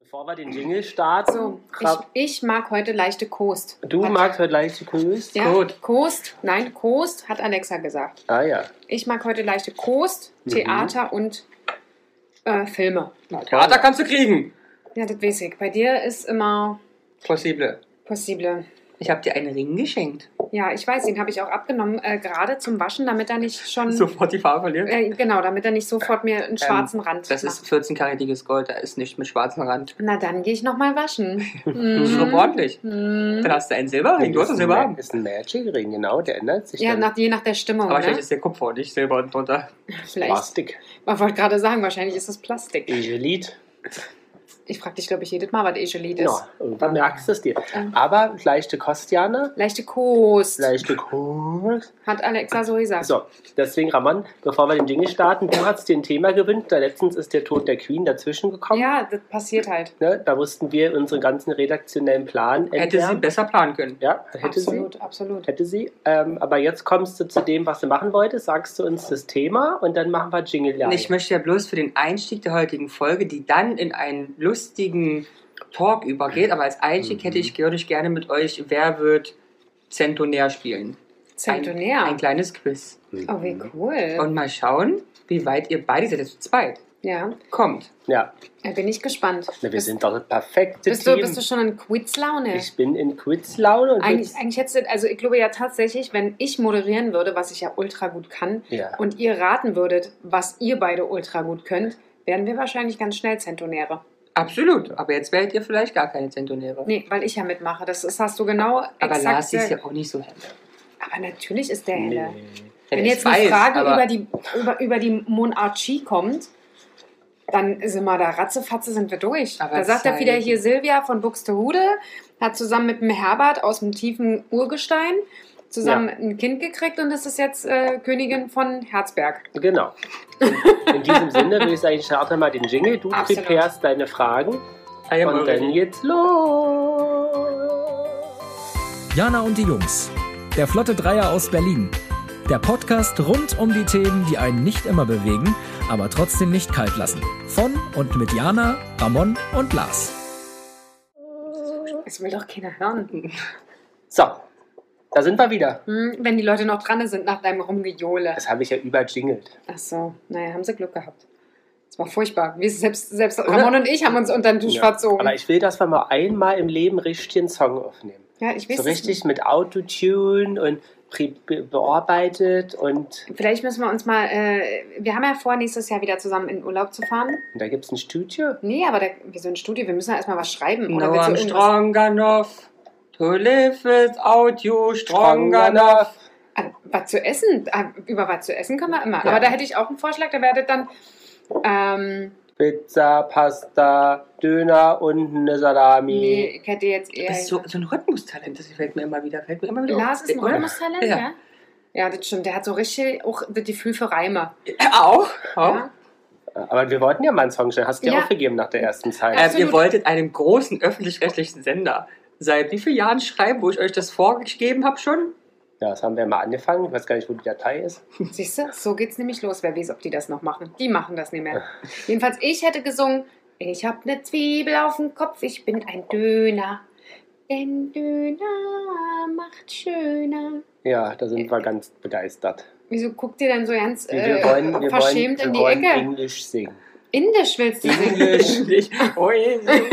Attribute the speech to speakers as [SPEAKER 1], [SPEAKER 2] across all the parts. [SPEAKER 1] Bevor wir den Jingle
[SPEAKER 2] Oh,
[SPEAKER 1] starten,
[SPEAKER 3] Oh, Ich,
[SPEAKER 1] hab-
[SPEAKER 3] ich mag heute leichte Kost.
[SPEAKER 1] du
[SPEAKER 3] Hat-
[SPEAKER 1] magst heute leichte Kost?
[SPEAKER 3] ja,
[SPEAKER 1] Gut.
[SPEAKER 3] Kost, nein, Kost, hat Alexa gesagt.
[SPEAKER 1] Ah ja.
[SPEAKER 3] Ich mag heute leichte Kost,
[SPEAKER 1] Mhm.
[SPEAKER 3] Theater und äh, Filme. Leute.
[SPEAKER 1] Theater kannst du kriegen.
[SPEAKER 3] Ja, das weiß ich. Bei dir ist immer
[SPEAKER 1] Possible.
[SPEAKER 3] possible.
[SPEAKER 2] Ich habe dir einen Ring geschenkt.
[SPEAKER 3] Ja, ich weiß, den habe ich auch abgenommen, äh, gerade zum Waschen, damit er nicht schon.
[SPEAKER 2] Sofort die Farbe verliert.
[SPEAKER 3] Äh, genau, damit er nicht sofort mir einen schwarzen Rand
[SPEAKER 2] Das
[SPEAKER 3] macht.
[SPEAKER 2] ist 14-karatiges Gold, da ist nichts mit schwarzem Rand.
[SPEAKER 3] Na, dann gehe ich nochmal waschen.
[SPEAKER 2] Das ist doch ordentlich.
[SPEAKER 3] Mhm.
[SPEAKER 2] Dann hast du einen Silberring, du hast einen
[SPEAKER 1] ein,
[SPEAKER 2] Silberring.
[SPEAKER 1] ist ein Magic-Ring, genau, der ändert sich
[SPEAKER 3] Ja,
[SPEAKER 1] dann.
[SPEAKER 3] nach, je nach der Stimmung,
[SPEAKER 2] Aber vielleicht
[SPEAKER 3] ne?
[SPEAKER 2] ist der Kupfer und nicht Silber und drunter.
[SPEAKER 3] Vielleicht.
[SPEAKER 1] Plastik.
[SPEAKER 3] Man wollte gerade sagen, wahrscheinlich ist es Plastik.
[SPEAKER 1] Egelit.
[SPEAKER 3] Ich frage dich, glaube ich, jedes Mal, was Egelit ist.
[SPEAKER 1] Ja, irgendwann merkst du es dir.
[SPEAKER 3] Ähm.
[SPEAKER 1] Aber leichte Kost, Jana.
[SPEAKER 3] Leichte Kost,
[SPEAKER 1] Leichte Kost.
[SPEAKER 3] hat Alexa so gesagt.
[SPEAKER 1] So, deswegen, Ramon, bevor wir den Jingle starten, du hast dir ein Thema gewünscht. Da letztens ist der Tod der Queen dazwischen gekommen.
[SPEAKER 3] Ja, das passiert halt.
[SPEAKER 1] Ne, da mussten wir unseren ganzen redaktionellen Plan
[SPEAKER 2] Hätte sie
[SPEAKER 1] ändern.
[SPEAKER 2] besser planen können.
[SPEAKER 1] ja, hätte
[SPEAKER 3] absolut,
[SPEAKER 1] sie.
[SPEAKER 3] absolut.
[SPEAKER 1] Hätte sie. Ähm, aber jetzt kommst du zu dem, was du machen wolltest, sagst du uns das Thema und dann machen wir Jingle
[SPEAKER 2] Und
[SPEAKER 1] rein.
[SPEAKER 2] Ich möchte ja bloß für den Einstieg der heutigen Folge, die dann in einen lustigen Talk übergeht, aber als Einstieg
[SPEAKER 1] Mhm.
[SPEAKER 2] hätte ich, würde ich gerne mit euch Wer wird Centonär spielen.
[SPEAKER 3] Zentonär.
[SPEAKER 2] Ein kleines Quiz.
[SPEAKER 3] Oh, wie
[SPEAKER 1] ne?
[SPEAKER 3] cool.
[SPEAKER 2] Und mal schauen, wie weit ihr beide seid, jetzt zu zweit.
[SPEAKER 3] Ja,
[SPEAKER 2] Kommt.
[SPEAKER 1] Ja,
[SPEAKER 3] da bin ich gespannt.
[SPEAKER 1] na, wir
[SPEAKER 3] Bist-
[SPEAKER 1] sind doch das perfekte
[SPEAKER 3] Bist du,
[SPEAKER 1] Team.
[SPEAKER 3] bist du schon in Quiz-Laune?
[SPEAKER 1] ich bin in Quiz-Laune und
[SPEAKER 3] Eigentlich,
[SPEAKER 1] jetzt-
[SPEAKER 3] eigentlich hättest du, also ich glaube ja tatsächlich, wenn ich moderieren würde, was ich ja ultra gut kann,
[SPEAKER 1] ja.
[SPEAKER 3] und ihr raten würdet, was ihr beide ultra gut könnt, wären wir wahrscheinlich ganz schnell Zentonäre.
[SPEAKER 2] Absolut. Aber jetzt werdet ihr vielleicht gar keine Centonäre.
[SPEAKER 3] Nee, weil ich ja mitmache. Das ist, hast du genau
[SPEAKER 2] aber
[SPEAKER 3] exakt
[SPEAKER 2] Lars ist
[SPEAKER 3] sehr-
[SPEAKER 2] ja auch nicht so hell.
[SPEAKER 3] Aber natürlich ist der helle.
[SPEAKER 1] Nee.
[SPEAKER 3] Wenn
[SPEAKER 2] Ich
[SPEAKER 3] jetzt eine
[SPEAKER 2] weiß,
[SPEAKER 3] Frage
[SPEAKER 2] aber
[SPEAKER 3] über die, über, über die Monarchie kommt, dann sind wir da ratzefatze, sind wir durch.
[SPEAKER 2] Aber
[SPEAKER 3] da sagt er
[SPEAKER 2] Zeit.
[SPEAKER 3] wieder hier Silvia von Buxtehude, hat zusammen mit dem Herbert aus dem tiefen Urgestein zusammen
[SPEAKER 1] Ja.
[SPEAKER 3] ein Kind gekriegt und das ist jetzt äh, Königin von Herzberg.
[SPEAKER 1] Genau. Und in diesem Sinne will ich sagen, ich starte mal den Jingle. Du
[SPEAKER 3] Absolut.
[SPEAKER 1] preparst deine Fragen
[SPEAKER 2] I am
[SPEAKER 1] und dann
[SPEAKER 2] already-
[SPEAKER 1] geht's los.
[SPEAKER 4] Jana und die Jungs. Der Flotte Dreier aus Berlin. Der Podcast rund um die Themen, die einen nicht immer bewegen, aber trotzdem nicht kalt lassen. Von und mit Jana, Ramon und Lars.
[SPEAKER 3] Das will doch keiner hören.
[SPEAKER 1] So, da sind wir wieder.
[SPEAKER 3] Hm, wenn die Leute noch dran sind nach deinem Rumgejohle.
[SPEAKER 1] Das habe ich ja überjingelt.
[SPEAKER 3] Ach so, naja, haben sie Glück gehabt. Das war furchtbar. Wir selbst, selbst Ramon und ich haben uns unter den Tisch
[SPEAKER 1] Ja.
[SPEAKER 3] verzogen.
[SPEAKER 1] Aber ich will, dass wir mal einmal im Leben richtig einen Song aufnehmen.
[SPEAKER 3] ja, ich
[SPEAKER 1] So
[SPEAKER 3] es
[SPEAKER 1] richtig mit Autotune und pre- be bearbeitet und,
[SPEAKER 3] Vielleicht müssen wir uns mal. Äh, wir haben ja vor, nächstes Jahr wieder zusammen in Urlaub zu fahren.
[SPEAKER 1] und da gibt es ein Studio.
[SPEAKER 3] Nee, aber da, wir sind ein Studio, wir müssen ja erstmal was schreiben. Oder
[SPEAKER 2] Noam
[SPEAKER 3] willst du irgendwas?
[SPEAKER 2] Stronganoff. To live without you, Stronganoff.
[SPEAKER 3] Ah, was zu essen? Ah, über was zu essen können wir immer.
[SPEAKER 2] Ja.
[SPEAKER 3] Aber da hätte ich auch einen Vorschlag, da werdet dann. Ähm,
[SPEAKER 1] Pizza, Pasta, Döner und eine Salami.
[SPEAKER 3] nee, ich hätte jetzt
[SPEAKER 2] Du
[SPEAKER 3] eher.
[SPEAKER 2] bist so, so ein Rhythmustalent, das fällt mir immer wieder. Fällt mir immer wieder auf.
[SPEAKER 3] Lars ist ein
[SPEAKER 2] Oder?
[SPEAKER 3] Rhythmustalent, ja.
[SPEAKER 2] Ja.
[SPEAKER 3] ja? Ja, das stimmt. Der hat so richtig auch das Gefühl für Reime.
[SPEAKER 2] Äh, Auch. auch.
[SPEAKER 3] Ja?
[SPEAKER 1] Aber wir wollten ja mal einen Song stellen. Hast du
[SPEAKER 3] Ja. Ähm.
[SPEAKER 1] dir aufgegeben nach der ersten Zeit?
[SPEAKER 2] Äh,
[SPEAKER 3] Absolut.
[SPEAKER 2] ihr wolltet einem großen öffentlich-rechtlichen Sender seit wie vielen Jahren schreiben, wo ich euch das vorgegeben habe schon?
[SPEAKER 1] Ja, das haben wir mal angefangen. Ich weiß gar nicht, wo die Datei ist.
[SPEAKER 3] Siehst du, so geht's nämlich los. Wer weiß, ob die das noch machen. Die machen das nicht mehr. Jedenfalls, ich hätte gesungen, ich hab ne Zwiebel auf dem Kopf, ich bin ein Döner. Denn Döner macht schöner.
[SPEAKER 1] Ja, da sind wir ganz begeistert.
[SPEAKER 3] Wieso guckt ihr denn so ganz
[SPEAKER 1] Wir
[SPEAKER 3] äh,
[SPEAKER 1] wollen, wir
[SPEAKER 3] verschämt
[SPEAKER 1] wollen,
[SPEAKER 3] in
[SPEAKER 1] wir
[SPEAKER 3] die
[SPEAKER 1] wollen
[SPEAKER 3] Ecke?
[SPEAKER 1] Englisch singen.
[SPEAKER 3] Indisch willst du
[SPEAKER 1] Englisch,
[SPEAKER 2] Ich, oh, je.
[SPEAKER 3] singen?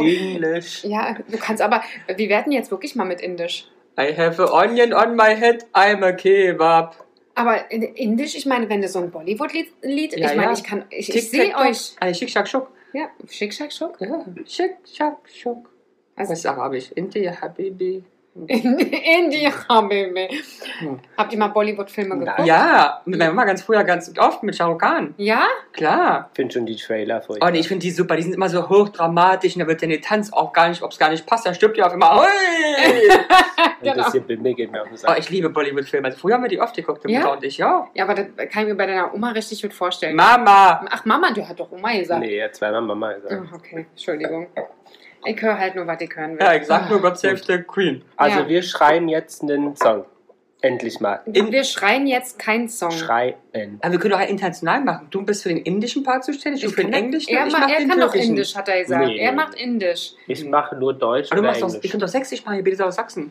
[SPEAKER 1] Englisch.
[SPEAKER 3] ja, du kannst aber, wir werden jetzt wirklich mal mit Indisch.
[SPEAKER 2] I have a onion on my head, I'm a kebab.
[SPEAKER 3] Aber in- Indisch, ich meine, wenn du so ein Bollywood-Lied, Lied,
[SPEAKER 2] Ja,
[SPEAKER 3] ich meine,
[SPEAKER 2] ja.
[SPEAKER 3] ich kann, ich, ich
[SPEAKER 2] Tick,
[SPEAKER 3] sehe
[SPEAKER 2] tack, tock.
[SPEAKER 3] euch.
[SPEAKER 2] Also schick, schack, schuck.
[SPEAKER 3] Ja, schick, schack, schuck.
[SPEAKER 2] Ja, schick, schack, schuck.
[SPEAKER 3] Also,
[SPEAKER 2] Das ist Arabisch. India, Habibi.
[SPEAKER 3] In, in die Habibi.
[SPEAKER 2] Hm.
[SPEAKER 3] Habt ihr mal Bollywood-Filme
[SPEAKER 1] Nein.
[SPEAKER 3] geguckt?
[SPEAKER 2] Ja, mit meiner Mama ganz früher ganz oft mit Shah Rukh Khan.
[SPEAKER 3] Ja?
[SPEAKER 2] Klar.
[SPEAKER 1] Ich finde schon die Trailer vor.
[SPEAKER 2] Oh nee, ich finde die super. Die sind immer so hochdramatisch und da wird dann der Tanz auch gar nicht, ob es gar nicht passt. Da stirbt ihr auf immer. Hui!
[SPEAKER 1] Ein
[SPEAKER 3] genau.
[SPEAKER 1] bisschen Bimmel geht mir auf den
[SPEAKER 2] oh,
[SPEAKER 1] Sack.
[SPEAKER 2] ich liebe Bollywood-Filme. Also früher haben wir die oft geguckt, die
[SPEAKER 3] Ja?
[SPEAKER 2] Mutter und ich, ja.
[SPEAKER 3] Ja, aber das kann ich mir bei deiner Oma richtig gut vorstellen.
[SPEAKER 2] Mama!
[SPEAKER 3] Ach, Mama, du hast doch Oma gesagt.
[SPEAKER 1] Nee, jetzt zweimal Mama gesagt.
[SPEAKER 3] Ach, okay, Entschuldigung. Ich höre halt nur, was ich hören will.
[SPEAKER 2] Ja, ich sag nur, God save the Queen.
[SPEAKER 1] Also
[SPEAKER 3] Ja.
[SPEAKER 1] wir schreiben jetzt einen Song. Endlich mal.
[SPEAKER 2] In-
[SPEAKER 3] wir schreien jetzt keinen Song.
[SPEAKER 1] Schreien.
[SPEAKER 2] Aber wir können doch halt international machen. Du bist für den indischen Part zuständig, du für den
[SPEAKER 3] kann-
[SPEAKER 2] englischen.
[SPEAKER 3] Er,
[SPEAKER 2] ich
[SPEAKER 3] ma-
[SPEAKER 2] mach
[SPEAKER 3] er
[SPEAKER 2] den
[SPEAKER 3] kann doch
[SPEAKER 2] türkischen.
[SPEAKER 3] Indisch, hat er gesagt.
[SPEAKER 1] Nee.
[SPEAKER 3] Er macht Indisch.
[SPEAKER 1] Ich mache nur Deutsch.
[SPEAKER 2] Mhm. Aber du
[SPEAKER 1] oder
[SPEAKER 2] machst doch, ich
[SPEAKER 1] Englisch.
[SPEAKER 2] könnte doch sächsisch machen, ich bin jetzt aus Sachsen.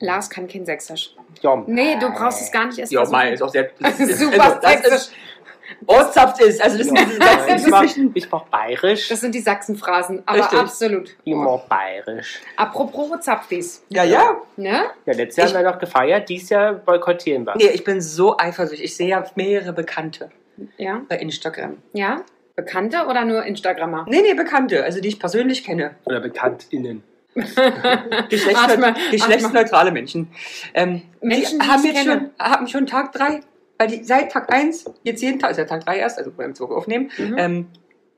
[SPEAKER 3] Lars kann kein Sächsisch.
[SPEAKER 1] Jom.
[SPEAKER 3] Nee, du brauchst es gar nicht erst
[SPEAKER 2] Ja,
[SPEAKER 3] versuchen.
[SPEAKER 2] mein ist auch sehr. Also,
[SPEAKER 3] Super
[SPEAKER 2] das ist, Ortshaft ist, also das
[SPEAKER 1] Ich
[SPEAKER 2] ist das ist-
[SPEAKER 1] mach- ich mach bayerisch.
[SPEAKER 3] Das sind die Sachsenphrasen, aber
[SPEAKER 2] Richtig.
[SPEAKER 3] absolut.
[SPEAKER 1] Ich mach bayerisch.
[SPEAKER 3] Apropos Zapfis,
[SPEAKER 2] Ja, ja.
[SPEAKER 3] ne?
[SPEAKER 1] Ja, letztes Jahr
[SPEAKER 2] Ich-
[SPEAKER 1] haben wir noch gefeiert, dieses Jahr boykottieren wir.
[SPEAKER 2] Nee, ich bin so eifersüchtig. Ich sehe ja mehrere Bekannte
[SPEAKER 3] Ja,
[SPEAKER 2] bei Instagram.
[SPEAKER 3] ja. Bekannte oder nur Instagrammer?
[SPEAKER 2] Nee, nee, Bekannte, also die ich persönlich kenne.
[SPEAKER 1] Oder BekanntInnen.
[SPEAKER 3] Atme,
[SPEAKER 2] Geschlechtsneut geschlechtsneutrale Menschen. Ähm,
[SPEAKER 3] Menschen, die
[SPEAKER 2] die haben,
[SPEAKER 3] ich
[SPEAKER 2] jetzt
[SPEAKER 3] kenne.
[SPEAKER 2] schon, haben schon Tag 3, weil die seit Tag 1, jetzt jeden Tag, ist ja Tag 3 erst, also beim Zug aufnehmen,
[SPEAKER 3] Mhm.
[SPEAKER 2] ähm,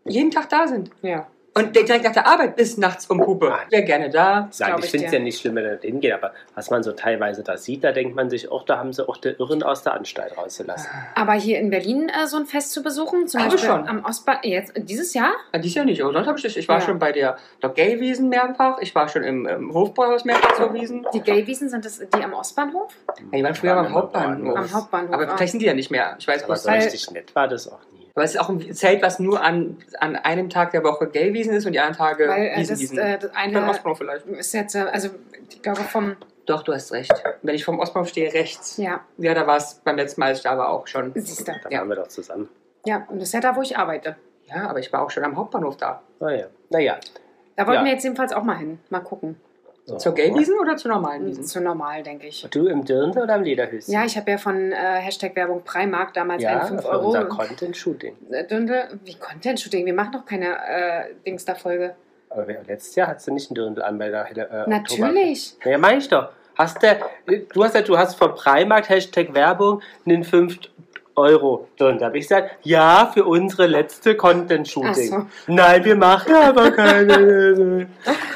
[SPEAKER 2] jeden Tag da sind.
[SPEAKER 3] Ja.
[SPEAKER 2] Und der- direkt nach der Arbeit bis nachts um Puppe.
[SPEAKER 1] Mann.
[SPEAKER 2] Wäre gerne da.
[SPEAKER 1] Nein,
[SPEAKER 3] glaub
[SPEAKER 1] ich
[SPEAKER 3] ich
[SPEAKER 1] finde es
[SPEAKER 3] dir.
[SPEAKER 1] ja nicht schlimm, wenn er da hingeht, aber was man so teilweise da sieht, da denkt man sich, auch da haben sie auch der Irren aus der Anstalt rausgelassen.
[SPEAKER 3] Aber hier in Berlin äh, so ein Fest zu besuchen, zum
[SPEAKER 2] Habe ich
[SPEAKER 3] Beispiel
[SPEAKER 2] schon.
[SPEAKER 3] am Ostbahn, jetzt, dieses Jahr?
[SPEAKER 2] Ah, dies Jahr nicht, oder? Hab ich, nicht. ich war
[SPEAKER 3] Ja.
[SPEAKER 2] schon bei der Doc Gay Wiesen mehrfach, ich war schon im, im Hofbräuhaus mehrfach zur Wiesen.
[SPEAKER 3] Die Gaywiesen sind das die am Ostbahnhof?
[SPEAKER 2] Ja, die waren früher am
[SPEAKER 1] immer
[SPEAKER 2] Hauptbahnhof.
[SPEAKER 1] woanders.
[SPEAKER 3] Am Hauptbahnhof.
[SPEAKER 2] Oh, Aber
[SPEAKER 3] ah.
[SPEAKER 2] vielleicht sind die ja nicht mehr. Ich weiß
[SPEAKER 1] Aber
[SPEAKER 2] bloß
[SPEAKER 1] so
[SPEAKER 3] Weil-
[SPEAKER 1] richtig nett war das auch nie.
[SPEAKER 2] Aber es ist auch ein Zelt, was nur an, an einem Tag der Woche Gay Wiesen ist und die anderen Tage
[SPEAKER 3] Weil äh,
[SPEAKER 2] Wiesen
[SPEAKER 3] das,
[SPEAKER 2] Wiesen.
[SPEAKER 3] äh, das
[SPEAKER 2] Von
[SPEAKER 3] eine
[SPEAKER 2] Ostbau vielleicht.
[SPEAKER 3] ist jetzt, äh, also ich glaube vom,
[SPEAKER 2] Doch, du hast recht. Wenn ich vom Ostbaum stehe, rechts. Ja,
[SPEAKER 3] ja,
[SPEAKER 2] da war es beim letzten Mal, als ich da war, auch schon.
[SPEAKER 3] siehst du.
[SPEAKER 1] Da
[SPEAKER 2] Ja.
[SPEAKER 1] waren wir doch zusammen.
[SPEAKER 3] Ja, und das ist ja da, wo ich arbeite.
[SPEAKER 2] Ja, aber ich war auch schon am Hauptbahnhof da.
[SPEAKER 1] Naja. naja.
[SPEAKER 3] Da wollten
[SPEAKER 1] Ah Ja.
[SPEAKER 3] wir jetzt jedenfalls auch mal hin. Mal gucken.
[SPEAKER 1] So.
[SPEAKER 2] Zur Gay-Wiesen oder zur normalen Wiesen?
[SPEAKER 3] Zu normal, denke ich.
[SPEAKER 1] Du im Dirndl oder im Lederhöschen?
[SPEAKER 3] Ja, ich habe ja von äh, Hashtag Werbung Primark damals
[SPEAKER 1] ja,
[SPEAKER 3] einen 5
[SPEAKER 1] für unser
[SPEAKER 3] Euro
[SPEAKER 1] Content-Shooting.
[SPEAKER 3] Dündel. Wie Content-Shooting? Wir machen doch keine äh, Dings da Folge.
[SPEAKER 1] Aber wer- letztes Jahr hattest du nicht einen Dirndl an bei der äh,
[SPEAKER 3] Natürlich.
[SPEAKER 1] Oktober. Ja, meine ich doch. Hast der, du hast ja, du hast von Primark Hashtag Werbung einen 5 Euro Dirndl. Da habe ich gesagt, ja, für unsere letzte Content-Shooting.
[SPEAKER 3] Ach
[SPEAKER 1] Nein, wir machen aber keine.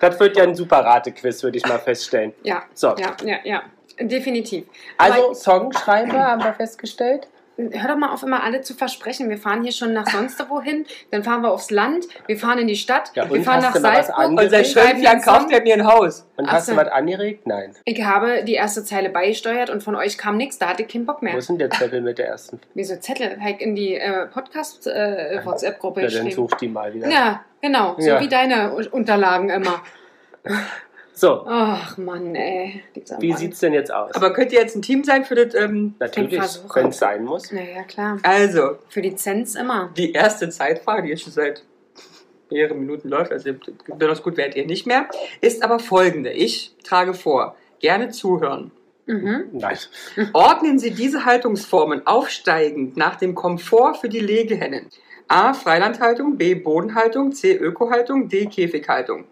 [SPEAKER 1] das wird ja ein super Rate-Quiz, würde ich mal feststellen.
[SPEAKER 3] Ja,
[SPEAKER 1] So,
[SPEAKER 3] ja, ja, ja. Definitiv.
[SPEAKER 1] also Songschreiber haben wir festgestellt.
[SPEAKER 3] äh, Hör doch mal auf, immer alle zu versprechen. Wir fahren hier schon nach sonst wohin, dann fahren wir aufs Land, wir fahren in die Stadt,
[SPEAKER 1] Ja,
[SPEAKER 3] wir
[SPEAKER 1] und
[SPEAKER 3] fahren
[SPEAKER 1] hast
[SPEAKER 3] nach
[SPEAKER 1] du mal was
[SPEAKER 3] Salzburg.
[SPEAKER 1] anderes?
[SPEAKER 2] Und seit
[SPEAKER 3] wir schreiben
[SPEAKER 2] fünf Jahren
[SPEAKER 3] einen Song.
[SPEAKER 2] kauft er mir ein Haus.
[SPEAKER 1] Und
[SPEAKER 3] Ach
[SPEAKER 1] hast du
[SPEAKER 3] so.
[SPEAKER 1] was angeregt? Nein.
[SPEAKER 3] Ich habe die erste Zeile beigesteuert und von euch kam nichts, da hatte ich keinen Bock
[SPEAKER 1] Wo
[SPEAKER 3] mehr.
[SPEAKER 1] ist denn der Zettel mit der ersten?
[SPEAKER 3] Wieso Zettel? Hab ich in die äh, Podcast-WhatsApp-Gruppe
[SPEAKER 1] Ja, dann
[SPEAKER 3] geschrieben.
[SPEAKER 1] such die mal wieder.
[SPEAKER 3] Ja, genau. So
[SPEAKER 1] Ja.
[SPEAKER 3] wie deine U- Unterlagen immer.
[SPEAKER 1] So,
[SPEAKER 3] Ach Mann, ey. Dieser
[SPEAKER 1] wie
[SPEAKER 3] Mann.
[SPEAKER 1] sieht's denn jetzt aus?
[SPEAKER 2] Aber könnt ihr jetzt ein Team sein für das? Ähm,
[SPEAKER 1] Natürlich,
[SPEAKER 3] Ein Versuch.
[SPEAKER 1] wenn es sein muss.
[SPEAKER 3] Naja, klar.
[SPEAKER 2] also,
[SPEAKER 3] Für die Zens immer.
[SPEAKER 2] die erste Zeitfrage, die jetzt schon seit mehreren Minuten läuft, also besonders gut werdet ihr nicht mehr, ist aber folgende. Ich trage vor, gerne zuhören.
[SPEAKER 3] Mhm.
[SPEAKER 1] Nein.
[SPEAKER 2] Ordnen Sie diese Haltungsformen aufsteigend nach dem Komfort für die Legehennen. A. Freilandhaltung, B. Bodenhaltung, C. Ökohaltung, D. Käfighaltung.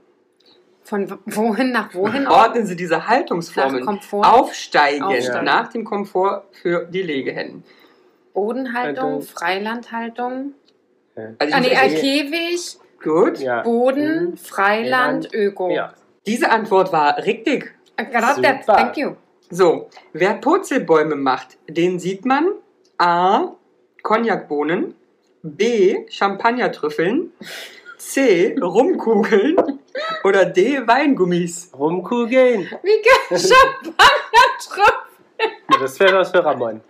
[SPEAKER 3] Von w- wohin nach wohin?
[SPEAKER 2] Ordnen Sie diese
[SPEAKER 3] nach
[SPEAKER 2] Haltungsformen
[SPEAKER 3] Komfort,
[SPEAKER 2] aufsteigend
[SPEAKER 3] Aufsteigend.
[SPEAKER 2] nach dem Komfort für die Legehennen.
[SPEAKER 3] Bodenhaltung,
[SPEAKER 1] Haltung.
[SPEAKER 3] Freilandhaltung.
[SPEAKER 2] Also
[SPEAKER 3] Ah,
[SPEAKER 2] ich
[SPEAKER 3] nee,
[SPEAKER 2] muss-
[SPEAKER 1] also-
[SPEAKER 3] Käfig,
[SPEAKER 2] gut.
[SPEAKER 1] Ja.
[SPEAKER 3] Boden,
[SPEAKER 1] Mhm.
[SPEAKER 3] Freiland, Öko.
[SPEAKER 1] Ja.
[SPEAKER 2] Diese Antwort war richtig.
[SPEAKER 3] I got that.
[SPEAKER 1] Super.
[SPEAKER 3] Thank you.
[SPEAKER 2] So, wer Purzelbäume macht, den sieht man A. Cognacbohnen, B. Champagnertrüffeln, C. Rumkugeln oder D. Weingummis.
[SPEAKER 1] Rumkugeln.
[SPEAKER 3] Wie geil. Champagner
[SPEAKER 1] Ja, Das wäre was für Ramon.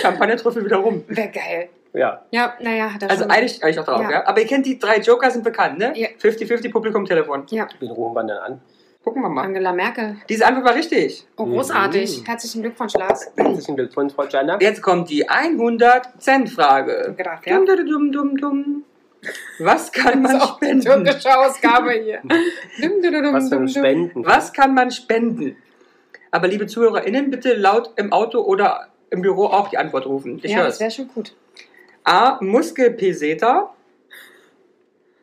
[SPEAKER 2] Champagnertrüffel wieder rum.
[SPEAKER 3] Wäre geil.
[SPEAKER 1] Ja.
[SPEAKER 3] Ja, naja, hat er
[SPEAKER 2] Also
[SPEAKER 3] schon.
[SPEAKER 2] eigentlich eigentlich auch drauf,
[SPEAKER 3] Ja.
[SPEAKER 2] ja. Aber ihr kennt die drei Joker sind bekannt, ne?
[SPEAKER 3] Ja.
[SPEAKER 2] 50-50 Publikum Telefon.
[SPEAKER 3] Ja,
[SPEAKER 1] Wen rufen wir denn an?
[SPEAKER 2] Gucken wir mal.
[SPEAKER 3] Angela Merkel.
[SPEAKER 2] Diese Antwort war richtig.
[SPEAKER 3] Oh,
[SPEAKER 1] Mhm.
[SPEAKER 3] großartig. Herzlichen Glückwunsch, Lars.
[SPEAKER 1] Herzlichen Glückwunsch, Frau Jana.
[SPEAKER 2] Jetzt kommt die 100 Cent Frage.
[SPEAKER 3] Gedacht, ja.
[SPEAKER 2] Dum, dum, dum, dum, dum. Was kann
[SPEAKER 3] Das
[SPEAKER 2] man
[SPEAKER 3] ist auch die
[SPEAKER 2] spenden?
[SPEAKER 3] türkische Ausgabe hier. Dum, dum, dum, dum,
[SPEAKER 1] Was für
[SPEAKER 3] dum,
[SPEAKER 1] ein
[SPEAKER 3] dum.
[SPEAKER 1] Spenden.
[SPEAKER 2] Was kann man spenden? Aber liebe ZuhörerInnen, bitte laut im Auto oder im Büro auch die Antwort rufen. Ich
[SPEAKER 3] Ja,
[SPEAKER 2] höre
[SPEAKER 3] das
[SPEAKER 2] es.
[SPEAKER 3] wäre schon gut.
[SPEAKER 2] A. Muskelpeseter.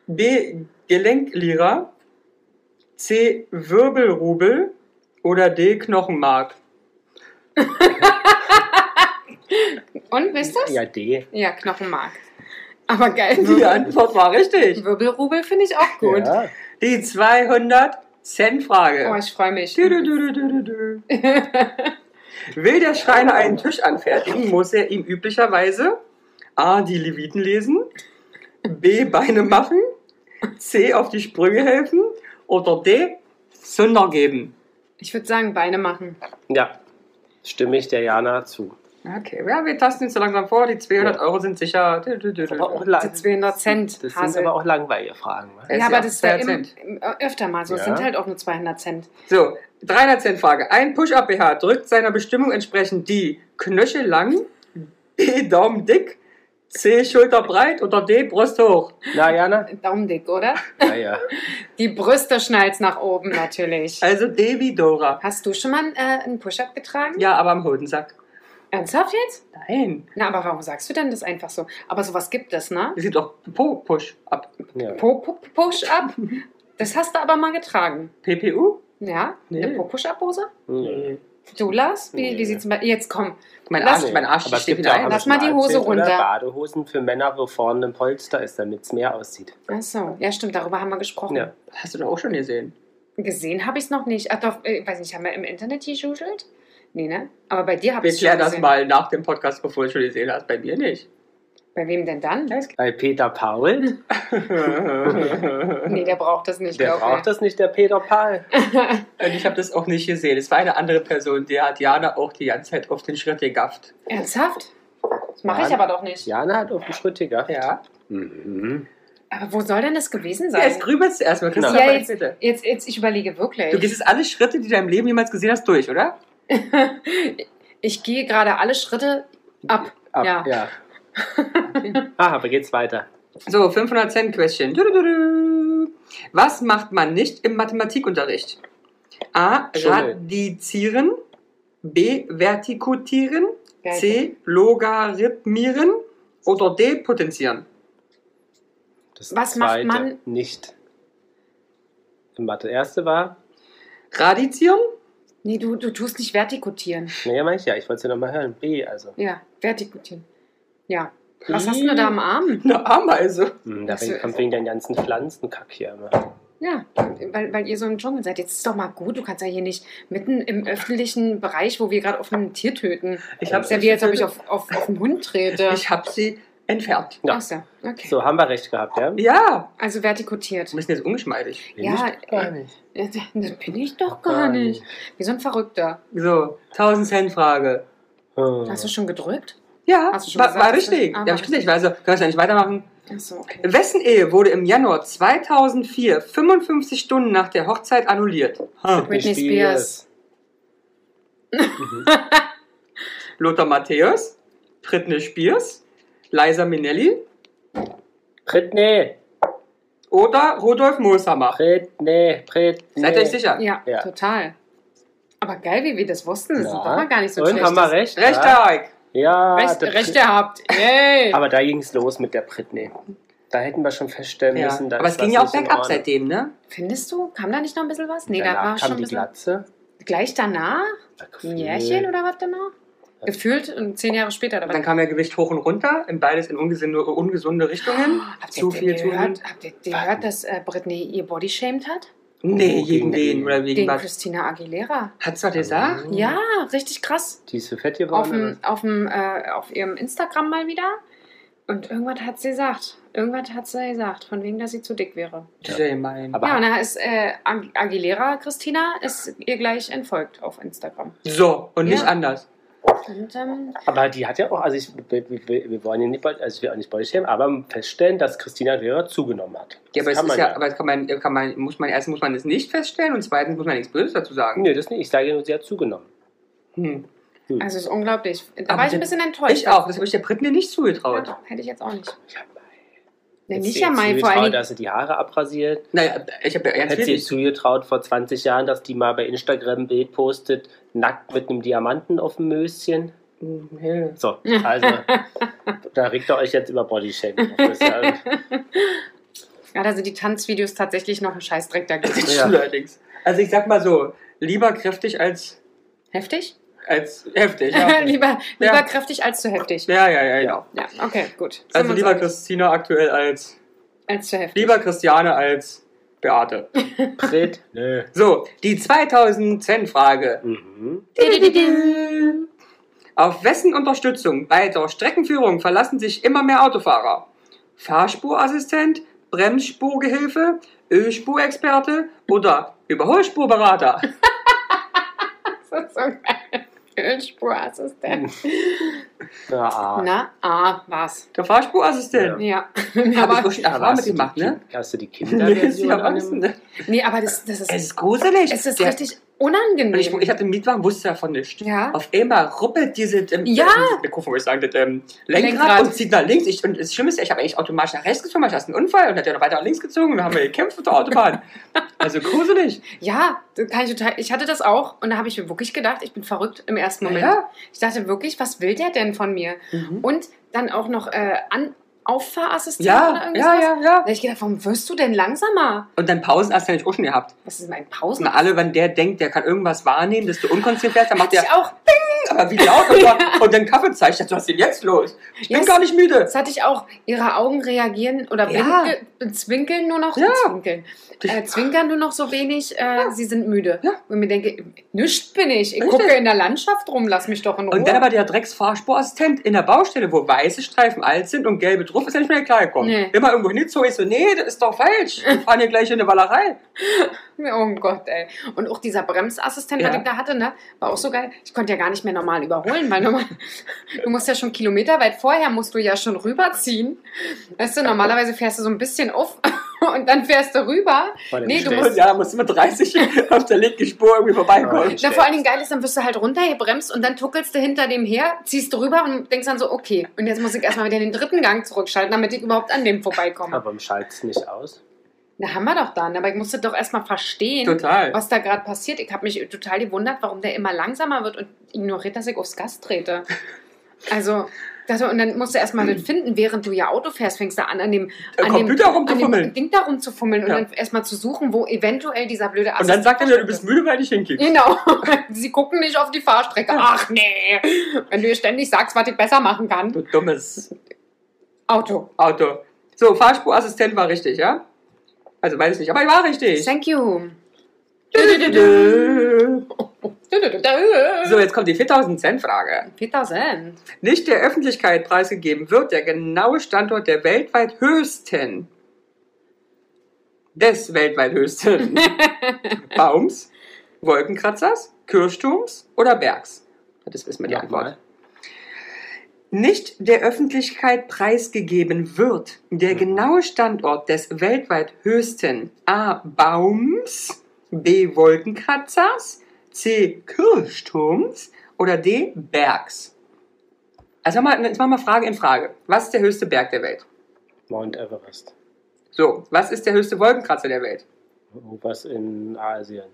[SPEAKER 2] B. Gelenklira. C. Wirbelrubel. Oder D. Knochenmark.
[SPEAKER 3] Und, wisst ihr?
[SPEAKER 1] Ja, D.
[SPEAKER 3] Ja, Knochenmark. Aber geil.
[SPEAKER 2] Die Antwort war richtig.
[SPEAKER 3] Wirbelrubel finde ich auch gut.
[SPEAKER 1] Ja.
[SPEAKER 2] Die 200 Cent
[SPEAKER 3] Oh,
[SPEAKER 2] Frage.
[SPEAKER 3] ich freue mich.
[SPEAKER 2] Du, du, du, du, du, du. Will der Schreiner einen Tisch anfertigen, muss er ihm üblicherweise A. die Leviten lesen, B. Beine machen, C. auf die Sprünge helfen oder D. Sünder geben.
[SPEAKER 3] Ich würde sagen, Beine machen.
[SPEAKER 1] Ja, stimme ich der Jana zu.
[SPEAKER 2] Okay, ja, wir tasten uns so langsam vor. Die 200
[SPEAKER 1] Ja.
[SPEAKER 2] Euro sind sicher.
[SPEAKER 1] Aber auch
[SPEAKER 3] Die
[SPEAKER 1] lang-
[SPEAKER 3] 200 Cent.
[SPEAKER 1] Das sind
[SPEAKER 3] Hasel.
[SPEAKER 1] aber auch langweilige Fragen. wa?
[SPEAKER 2] Äh,
[SPEAKER 3] ja,
[SPEAKER 2] ist ja
[SPEAKER 3] aber das war
[SPEAKER 2] 200
[SPEAKER 3] im, äh, öfter mal so. Es
[SPEAKER 1] Ja.
[SPEAKER 3] sind halt auch nur 200 Cent.
[SPEAKER 2] So, 300 Cent Frage. Ein Push-Up-BH drückt seiner Bestimmung entsprechend die Knöchel lang, B Daumen dick, C Schulter breit oder D Brust hoch.
[SPEAKER 1] Na, Jana?
[SPEAKER 3] Daumen dick, oder?
[SPEAKER 1] Naja.
[SPEAKER 3] Die Brüste schnallt's nach oben natürlich.
[SPEAKER 2] Also D wie Dora.
[SPEAKER 3] Hast du schon mal äh, einen Push-Up getragen?
[SPEAKER 2] Ja, aber am Hodensack.
[SPEAKER 3] Ernsthaft jetzt?
[SPEAKER 2] Nein,
[SPEAKER 3] Na, aber warum sagst du denn das einfach so? Aber sowas gibt es, ne?
[SPEAKER 2] das sieht doch Po Push-Up.
[SPEAKER 1] Ja.
[SPEAKER 3] Po -po Push-Up? Das hast du aber mal getragen.
[SPEAKER 2] PPU?
[SPEAKER 3] Ja?
[SPEAKER 2] Nee.
[SPEAKER 3] Eine Po Push-Up-Hose?
[SPEAKER 1] Nee.
[SPEAKER 3] Du, Lars? Wie,
[SPEAKER 1] Nee.
[SPEAKER 3] wie sieht's bei... Jetzt komm.
[SPEAKER 2] Mein
[SPEAKER 3] Lass-
[SPEAKER 2] Arsch, mein
[SPEAKER 1] Ah,
[SPEAKER 2] Arsch
[SPEAKER 1] Aber es
[SPEAKER 2] steht
[SPEAKER 1] gibt
[SPEAKER 2] wieder
[SPEAKER 1] ja auch
[SPEAKER 2] ein.
[SPEAKER 3] Lass mal die
[SPEAKER 1] Abschnitt
[SPEAKER 3] Hose
[SPEAKER 1] Oder
[SPEAKER 3] runter.
[SPEAKER 1] Badehosen für Männer, wo vorne ein Polster ist, damit es mehr aussieht.
[SPEAKER 3] Ach so. Ja, stimmt. Darüber haben wir gesprochen.
[SPEAKER 1] Ja.
[SPEAKER 2] Hast du doch auch schon gesehen.
[SPEAKER 3] Gesehen habe ich es noch nicht. Ach doch, äh, weiß nicht, haben wir im Internet geschuschelt? Nee, ne? Aber bei dir habe
[SPEAKER 2] Wir
[SPEAKER 3] ich schon
[SPEAKER 2] klären das
[SPEAKER 3] gesehen.
[SPEAKER 2] mal nach dem Podcast, bevor du schon gesehen hast. Bei mir nicht.
[SPEAKER 3] Bei wem denn dann?
[SPEAKER 1] Bei Peter Paul,
[SPEAKER 2] Und
[SPEAKER 3] Nee, der braucht das nicht.
[SPEAKER 1] der
[SPEAKER 3] glaub mir.
[SPEAKER 1] braucht das nicht, der Peter Paul.
[SPEAKER 2] ich habe das auch nicht gesehen. Es war eine andere Person, die hat Jana auch die ganze Zeit auf den Schritt gegafft.
[SPEAKER 3] Ernsthaft? Das mache ich
[SPEAKER 1] Mann.
[SPEAKER 3] aber doch nicht.
[SPEAKER 1] Jana hat auf den Schritt gegafft.
[SPEAKER 2] Ja.
[SPEAKER 1] Mhm.
[SPEAKER 3] Aber wo soll denn das gewesen
[SPEAKER 2] Ja,
[SPEAKER 3] sein?
[SPEAKER 2] jetzt grübelst du erstmal. Christian,
[SPEAKER 1] Ja,
[SPEAKER 2] aber
[SPEAKER 3] jetzt-
[SPEAKER 2] bitte.
[SPEAKER 3] Jetzt, jetzt, ich überlege
[SPEAKER 2] Du
[SPEAKER 3] wirklich.
[SPEAKER 2] gehst jetzt alle Schritte, die du im Leben jemals gesehen hast, durch, oder?
[SPEAKER 3] Ich gehe gerade alle Schritte ab.
[SPEAKER 1] Ab,
[SPEAKER 3] Ja.
[SPEAKER 1] ja. Ah, aber geht's weiter.
[SPEAKER 2] So, 500 Cent Question. Dudududu. Was macht man nicht im Mathematikunterricht? A.
[SPEAKER 1] Schummel.
[SPEAKER 2] Radizieren. B. Vertikutieren.
[SPEAKER 3] Geil.
[SPEAKER 2] C. Logarithmieren. Oder D. Potenzieren.
[SPEAKER 1] Das
[SPEAKER 3] Was macht man-
[SPEAKER 1] Nicht. Im Mathe erste war,
[SPEAKER 2] Radizieren?
[SPEAKER 3] Nee, du, du tust nicht vertikutieren.
[SPEAKER 1] naja, meine ich ja, ich wollte es ja nochmal hören. B, also.
[SPEAKER 3] Ja, vertikutieren. Ja. Was hast du denn da am
[SPEAKER 2] Hm.
[SPEAKER 3] Arm?
[SPEAKER 2] Eine Ameise.
[SPEAKER 1] Hm, da
[SPEAKER 3] Das ist-
[SPEAKER 1] kommt wegen den ganzen Pflanzenkack hier immer.
[SPEAKER 3] Ja, weil, weil ihr so im Dschungel seid. Jetzt ist doch mal gut, du kannst ja hier nicht mitten im öffentlichen Bereich, wo wir gerade auf einem Tier töten.
[SPEAKER 2] Ich
[SPEAKER 3] Das ist ja wie, als ob ich auf, auf, auf einen Hund trete.
[SPEAKER 2] Ich hab sie entfernt.
[SPEAKER 1] Ja.
[SPEAKER 3] Ach so, okay.
[SPEAKER 1] So, haben wir recht gehabt, ja?
[SPEAKER 2] Ja.
[SPEAKER 3] Also vertikutiert.
[SPEAKER 2] Wir müssen jetzt ungeschmeidig.
[SPEAKER 1] Bin
[SPEAKER 3] Ja, äh,
[SPEAKER 1] ich gar nicht.
[SPEAKER 3] Ja, Das bin ich doch gar nicht. Wie so ein Verrückter.
[SPEAKER 2] So, 1000 Cent Frage.
[SPEAKER 1] Hm.
[SPEAKER 3] Hast du schon gedrückt?
[SPEAKER 2] Ja,
[SPEAKER 3] Hast du schon
[SPEAKER 2] war,
[SPEAKER 3] gesagt,
[SPEAKER 2] war
[SPEAKER 3] dass
[SPEAKER 2] richtig.
[SPEAKER 3] das- ah,
[SPEAKER 2] ja,
[SPEAKER 3] war
[SPEAKER 2] ich richtig. Also, können wir es ja nicht weitermachen.
[SPEAKER 3] Achso, okay.
[SPEAKER 2] Wessen Ehe wurde im Januar 2004, 55 Stunden nach der Hochzeit, annulliert? Ha.
[SPEAKER 3] Britney Spears.
[SPEAKER 2] Lothar Matthäus, Britney Spears, Liza Minnelli
[SPEAKER 1] Britney,
[SPEAKER 2] oder Rudolf Mooshammer?
[SPEAKER 1] Britney, Britney.
[SPEAKER 2] Seid ihr euch sicher?
[SPEAKER 3] Ja,
[SPEAKER 1] Ja.
[SPEAKER 3] total. Aber geil, wie wir das wussten. Das ist
[SPEAKER 1] Ja.
[SPEAKER 3] doch mal gar nicht so
[SPEAKER 1] Und
[SPEAKER 3] schlecht.
[SPEAKER 1] haben wir recht? Ja,
[SPEAKER 2] Rechter Ike.
[SPEAKER 1] ja
[SPEAKER 3] Recht,
[SPEAKER 1] das-
[SPEAKER 3] recht gehabt. Yay.
[SPEAKER 1] Aber da ging es los mit der Britney. Da hätten wir schon feststellen
[SPEAKER 2] Ja.
[SPEAKER 1] müssen, dass
[SPEAKER 2] Aber es ging ja auch bergab seitdem, ne?
[SPEAKER 3] Findest du, kam da nicht noch ein bisschen was?
[SPEAKER 1] Nee,
[SPEAKER 3] Nee,
[SPEAKER 1] Danach
[SPEAKER 3] da war
[SPEAKER 1] kam
[SPEAKER 3] schon ein
[SPEAKER 1] die
[SPEAKER 3] bisschen.
[SPEAKER 1] Glatze.
[SPEAKER 3] Gleich danach?
[SPEAKER 1] Na, gefühlt.
[SPEAKER 3] Ein Jährchen oder was danach? Gefühlt und zehn Jahre später.
[SPEAKER 2] Dann kam ja Gewicht hoch und runter, in beides in ungesunde, ungesunde Richtungen.
[SPEAKER 3] Oh, Habt ihr
[SPEAKER 2] Zu viel
[SPEAKER 3] gehört,
[SPEAKER 2] zu hin.
[SPEAKER 3] Habt ihr gehört, dass äh, Britney ihr Body shamed hat?
[SPEAKER 2] Nee, gegen
[SPEAKER 1] Oh, Gegen
[SPEAKER 2] wen oder wegen
[SPEAKER 3] Gegen
[SPEAKER 2] was?
[SPEAKER 3] Christina Aguilera.
[SPEAKER 2] Hat's was gesagt?
[SPEAKER 1] Mhm.
[SPEAKER 3] Ja, richtig krass.
[SPEAKER 1] Die ist so fett
[SPEAKER 3] auf,
[SPEAKER 1] geworden.
[SPEAKER 3] dem, auf, dem, äh, auf ihrem Instagram mal wieder. Und irgendwas hat sie gesagt. Irgendwas hat sie gesagt, von wegen, dass sie zu dick wäre.
[SPEAKER 2] Das ist ja gemein.
[SPEAKER 1] Aber-
[SPEAKER 3] ja, und da ist äh, Ag- Aguilera Christina ist ihr gleich entfolgt auf Instagram.
[SPEAKER 2] So, und nicht
[SPEAKER 3] Ja.
[SPEAKER 2] anders.
[SPEAKER 3] Und ähm,
[SPEAKER 1] aber, aber die hat ja auch, also ich, wir, wir, wir wollen ja nicht, also ich will auch nicht Bodyshame, aber feststellen, dass Christina Aguilera zugenommen hat.
[SPEAKER 2] Ja, aber
[SPEAKER 1] Das
[SPEAKER 2] es
[SPEAKER 1] kann
[SPEAKER 2] ist
[SPEAKER 1] man
[SPEAKER 2] ja, aber kann man, kann man, muss man, erstens muss man es nicht feststellen und zweitens muss man nichts Böses dazu sagen.
[SPEAKER 1] Nee, das nicht. Ich sage nur, sie hat zugenommen.
[SPEAKER 2] Hm.
[SPEAKER 1] Hm.
[SPEAKER 3] also ist unglaublich. Da
[SPEAKER 2] Aber
[SPEAKER 3] war ich ein
[SPEAKER 2] das-
[SPEAKER 3] bisschen enttäuscht.
[SPEAKER 2] Ich auch, das habe ich der Britney nicht zugetraut.
[SPEAKER 3] Ja, hätte ich jetzt auch nicht.
[SPEAKER 1] Ich hab
[SPEAKER 3] Nee,
[SPEAKER 1] Hätte
[SPEAKER 3] nicht
[SPEAKER 1] sie
[SPEAKER 3] ja
[SPEAKER 1] ihr
[SPEAKER 3] mal vor
[SPEAKER 1] zugetraut,
[SPEAKER 3] allen Dingen.
[SPEAKER 1] dass sie die Haare abrasiert.
[SPEAKER 2] Naja, ich habe ja ganz
[SPEAKER 1] Hätte sie
[SPEAKER 2] viel.
[SPEAKER 1] zugetraut vor 20 Jahren, dass die mal bei Instagram ein Bild postet, nackt mit einem Diamanten auf dem Möschen?
[SPEAKER 2] Mhm.
[SPEAKER 1] So, also, da regt ihr euch jetzt über Bodyshaming auf. Das ist ja-
[SPEAKER 3] Ja, da sind die Tanzvideos tatsächlich noch ein Scheißdreck dagegen.
[SPEAKER 1] Ja.
[SPEAKER 2] Allerdings. Also ich sag mal so, lieber kräftig als,
[SPEAKER 3] Heftig?
[SPEAKER 2] als heftig. Ja,
[SPEAKER 3] lieber lieber
[SPEAKER 2] Ja.
[SPEAKER 3] kräftig als zu heftig. Ja,
[SPEAKER 2] ja, ja, ja. ja.
[SPEAKER 3] okay, gut. Sind wir
[SPEAKER 2] Also
[SPEAKER 3] uns
[SPEAKER 2] lieber
[SPEAKER 3] einig.
[SPEAKER 2] Christina aktuell als,
[SPEAKER 3] als zu heftig.
[SPEAKER 2] lieber Christiane als Beate.
[SPEAKER 1] Brit. Nö.
[SPEAKER 2] So, die 2000 Cent Frage.
[SPEAKER 1] Mhm.
[SPEAKER 2] Auf wessen Unterstützung bei der Streckenführung verlassen sich immer mehr Autofahrer? Fahrspurassistent, Bremsspurgehilfe, Ölspurexperte oder Überholspurberater?
[SPEAKER 3] ist so geil. Ölspurassistent.
[SPEAKER 1] Ja.
[SPEAKER 3] Na, ah, war's.
[SPEAKER 2] Der Fahrspurassistent.
[SPEAKER 3] Ja. Also-
[SPEAKER 2] Aber
[SPEAKER 3] aber,
[SPEAKER 2] ich schon Erfahrung mit gemacht, ne?
[SPEAKER 1] Hast du die Kinder?
[SPEAKER 2] Nee, ist die
[SPEAKER 3] ne?
[SPEAKER 2] Erwachsene.
[SPEAKER 3] nee, aber das, das ist,
[SPEAKER 2] Es ist gruselig.
[SPEAKER 3] es ist
[SPEAKER 2] Der-
[SPEAKER 3] richtig
[SPEAKER 2] Und
[SPEAKER 3] unangenehm.
[SPEAKER 2] ich, ich hatte einen Mietwagen, wusste davon nicht.
[SPEAKER 3] Ja.
[SPEAKER 2] Auf einmal ruppelt diese ähm,
[SPEAKER 3] Ja.
[SPEAKER 2] dieses Mikrofon, wollte ich sagen, das ähm, Lenkrad,
[SPEAKER 3] Lenkrad.
[SPEAKER 2] und zieht nach links. Ich, und das Schlimme ist, ich habe eigentlich automatisch nach rechts gezogen, weil ich hatte einen Unfall und hat er noch weiter nach links gezogen und dann haben wir gekämpft auf der Autobahn. Also gruselig.
[SPEAKER 3] Ja, das kann ich total. Ich hatte das auch und da habe ich mir wirklich gedacht, ich bin verrückt im ersten Moment.
[SPEAKER 2] Ja.
[SPEAKER 3] Ich dachte wirklich, was will der denn von mir?
[SPEAKER 2] Mhm.
[SPEAKER 3] Und dann auch noch äh, an, Auffahrassistent oder
[SPEAKER 2] Ja,
[SPEAKER 3] irgendwas.
[SPEAKER 2] ja, ja,
[SPEAKER 3] Da
[SPEAKER 2] ja.
[SPEAKER 3] hab ich gedacht, warum wirst du denn langsamer?
[SPEAKER 2] Und dann Pausen hast du ja nicht auch schon gehabt.
[SPEAKER 3] Was ist mein
[SPEAKER 2] Und
[SPEAKER 3] Pausen?
[SPEAKER 2] alle, wenn der denkt, der kann irgendwas wahrnehmen, dass du unkonzentriert wärst, dann macht
[SPEAKER 3] Hatte
[SPEAKER 2] der,
[SPEAKER 3] ich auch.
[SPEAKER 2] aber wie laut und, dann- und dann Kaffee zeigt. Ich dachte, was ist denn jetzt los? Ich bin
[SPEAKER 3] Yes.
[SPEAKER 2] gar nicht müde.
[SPEAKER 3] Das hatte ich auch. Ihre Augen reagieren oder
[SPEAKER 2] Ja.
[SPEAKER 3] winke, zwinkeln nur noch.
[SPEAKER 2] Ja.
[SPEAKER 3] Zwinkeln. Äh, zwinkern nur noch so wenig. Äh, Sie sind müde.
[SPEAKER 2] Ja.
[SPEAKER 3] Und mir denke, nüscht bin ich. Ich
[SPEAKER 2] Richtig.
[SPEAKER 3] gucke in der Landschaft rum, lass mich doch in Ruhe.
[SPEAKER 2] Und dann aber der Drecksfahrspurassistent in der Baustelle, wo weiße Streifen alt sind und gelbe drauf, ist ja nicht mehr klargekommen.
[SPEAKER 3] Nee.
[SPEAKER 2] Immer irgendwo hingezogen, ich so, nee, das ist doch falsch. Wir fahren hier gleich in eine Wallerei.
[SPEAKER 3] Oh Gott, ey. Und auch dieser Bremsassistent,
[SPEAKER 2] Ja.
[SPEAKER 3] was ich da hatte, ne, war auch so geil. Ich konnte ja gar nicht mehr normal überholen, weil normal, du musst ja schon kilometerweit vorher, musst du ja schon rüberziehen. Weißt du, normalerweise fährst du so ein bisschen auf und dann fährst du rüber. Nee, du musst-
[SPEAKER 2] Und ja, da musst du mit 30 auf der linken Spur irgendwie vorbeikommen.
[SPEAKER 3] Na, vor allen Dingen geil ist, dann wirst du halt runtergebremst und dann tuckelst du hinter dem her, ziehst rüber und denkst dann so, okay, und jetzt muss ich erstmal wieder den dritten Gang zurückschalten, damit ich überhaupt an dem vorbeikomme.
[SPEAKER 1] Aber schaltet es nicht aus.
[SPEAKER 3] Na, haben wir doch dann, aber ich musste doch erstmal verstehen,
[SPEAKER 2] Total.
[SPEAKER 3] was da gerade passiert. Ich habe mich total gewundert, warum der immer langsamer wird und ignoriert, dass ich aufs Gas trete. Also, das, und dann musst du erstmal das finden, während du ja Auto fährst, fängst du an, an dem,
[SPEAKER 2] Am
[SPEAKER 3] an
[SPEAKER 2] Mhm. Computer
[SPEAKER 3] dem, an dem
[SPEAKER 2] rumzufummeln.
[SPEAKER 3] Ding da rumzufummeln und
[SPEAKER 2] Ja.
[SPEAKER 3] dann erstmal zu suchen, wo eventuell dieser blöde
[SPEAKER 2] Und dann
[SPEAKER 3] Assistent
[SPEAKER 2] sagt er mir, du bist müde, weil ich hinkickst.
[SPEAKER 3] Genau. Sie gucken nicht auf die Fahrstrecke. Ach nee. Wenn du ihr ständig sagst, was ich besser machen kann.
[SPEAKER 2] Du dummes
[SPEAKER 3] Auto.
[SPEAKER 2] Auto. So, Fahrspurassistent war richtig, ja? Also weiß ich nicht, aber ich war richtig.
[SPEAKER 3] Thank you.
[SPEAKER 2] So, jetzt kommt die 4000 Cent Frage.
[SPEAKER 3] Petersen.
[SPEAKER 2] nicht der Öffentlichkeit preisgegeben wird, der genaue Standort der weltweit höchsten, des weltweit höchsten Baums, Wolkenkratzers, Kirchturms oder Bergs? Das ist mir die
[SPEAKER 1] Nochmal.
[SPEAKER 2] Antwort. Nicht der Öffentlichkeit preisgegeben wird, der
[SPEAKER 1] Mhm.
[SPEAKER 2] genaue Standort des weltweit höchsten A. Baums, B. Wolkenkratzers, C. Kirchturms oder D. Bergs? Also mach mal, jetzt machen wir Frage in Frage. Was ist der höchste Berg der Welt?
[SPEAKER 1] Mount Everest.
[SPEAKER 2] So, was ist der höchste Wolkenkratzer der Welt?
[SPEAKER 1] Irgendwas in Asien.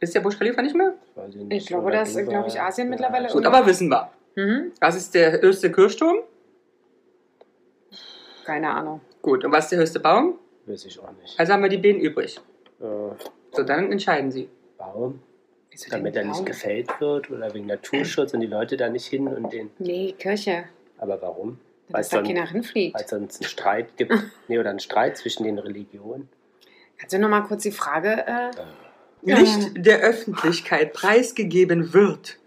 [SPEAKER 2] Ist der Burj Khalifa nicht mehr?
[SPEAKER 1] Weiß
[SPEAKER 3] Ich glaube,
[SPEAKER 1] Oder
[SPEAKER 3] das ist,
[SPEAKER 1] Dubai.
[SPEAKER 3] glaube ich, Asien
[SPEAKER 1] Ja,
[SPEAKER 3] mittlerweile
[SPEAKER 1] Asien.
[SPEAKER 2] Gut, aber wissen wir.
[SPEAKER 3] Mhm.
[SPEAKER 2] Was ist der höchste Kirchturm?
[SPEAKER 3] Keine Ahnung.
[SPEAKER 2] Gut, und was ist der höchste Baum?
[SPEAKER 1] Weiß ich auch nicht.
[SPEAKER 2] Also haben wir die Bienen übrig.
[SPEAKER 3] Also-
[SPEAKER 1] Äh,
[SPEAKER 2] So, dann entscheiden Sie.
[SPEAKER 1] Baum,
[SPEAKER 3] Wieso
[SPEAKER 1] damit
[SPEAKER 3] denn genau?
[SPEAKER 1] er nicht
[SPEAKER 3] Baum?
[SPEAKER 1] gefällt wird oder wegen Naturschutz und die Leute da nicht hin und den.
[SPEAKER 3] Nee, Kirche.
[SPEAKER 1] Aber warum? Weil
[SPEAKER 3] Dass
[SPEAKER 1] es
[SPEAKER 3] da
[SPEAKER 1] dann-
[SPEAKER 3] keiner hinfliegt.
[SPEAKER 1] Weil es sonst einen Streit gibt. nee, oder einen Streit zwischen den Religionen.
[SPEAKER 3] Kannst du nochmal kurz die Frage. Äh, Ja.
[SPEAKER 2] Nicht der Öffentlichkeit preisgegeben wird,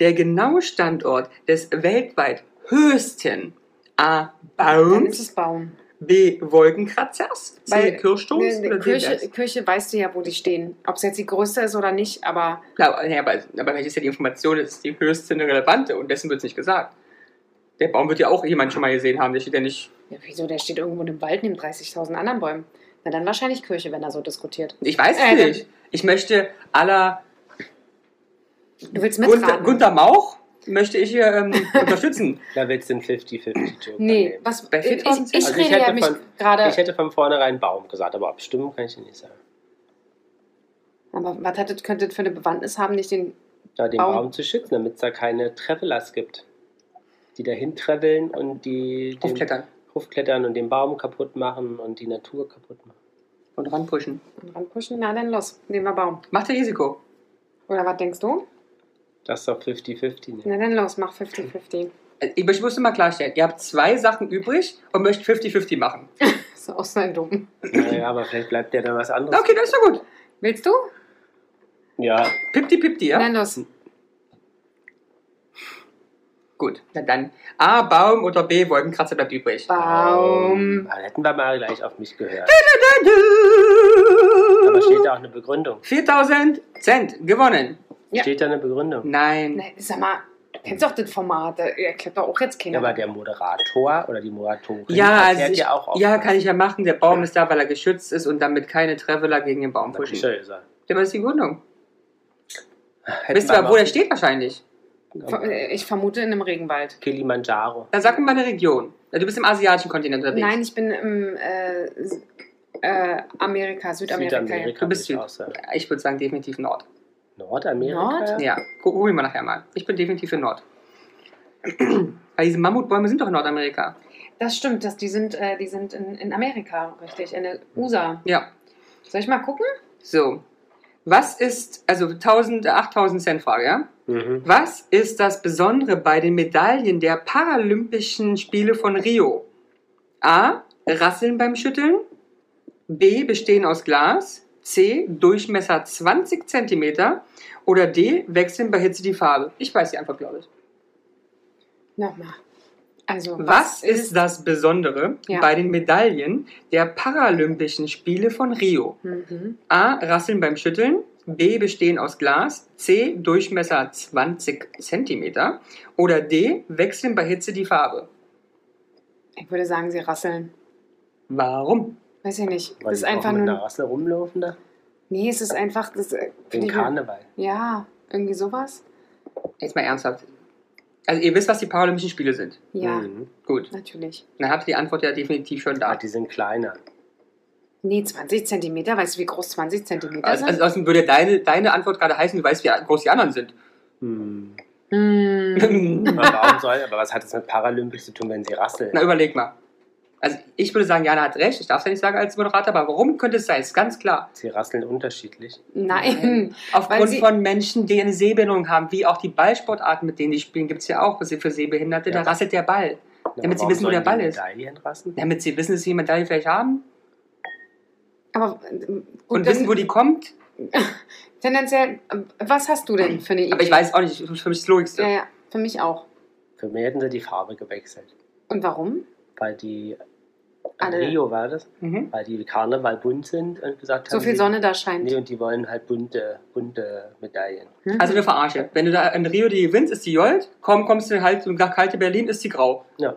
[SPEAKER 2] der genaue Standort des weltweit höchsten A.
[SPEAKER 3] dann ist
[SPEAKER 2] Baums,
[SPEAKER 3] es Baum.
[SPEAKER 2] B. Wolkenkratzers, C.
[SPEAKER 3] Weil-
[SPEAKER 2] Kirchturms
[SPEAKER 3] Nee,
[SPEAKER 2] oder D.
[SPEAKER 3] Kirche,
[SPEAKER 2] Bergs?
[SPEAKER 3] Kirche weißt du ja, wo die stehen. Ob es jetzt die größte ist oder nicht, aber
[SPEAKER 2] Klar, aber- ja, aber, aber welche ist ja die Information, das ist die höchste eine relevante und dessen wird es nicht gesagt. Der Baum wird ja auch jemand schon mal gesehen haben, der steht ja nicht.
[SPEAKER 3] Ja, wieso? Der steht irgendwo im Wald neben 30.000 anderen Bäumen. Na dann wahrscheinlich Kirche, wenn er so diskutiert.
[SPEAKER 2] Ich weiß es
[SPEAKER 3] Äh, dann-
[SPEAKER 2] nicht. Ich möchte aller
[SPEAKER 3] Du willst
[SPEAKER 2] Gunter,
[SPEAKER 3] mitraten?
[SPEAKER 2] Gunter Mauch möchte ich hier ähm, unterstützen.
[SPEAKER 1] Da willst du einen 50-50-Joke
[SPEAKER 3] Nee, was,
[SPEAKER 2] Bei
[SPEAKER 3] ich, ich,
[SPEAKER 2] 4000
[SPEAKER 3] ich
[SPEAKER 1] Also ich
[SPEAKER 3] rede ja
[SPEAKER 1] hätte
[SPEAKER 3] mich
[SPEAKER 1] von- Ich
[SPEAKER 3] gerade...
[SPEAKER 1] hätte von vornherein Baum gesagt, aber abstimmen kann ich dir nicht sagen.
[SPEAKER 3] Aber was hat das, könnte das für eine Bewandtnis haben, nicht den...
[SPEAKER 1] Ja, den
[SPEAKER 3] Baum.
[SPEAKER 1] Baum, zu schützen, damit es da keine Travelers gibt, die dahin traveln und die den
[SPEAKER 2] Aufklettern
[SPEAKER 1] Rufklettern und den Baum kaputt machen und die Natur kaputt machen.
[SPEAKER 2] und ranpushen.
[SPEAKER 3] Und ranpushen? Na dann los, nehmen wir Baum.
[SPEAKER 2] Macht ihr Risiko.
[SPEAKER 3] Oder was denkst du?
[SPEAKER 1] Das ist doch 50-50. Ne?
[SPEAKER 3] Na dann los, mach 50-50.
[SPEAKER 2] Äh, Ich möchte- ich muss mal klarstellen, ihr habt zwei Sachen übrig und möchtet 50-50 machen.
[SPEAKER 3] Das ist auch so ein dumm.
[SPEAKER 1] Naja, aber vielleicht bleibt ja dann was anderes.
[SPEAKER 2] Okay, das ist doch gut.
[SPEAKER 3] Willst du?
[SPEAKER 1] Ja,
[SPEAKER 2] Pipti pipti, ja?
[SPEAKER 3] Dann los.
[SPEAKER 2] Gut, na dann. A, Baum oder B, Wolkenkratzer bleibt übrig.
[SPEAKER 3] Baum.
[SPEAKER 1] Ah, hätten wir mal gleich auf mich gehört.
[SPEAKER 2] Tada!
[SPEAKER 1] Aber steht da auch eine Begründung.
[SPEAKER 2] 4000 Cent gewonnen.
[SPEAKER 3] Ja.
[SPEAKER 1] Steht da eine Begründung?
[SPEAKER 2] Nein.
[SPEAKER 3] Nein, sag mal, du kennst doch das Format, da erklärt doch auch jetzt keiner.
[SPEAKER 1] Ja, aber der Moderator oder die Moderatorin erklärt
[SPEAKER 2] Ja, also ich,
[SPEAKER 1] ja auch oft
[SPEAKER 2] ja,
[SPEAKER 1] was.
[SPEAKER 2] kann ich ja machen. Der Baum ist da, weil er geschützt ist und damit keine Traveler gegen den
[SPEAKER 1] Hab
[SPEAKER 2] Baum
[SPEAKER 1] ich
[SPEAKER 2] pushen.
[SPEAKER 1] schon gesagt.
[SPEAKER 2] Ja, was ist die Gründung?
[SPEAKER 1] Hätten
[SPEAKER 2] Wisst
[SPEAKER 1] wir
[SPEAKER 2] ihr,
[SPEAKER 1] mal
[SPEAKER 2] wo der steht wahrscheinlich?
[SPEAKER 3] Ver- äh, Ich vermute in einem Regenwald.
[SPEAKER 1] Kilimanjaro.
[SPEAKER 2] Dann sag mir mal eine Region. Ja, Du bist im asiatischen Kontinent unterwegs.
[SPEAKER 3] Nein, ich bin im äh, S- äh, Amerika, Südamerika.
[SPEAKER 1] Südamerika.
[SPEAKER 2] Du bist
[SPEAKER 1] würd ich
[SPEAKER 2] Süd.
[SPEAKER 1] auch sagen.
[SPEAKER 2] Ich würde sagen, definitiv Nord.
[SPEAKER 1] Nordamerika?
[SPEAKER 3] Nord?
[SPEAKER 2] Ja, gu- hol mir mal nachher mal. Ich bin definitiv für Nord. Weil diese Mammutbäume sind doch in Nordamerika.
[SPEAKER 3] Ja. Das stimmt, dass die sind, äh, die sind in, in Amerika, richtig, in den USA.
[SPEAKER 2] Ja,
[SPEAKER 3] Soll ich mal gucken?
[SPEAKER 2] so. Was ist, also 1000, 8000 Cent Frage, ja?
[SPEAKER 1] Mhm.
[SPEAKER 2] Was ist das Besondere bei den Medaillen der Paralympischen Spiele von Rio? A. Rasseln beim Schütteln. B. Bestehen aus Glas. C. Durchmesser 20 cm. Oder D. Wechseln bei Hitze die Farbe. Ich weiß die Antwort, glaube ich.
[SPEAKER 3] Nochmal. Also,
[SPEAKER 2] Was ist das Besondere
[SPEAKER 3] Ja.
[SPEAKER 2] bei den Medaillen der Paralympischen Spiele von Rio?
[SPEAKER 3] Mhm.
[SPEAKER 2] A. Rasseln beim Schütteln. B. Bestehen aus Glas. C. Durchmesser 20 cm. Oder D. Wechseln bei Hitze die Farbe.
[SPEAKER 3] Ich würde sagen, sie rasseln.
[SPEAKER 2] Warum?
[SPEAKER 3] Weiß ich nicht.
[SPEAKER 1] Weil
[SPEAKER 3] Das ist
[SPEAKER 1] die auch
[SPEAKER 3] einfach
[SPEAKER 1] mit
[SPEAKER 3] nur.
[SPEAKER 1] einer Rassel rumlaufen da?
[SPEAKER 3] Nee, es ist einfach. Das, äh,
[SPEAKER 1] Wegen
[SPEAKER 3] finde ich-
[SPEAKER 1] Karneval.
[SPEAKER 3] ja, irgendwie sowas.
[SPEAKER 2] Jetzt mal ernsthaft. Also ihr wisst, was die Paralympischen Spiele sind.
[SPEAKER 3] Ja,
[SPEAKER 1] Mhm.
[SPEAKER 2] Gut.
[SPEAKER 3] natürlich.
[SPEAKER 2] Dann habt ihr die Antwort ja definitiv schon
[SPEAKER 1] Ah,
[SPEAKER 2] da.
[SPEAKER 1] die sind kleiner.
[SPEAKER 3] Nee, 20 Zentimeter. Weißt du, wie groß 20 Zentimeter
[SPEAKER 2] Also,
[SPEAKER 3] sind?
[SPEAKER 2] also außerdem würde deine, deine Antwort gerade heißen, du weißt, wie groß die anderen sind. Mhm.
[SPEAKER 1] Hm.
[SPEAKER 3] Hm.
[SPEAKER 1] Aber, warum soll, aber was hat das mit Paralympisch zu tun, wenn sie rasseln?
[SPEAKER 2] Na, überleg mal. Also ich würde sagen, Jana hat recht. Ich darf es ja nicht sagen als Moderator, aber warum könnte es sein? Ist ganz klar.
[SPEAKER 1] Sie rasseln unterschiedlich.
[SPEAKER 3] Nein. Weil
[SPEAKER 2] Aufgrund
[SPEAKER 3] sie-
[SPEAKER 2] von Menschen, die eine Sehbehinderung haben, wie auch die Ballsportarten, mit denen die spielen, gibt es ja auch was für Sehbehinderte.
[SPEAKER 1] Ja.
[SPEAKER 2] Da rasselt der Ball.
[SPEAKER 1] Na,
[SPEAKER 2] Damit sie
[SPEAKER 1] warum
[SPEAKER 2] wissen, wo
[SPEAKER 1] sollen
[SPEAKER 2] der Ball
[SPEAKER 1] die
[SPEAKER 2] ist.
[SPEAKER 1] Medaillen rasseln?
[SPEAKER 2] Damit sie wissen, dass sie die Medaille vielleicht haben
[SPEAKER 3] Aber ähm,
[SPEAKER 2] und,
[SPEAKER 3] gut,
[SPEAKER 2] wissen, wo die kommt.
[SPEAKER 3] tendenziell, ähm, was hast du denn für eine Idee?
[SPEAKER 2] Aber ich weiß auch nicht, das ist für mich das Logischste.
[SPEAKER 3] Ja, ja, für mich auch.
[SPEAKER 1] Für mich hätten sie die Farbe gewechselt.
[SPEAKER 3] Und warum?
[SPEAKER 1] Weil die
[SPEAKER 3] Alle-
[SPEAKER 1] Rio war das,
[SPEAKER 2] Mhm.
[SPEAKER 1] weil die Karneval bunt sind und gesagt
[SPEAKER 3] So
[SPEAKER 1] haben,
[SPEAKER 3] viel
[SPEAKER 1] die-
[SPEAKER 3] Sonne da scheint.
[SPEAKER 1] Nee, und die wollen halt bunte, bunte Medaillen.
[SPEAKER 3] Hm?
[SPEAKER 2] Also eine Verarsche. Wenn du da in Rio die gewinnst, ist die Gold. Komm, kommst du halt nach kalte Berlin, ist die grau. Ah,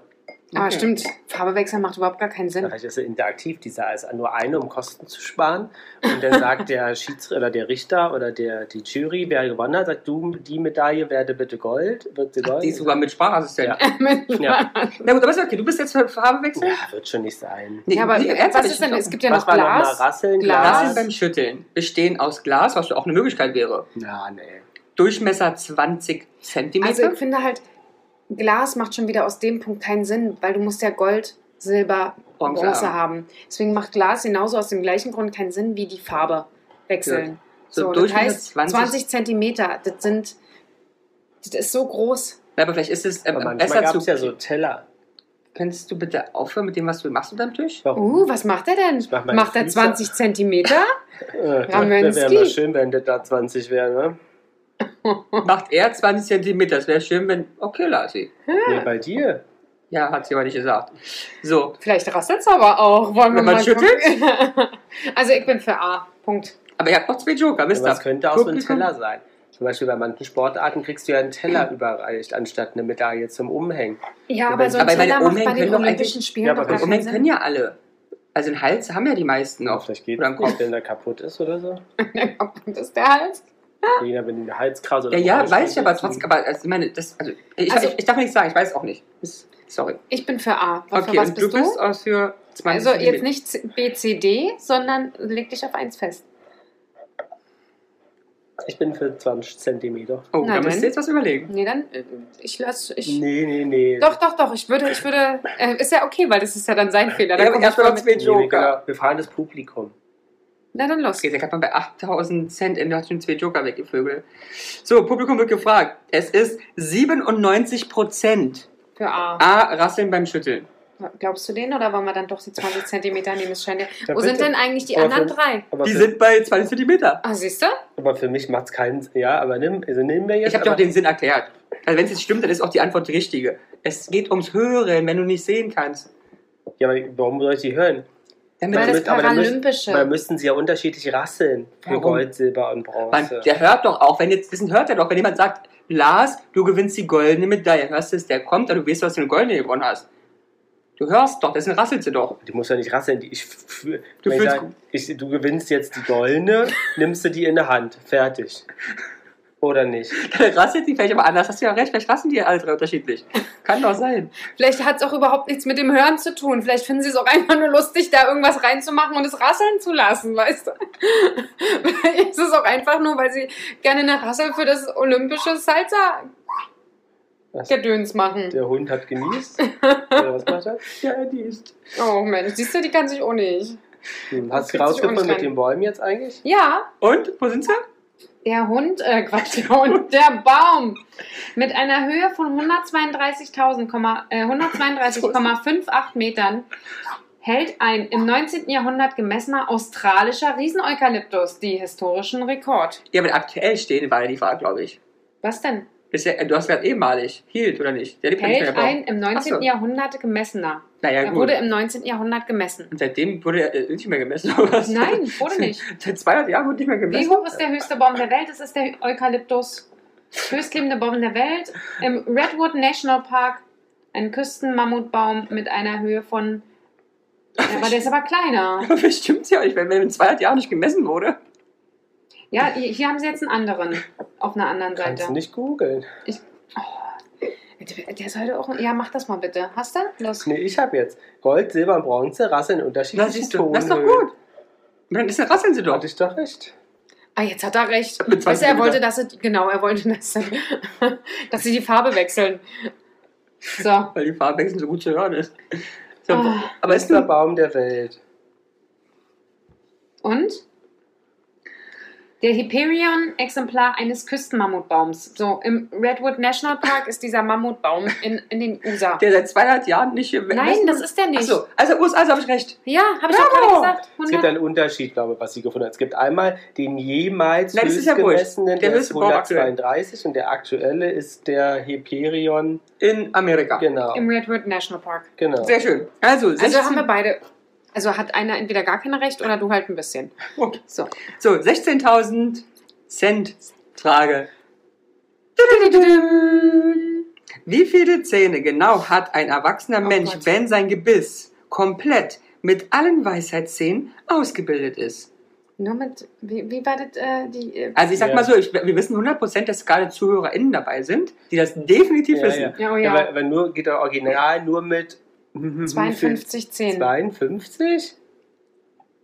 [SPEAKER 1] Ja,
[SPEAKER 3] Aber
[SPEAKER 2] Okay.
[SPEAKER 3] stimmt, Farbe wechseln macht überhaupt gar keinen Sinn.
[SPEAKER 1] vielleicht ist es interaktiv, dieser ist nur eine, um Kosten zu sparen. Und dann sagt der Schiedsrichter oder der Richter oder der, die Jury, wer gewonnen hat, sagt du, die Medaille werde bitte Gold, wird sie Gold.
[SPEAKER 2] Die ist sogar mit Sprachassistent.
[SPEAKER 1] Ja. ja.
[SPEAKER 2] Na gut, aber ist okay. Du bist jetzt für Farbe wechseln?
[SPEAKER 1] ja, wird schon nicht sein.
[SPEAKER 2] Nee,
[SPEAKER 3] ja, aber
[SPEAKER 2] nee,
[SPEAKER 3] was
[SPEAKER 2] ernsthaft, ich-
[SPEAKER 3] ist denn? Es gibt ja
[SPEAKER 1] Was
[SPEAKER 3] noch
[SPEAKER 1] war nochmal?
[SPEAKER 3] Glas.
[SPEAKER 1] Rasseln,
[SPEAKER 3] Glas.
[SPEAKER 1] Glas?
[SPEAKER 2] Rasseln beim Schütteln bestehen aus Glas, was ja auch eine Möglichkeit wäre.
[SPEAKER 1] Na, nee.
[SPEAKER 2] Durchmesser 20 cm.
[SPEAKER 3] Also ich finde halt, Glas macht schon wieder aus dem Punkt keinen Sinn, weil du musst ja Gold, Silber,
[SPEAKER 2] Bronze
[SPEAKER 3] Bronze, haben. Deswegen macht Glas genauso aus dem gleichen Grund keinen Sinn wie die Farbe wechseln.
[SPEAKER 2] So,
[SPEAKER 3] So, das
[SPEAKER 2] Durchmesser
[SPEAKER 3] heißt
[SPEAKER 2] 20
[SPEAKER 3] 20, Zentimeter, das sind, das ist so groß.
[SPEAKER 2] Na, aber vielleicht ist es ähm,
[SPEAKER 1] Aber manchmal
[SPEAKER 2] besser
[SPEAKER 1] gab
[SPEAKER 2] zu.
[SPEAKER 1] es ja so Teller.
[SPEAKER 2] Könntest du bitte aufhören mit dem, was du machst unter dem Tisch?
[SPEAKER 1] Warum?
[SPEAKER 3] Uh, was macht er denn?
[SPEAKER 1] Oh. mach meine
[SPEAKER 3] Macht er
[SPEAKER 1] Füße.
[SPEAKER 3] 20 Zentimeter?
[SPEAKER 1] Äh, das
[SPEAKER 3] Raminski.
[SPEAKER 1] wäre mal schön, wenn das da 20 wäre, ne?
[SPEAKER 2] Macht er 20 cm. Das wäre schön, wenn. Okay, Lasi.
[SPEAKER 1] Nee, bei dir.
[SPEAKER 2] Ja, hat sie aber nicht gesagt. So.
[SPEAKER 3] Vielleicht rasselt's aber auch. Wollen wir
[SPEAKER 2] Wenn man
[SPEAKER 3] mal gucken. Also ich bin für A. Punkt.
[SPEAKER 2] Aber ihr habt noch zwei Joker, wisst
[SPEAKER 1] Aber
[SPEAKER 2] ihr?
[SPEAKER 1] es könnte auch so ein
[SPEAKER 2] Publikum?
[SPEAKER 1] Teller sein. Zum Beispiel bei manchen Sportarten kriegst du ja einen Teller überreicht, anstatt eine Medaille zum Umhängen.
[SPEAKER 3] Ja,
[SPEAKER 1] Ja,
[SPEAKER 3] aber
[SPEAKER 1] wenn-
[SPEAKER 3] so ein
[SPEAKER 2] aber bei den
[SPEAKER 3] Teller macht
[SPEAKER 2] Umhängen
[SPEAKER 3] bei den
[SPEAKER 2] können doch
[SPEAKER 3] Olympischen
[SPEAKER 2] eigentlich-
[SPEAKER 3] Spielen
[SPEAKER 1] Ja,
[SPEAKER 3] doch
[SPEAKER 1] aber
[SPEAKER 3] gar
[SPEAKER 1] bei
[SPEAKER 3] keinen
[SPEAKER 2] Moment
[SPEAKER 3] Sinn.
[SPEAKER 2] können ja alle. Also einen Hals haben ja die meisten noch.
[SPEAKER 1] Vielleicht geht
[SPEAKER 2] Oder am
[SPEAKER 1] es,
[SPEAKER 2] Kopf.
[SPEAKER 1] wenn der kaputt ist oder so.
[SPEAKER 3] Das ist der Hals.
[SPEAKER 1] Jeder mit dem Halskraus oder
[SPEAKER 2] Ja, ja,
[SPEAKER 1] Orange-
[SPEAKER 2] weiß ich aber trotzdem. Aber also, ich meine, das, also, ich,
[SPEAKER 3] Also-
[SPEAKER 2] ich, ich darf nichts sagen, ich weiß auch nicht. Ist- Sorry.
[SPEAKER 3] Ich bin für A. Was,
[SPEAKER 2] Okay,
[SPEAKER 3] für was
[SPEAKER 2] und
[SPEAKER 3] bist
[SPEAKER 2] du
[SPEAKER 3] du?
[SPEAKER 2] bist aus für 20
[SPEAKER 3] also jetzt
[SPEAKER 2] Zentimeter.
[SPEAKER 3] nicht C- B, C, D, sondern leg dich auf eins fest.
[SPEAKER 1] Ich bin für 20 Zentimeter.
[SPEAKER 2] Oh,
[SPEAKER 3] Na
[SPEAKER 2] da müsst
[SPEAKER 3] dann.
[SPEAKER 2] ihr jetzt was überlegen.
[SPEAKER 3] Nee, dann, äh, ich lasse, ich...
[SPEAKER 1] Nee, nee, nee.
[SPEAKER 3] Doch, doch, doch, ich würde, ich würde, äh, ist ja okay, weil das ist ja dann sein Fehler. Dann
[SPEAKER 2] Ja,
[SPEAKER 3] komm
[SPEAKER 2] aber
[SPEAKER 3] ich
[SPEAKER 2] erstmal
[SPEAKER 3] mal mit.
[SPEAKER 2] noch zwei
[SPEAKER 1] Nee, wir,
[SPEAKER 2] Joker.
[SPEAKER 1] können- wir fahren das Publikum.
[SPEAKER 3] Na dann los.
[SPEAKER 2] Okay, da kann man bei 8000 Cent in der schon zwei Joker weg, ihr Vögel. So, Publikum wird gefragt. Es ist 97 Prozent.
[SPEAKER 3] Für A.
[SPEAKER 2] A, rasseln beim Schütteln.
[SPEAKER 3] Glaubst du den oder wollen wir dann doch die 20 Zentimeter nehmen? Es scheint ja.
[SPEAKER 1] Ja,
[SPEAKER 3] Wo sind
[SPEAKER 1] bitte.
[SPEAKER 3] denn eigentlich die
[SPEAKER 1] Aber
[SPEAKER 3] anderen
[SPEAKER 1] für-
[SPEAKER 3] drei?
[SPEAKER 1] Aber
[SPEAKER 2] Die
[SPEAKER 1] für,
[SPEAKER 2] sind bei 20 Zentimeter.
[SPEAKER 3] Ah, siehst du?
[SPEAKER 1] aber für mich macht es keinen Sinn. Ja, aber nimm, also nehmen wir jetzt.
[SPEAKER 2] Ich habe doch
[SPEAKER 1] aber-
[SPEAKER 2] den Sinn erklärt. Also wenn es jetzt stimmt, dann ist auch die Antwort die richtige. Es geht ums Hören, wenn du nicht sehen kannst.
[SPEAKER 1] Ja, aber warum soll ich die hören?
[SPEAKER 2] Damit
[SPEAKER 3] Weil das
[SPEAKER 1] damit- aber dann müssen-
[SPEAKER 3] Paralympische.
[SPEAKER 1] Weil müssten sie ja unterschiedlich rasseln für
[SPEAKER 2] Warum?
[SPEAKER 1] Gold, Silber und
[SPEAKER 2] man,
[SPEAKER 1] Bronze.
[SPEAKER 2] der hört doch auch, wenn jetzt, das hört er doch, wenn jemand sagt, Lars, du gewinnst die goldene Medaille, hörst du es, der kommt, aber du weißt, dass du eine goldene gewonnen hast. Du hörst doch, deswegen rasselt sie doch.
[SPEAKER 1] die muss ja nicht rasseln. Die, ich, f- f-
[SPEAKER 2] Du
[SPEAKER 1] wenn ich
[SPEAKER 2] fühlst
[SPEAKER 1] sag, ich, du gewinnst jetzt die goldene, nimmst du die in der Hand. Fertig. Oder nicht?
[SPEAKER 2] Dann rasselt die vielleicht aber anders, hast du ja recht, vielleicht rassen die alle drei unterschiedlich. Kann doch sein.
[SPEAKER 3] Vielleicht hat es auch überhaupt nichts mit dem Hören zu tun. Vielleicht finden sie es auch einfach nur lustig, da irgendwas reinzumachen und es rasseln zu lassen, weißt du? Vielleicht ist es auch einfach nur, weil sie gerne eine Rassel für das olympische Salsa-Gedöns
[SPEAKER 1] Was?
[SPEAKER 3] machen.
[SPEAKER 1] Der Hund hat genießt. Oder was macht er?
[SPEAKER 2] Ja, die ist.
[SPEAKER 3] Oh Mensch, siehst du, die kann sich auch nicht.
[SPEAKER 1] Hm, hast du
[SPEAKER 3] Kriegt sich
[SPEAKER 1] rausgefunden
[SPEAKER 3] unrein.
[SPEAKER 1] mit den Bäumen jetzt eigentlich?
[SPEAKER 3] Ja,
[SPEAKER 2] Und, wo sind sie?
[SPEAKER 3] Der Hund, äh, Quatsch, der Hund, der Baum mit einer Höhe von 132.000, äh, 132,58 Metern hält ein im 19. Jahrhundert gemessener australischer Rieseneukalyptus die historischen Rekord.
[SPEAKER 2] Ja, aber aktuell stehen war ja die Frage, glaube ich.
[SPEAKER 3] Was denn?
[SPEAKER 2] Ist ja, du hast gesagt, ehemalig. Hielt oder nicht? Der lebt ja nicht mehr.
[SPEAKER 3] Hält
[SPEAKER 2] der Baum.
[SPEAKER 3] ein im 19.
[SPEAKER 2] Ach so.
[SPEAKER 3] Jahrhundert gemessener.
[SPEAKER 2] Naja,
[SPEAKER 3] Er
[SPEAKER 2] gut.
[SPEAKER 3] wurde im 19. Jahrhundert gemessen.
[SPEAKER 2] Und seitdem wurde er äh, nicht mehr gemessen, oder was?
[SPEAKER 3] Nein, wurde nicht.
[SPEAKER 2] Seit 200 Jahren wurde nicht mehr
[SPEAKER 3] Wie
[SPEAKER 2] gemessen.
[SPEAKER 3] hoch ist der höchste Baum der Welt? Es ist der Eukalyptus. Höchstlebende Baum der Welt. Im Redwood National Park ein Küstenmammutbaum mit einer Höhe von. Ja, aber der ist aber kleiner.
[SPEAKER 2] Bestimmt ja nicht, wenn wenn in 200 Jahren nicht gemessen wurde.
[SPEAKER 3] Ja, hier hier haben sie jetzt einen anderen. Auf einer anderen
[SPEAKER 1] Kannst du
[SPEAKER 3] Seite.
[SPEAKER 1] nicht googeln.
[SPEAKER 3] Der sollte auch. Ja, mach das mal bitte. Hast du? Los.
[SPEAKER 1] Nee, ich habe jetzt Gold, Silber und Bronze, rasseln
[SPEAKER 2] Na,
[SPEAKER 1] unterschiedliche
[SPEAKER 2] siehst du, das ist doch
[SPEAKER 1] Tonhöhen.
[SPEAKER 2] gut. Und dann ist, rasseln sie doch.
[SPEAKER 1] Hatte ich doch recht.
[SPEAKER 3] Ah, jetzt hat er recht.
[SPEAKER 2] Mit 20
[SPEAKER 3] Weißt du, er
[SPEAKER 2] Meter.
[SPEAKER 3] wollte, dass sie. Genau, er wollte, dass sie, dass sie die Farbe wechseln. So.
[SPEAKER 2] Weil die Farbwechsel so gut zu hören ist. So,
[SPEAKER 3] Ah.
[SPEAKER 2] aber ist
[SPEAKER 1] Bester
[SPEAKER 2] nur,
[SPEAKER 1] Baum der Welt.
[SPEAKER 3] Und? Der Hyperion-Exemplar eines Küstenmammutbaums. So, im Redwood National Park ist dieser Mammutbaum in, in den USA.
[SPEAKER 2] der seit 200 Jahren nicht gemessen
[SPEAKER 3] Nein, das ist der nicht.
[SPEAKER 2] Achso, also USA also habe ich recht.
[SPEAKER 3] Ja, habe ich doch gerade
[SPEAKER 2] Bravo!
[SPEAKER 3] gesagt.
[SPEAKER 1] Es gibt
[SPEAKER 3] 100.
[SPEAKER 1] einen Unterschied, glaube ich, was sie gefunden hat. Es gibt einmal den jemals
[SPEAKER 2] Nein, das ist ja wurscht.
[SPEAKER 1] höchstgemessenen,
[SPEAKER 2] Der
[SPEAKER 1] der, ist
[SPEAKER 2] höchste Baum aktuell.
[SPEAKER 1] 132 und der aktuelle ist der Hyperion.
[SPEAKER 2] In Amerika.
[SPEAKER 1] Genau,
[SPEAKER 3] Im Redwood National Park.
[SPEAKER 1] genau.
[SPEAKER 2] Sehr schön. Also,
[SPEAKER 3] Also haben
[SPEAKER 2] 16
[SPEAKER 3] wir beide. Also hat einer entweder gar kein Recht oder du halt ein bisschen.
[SPEAKER 2] Okay.
[SPEAKER 3] So.
[SPEAKER 2] so 16.000 Cent Frage. Wie viele Zähne genau hat ein erwachsener
[SPEAKER 3] Oh
[SPEAKER 2] Mensch,
[SPEAKER 3] Gott.
[SPEAKER 2] wenn sein Gebiss komplett mit allen Weisheitszähnen ausgebildet ist?
[SPEAKER 3] Nur mit. Wie, wie war das? Äh, die, äh,
[SPEAKER 2] Also ich sag
[SPEAKER 1] Ja.
[SPEAKER 2] mal so, ich, wir wissen 100%, dass gerade ZuhörerInnen dabei sind, die das definitiv
[SPEAKER 1] Ja,
[SPEAKER 2] wissen.
[SPEAKER 1] ja.
[SPEAKER 3] ja, oh
[SPEAKER 1] Ja,
[SPEAKER 3] ja.
[SPEAKER 1] aber, aber nur geht der Original nur mit
[SPEAKER 3] 52, 10.
[SPEAKER 1] 52?